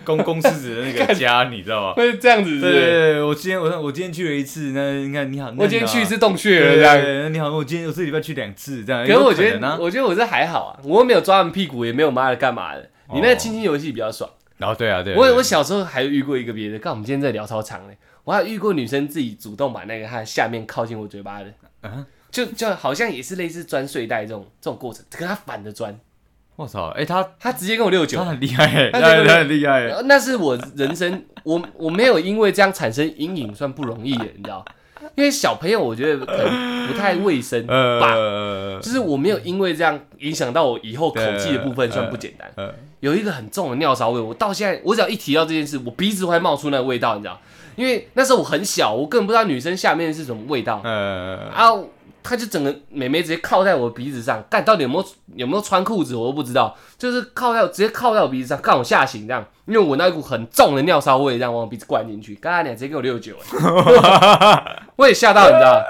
Speaker 2: 公公公狮子的那个
Speaker 1: (laughs)
Speaker 2: 家，你知道吗？
Speaker 1: 会这样子是
Speaker 2: 对
Speaker 1: 不
Speaker 2: 对
Speaker 1: 是。
Speaker 2: 对，我今天我我今天去了一次，那你看你好，啊
Speaker 1: 我今天去一
Speaker 2: 次
Speaker 1: 次洞穴了，这样。
Speaker 2: 对，你好，我今天我这礼拜去两次这样。
Speaker 1: 可是我
Speaker 2: 有
Speaker 1: 觉
Speaker 2: 能啊
Speaker 1: 得，我觉得我这还好啊，我又没有抓他们屁股，也没有妈的干嘛的。你
Speaker 2: 哦
Speaker 1: 那个亲亲游戏比较爽。
Speaker 2: 然后对啊对啊，对
Speaker 1: 我
Speaker 2: 啊
Speaker 1: 我小时候还遇过一个别的，刚我们今天在聊操场嘞，我还有遇过女生自己主动把那个她的下面靠近我嘴巴的，
Speaker 2: 啊
Speaker 1: 就就好像也是类似钻睡袋这种这种过程，可是她反着钻，
Speaker 2: 我操，哎，他
Speaker 1: 她直接跟我六九
Speaker 2: 他。很厉害欸，
Speaker 1: 他
Speaker 2: 他
Speaker 1: 这个
Speaker 2: 他很厉害欸。
Speaker 1: 呃那是我人生， (laughs) 我我没有因为这样产生阴影，算不容易耶，你知道？因为小朋友我觉得可能不太卫生，
Speaker 2: 嗯呃
Speaker 1: 就是我没有因为这样影响到我以后口技的部分，算不简单。
Speaker 2: 呃，
Speaker 1: 有一个很重的尿骚味，我到现在我只要一提到这件事，我鼻子会冒出那个味道，你知道？因为那时候我很小，我根本不知道女生下面是什么味道
Speaker 2: 呃，
Speaker 1: 啊，她就整个美眉直接靠在我鼻子上，干到底有没有有没有穿裤子我都不知道，就是靠在我直接靠在我鼻子上，干我吓醒这样，因为我闻到一股很重的尿骚味，这样往我鼻子灌进去，干他娘直接给我六九、欸，我也吓到你知道？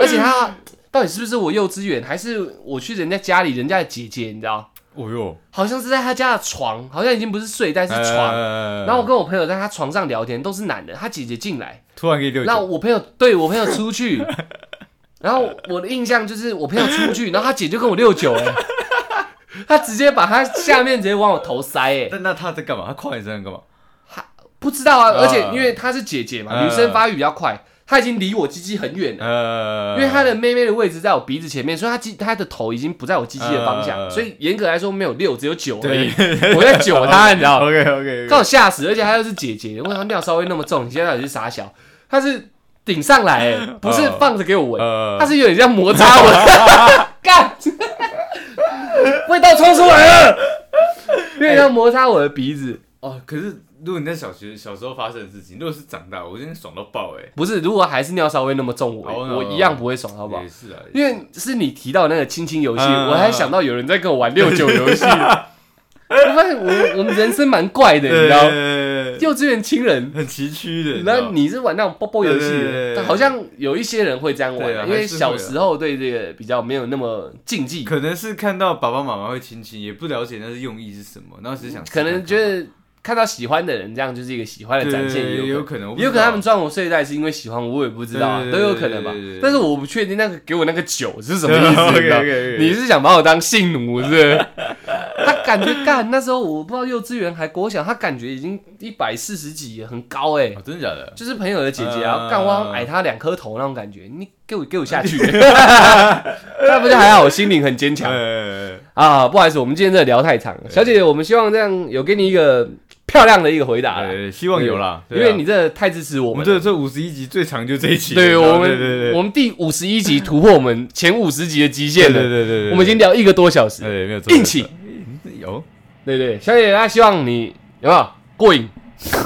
Speaker 1: 而且她到底是不是我幼稚园，还是我去人家家里人家的姐姐，你知道？
Speaker 2: 哦哟，
Speaker 1: 好像是在他家的床，好像已经不是睡袋是床。
Speaker 2: 呃
Speaker 1: 然后我跟我朋友在他床上聊天，都是男的。他姐姐进来，
Speaker 2: 突然给你六
Speaker 1: 然后
Speaker 2: 九，
Speaker 1: 我朋友对我朋友出
Speaker 2: (laughs)
Speaker 1: 去，然后我的印象就是我朋友出去，然后他姐就跟我六九哎，他直接把他下面直接往我头塞哎，
Speaker 2: 那那他在干嘛？他跨你身上干嘛？
Speaker 1: 不知道啊，
Speaker 2: 呃
Speaker 1: 而且因为她是姐姐嘛，
Speaker 2: 呃
Speaker 1: 女生发育比较快，她已经离我鸡鸡很远了。
Speaker 2: 呃，
Speaker 1: 因为她的妹妹的位置在我鼻子前面，所以她鸡她的头已经不在我鸡鸡的方向，
Speaker 2: 呃
Speaker 1: 所以严格来说没有六，只有九而已
Speaker 2: 对。
Speaker 1: 我在九
Speaker 2: (laughs)
Speaker 1: 她，你知道吗？
Speaker 2: ，OK OK，
Speaker 1: 刚好吓死，而且她又是姐姐，为啥尿稍微那么重？你现在到底是傻小？她是顶上来、欸，不是
Speaker 2: 哦
Speaker 1: 放着给我闻，
Speaker 2: 呃
Speaker 1: 她是有点像摩擦我， (laughs) 干，味道冲出来了，有点像摩擦我的鼻子。
Speaker 2: 哦，可是如果你在小学小时候发生的事情，如果是长大，我今天爽到爆哎，
Speaker 1: 不是，如果还是尿稍微那么重我，
Speaker 2: 哦
Speaker 1: 我一样不会爽，好不好
Speaker 2: 也？是啊，
Speaker 1: 因为是你提到那个亲亲游戏，
Speaker 2: 嗯
Speaker 1: 我还想到有人在跟我玩六九游戏。 (laughs) 我发现我我们人生蛮怪的，你知道吗，
Speaker 2: 对，
Speaker 1: 幼稚园亲人
Speaker 2: 很崎岖的，
Speaker 1: 那你是玩那种包包游戏
Speaker 2: 对对对对
Speaker 1: 的，
Speaker 2: 对
Speaker 1: 好像有一些人会这样玩
Speaker 2: 对
Speaker 1: 啊，
Speaker 2: 啊
Speaker 1: 因为
Speaker 2: 还是会啊
Speaker 1: 小时候对这个比较没有那么禁忌，
Speaker 2: 可能是看到爸爸妈妈会亲亲，也不了解那是用意是什么，然后只是想
Speaker 1: 可能觉得看到喜欢的人，这样就是一个喜欢的展现，也
Speaker 2: 也
Speaker 1: 有
Speaker 2: 有
Speaker 1: 可
Speaker 2: 可能，
Speaker 1: 能，也有可能他们装我睡袋是因为喜欢我，我也不知道啊，
Speaker 2: 对
Speaker 1: 都
Speaker 2: 对对
Speaker 1: 有可能吧
Speaker 2: 对对对对。
Speaker 1: 但是我不确定那个给我那个酒是什么
Speaker 2: (laughs)
Speaker 1: 意思，你知道
Speaker 2: OK，OK，OK
Speaker 1: 你是想把我当性奴是不是？ (laughs) 他感觉干那时候我不知道幼稚园还国小，他感觉已经一百四十几，很高哎、
Speaker 2: 哦，真的假的？
Speaker 1: 就是朋友的姐姐啊，
Speaker 2: 嗯
Speaker 1: 干我好像矮她两颗头那种感觉，你给我给我下
Speaker 2: (laughs)
Speaker 1: 去， (laughs) 那不就还好，我心灵很坚强
Speaker 2: 呃，
Speaker 1: 啊。不好意思，我们今天这聊太长了，小姐姐，我们希望这样有给你一个漂亮的一个回答啦，
Speaker 2: 呃，希望有啦，
Speaker 1: 因
Speaker 2: 对啊
Speaker 1: 为你这太支持我
Speaker 2: 我们
Speaker 1: 们
Speaker 2: 这
Speaker 1: 了。
Speaker 2: 这五十一集最长就这一集了，
Speaker 1: 对
Speaker 2: 你知道
Speaker 1: 我
Speaker 2: 吗对对
Speaker 1: 们，
Speaker 2: 对，
Speaker 1: 我们第五十一集突破我们前五十集的极限
Speaker 2: 对对
Speaker 1: 了，
Speaker 2: 对对，
Speaker 1: 我们已经聊一个多小时，
Speaker 2: 对没有哦错，
Speaker 1: 硬气，
Speaker 2: 有
Speaker 1: 对对，小姐姐，她希望你有没有过瘾？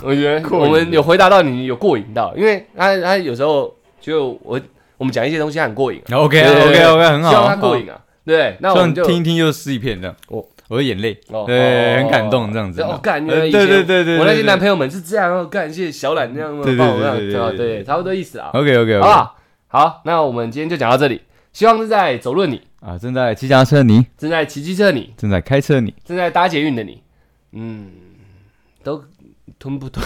Speaker 1: 我觉得
Speaker 2: 过瘾
Speaker 1: 我们有回答到你有过瘾到，因为她她有时候就我我们讲一些东西她很过瘾。
Speaker 2: OK
Speaker 1: 对对对
Speaker 2: OK
Speaker 1: 对
Speaker 2: OK 很好，
Speaker 1: 希望他过瘾啊。对，那
Speaker 2: 好，
Speaker 1: 我
Speaker 2: 希
Speaker 1: 们
Speaker 2: 望
Speaker 1: 就
Speaker 2: 听一听又是一片这样，
Speaker 1: 哦
Speaker 2: 我我的眼泪，
Speaker 1: 哦
Speaker 2: 对，
Speaker 1: 哦
Speaker 2: 很感动这样子，
Speaker 1: 哦，干，原来
Speaker 2: 呃
Speaker 1: 以
Speaker 2: 对
Speaker 1: 前
Speaker 2: 对对对，
Speaker 1: 我那些男
Speaker 2: 朋
Speaker 1: 朋友们是这样哦，干，谢谢小懒那样哦
Speaker 2: 对对
Speaker 1: 帮我那
Speaker 2: 对
Speaker 1: 样，
Speaker 2: 对对
Speaker 1: 哦
Speaker 2: 对
Speaker 1: 对，差不多意思啊，好
Speaker 2: OK OK
Speaker 1: 不好？好，那我们今天就讲到这里，希望是在走路的你，
Speaker 2: 啊，正在骑脚踏车的你，
Speaker 1: 正在骑机车的你，
Speaker 2: 正在开车的你，
Speaker 1: 正在搭捷运的你，嗯，都吞
Speaker 2: (laughs)
Speaker 1: 不吞，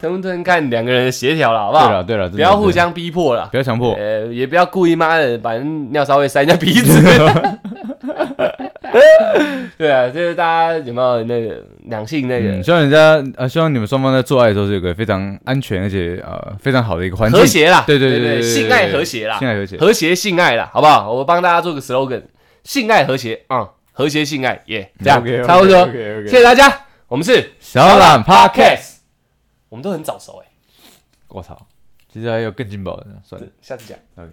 Speaker 1: 吞不吞，看两个人的协调了，好不
Speaker 2: 对
Speaker 1: 好？
Speaker 2: 了对了，
Speaker 1: 不要互
Speaker 2: 真的
Speaker 1: 相逼迫了
Speaker 2: 不，要强迫，
Speaker 1: 呃，也不要故意妈的把人尿骚味塞人家鼻
Speaker 2: (laughs)
Speaker 1: 子。对啊，就是大家有没有那个两性那个
Speaker 2: 嗯，希望人家呃，希望你们双方在做爱的时候是有个非常安全而且呃非常好的一个环境，
Speaker 1: 和谐啦？
Speaker 2: 对对
Speaker 1: 对
Speaker 2: 对对对
Speaker 1: 性爱和谐啦
Speaker 2: 性，爱和谐，
Speaker 1: 和谐性爱啦，好不好？我帮大家做个 slogan：性爱和谐啊，嗯和谐性爱耶，这样差不多。谢谢大家，我们是
Speaker 2: 小懒 Podcast，
Speaker 1: Podcast，我们都很早熟哎，
Speaker 2: 我操，其实还有更劲爆的，算了。
Speaker 1: 下次讲。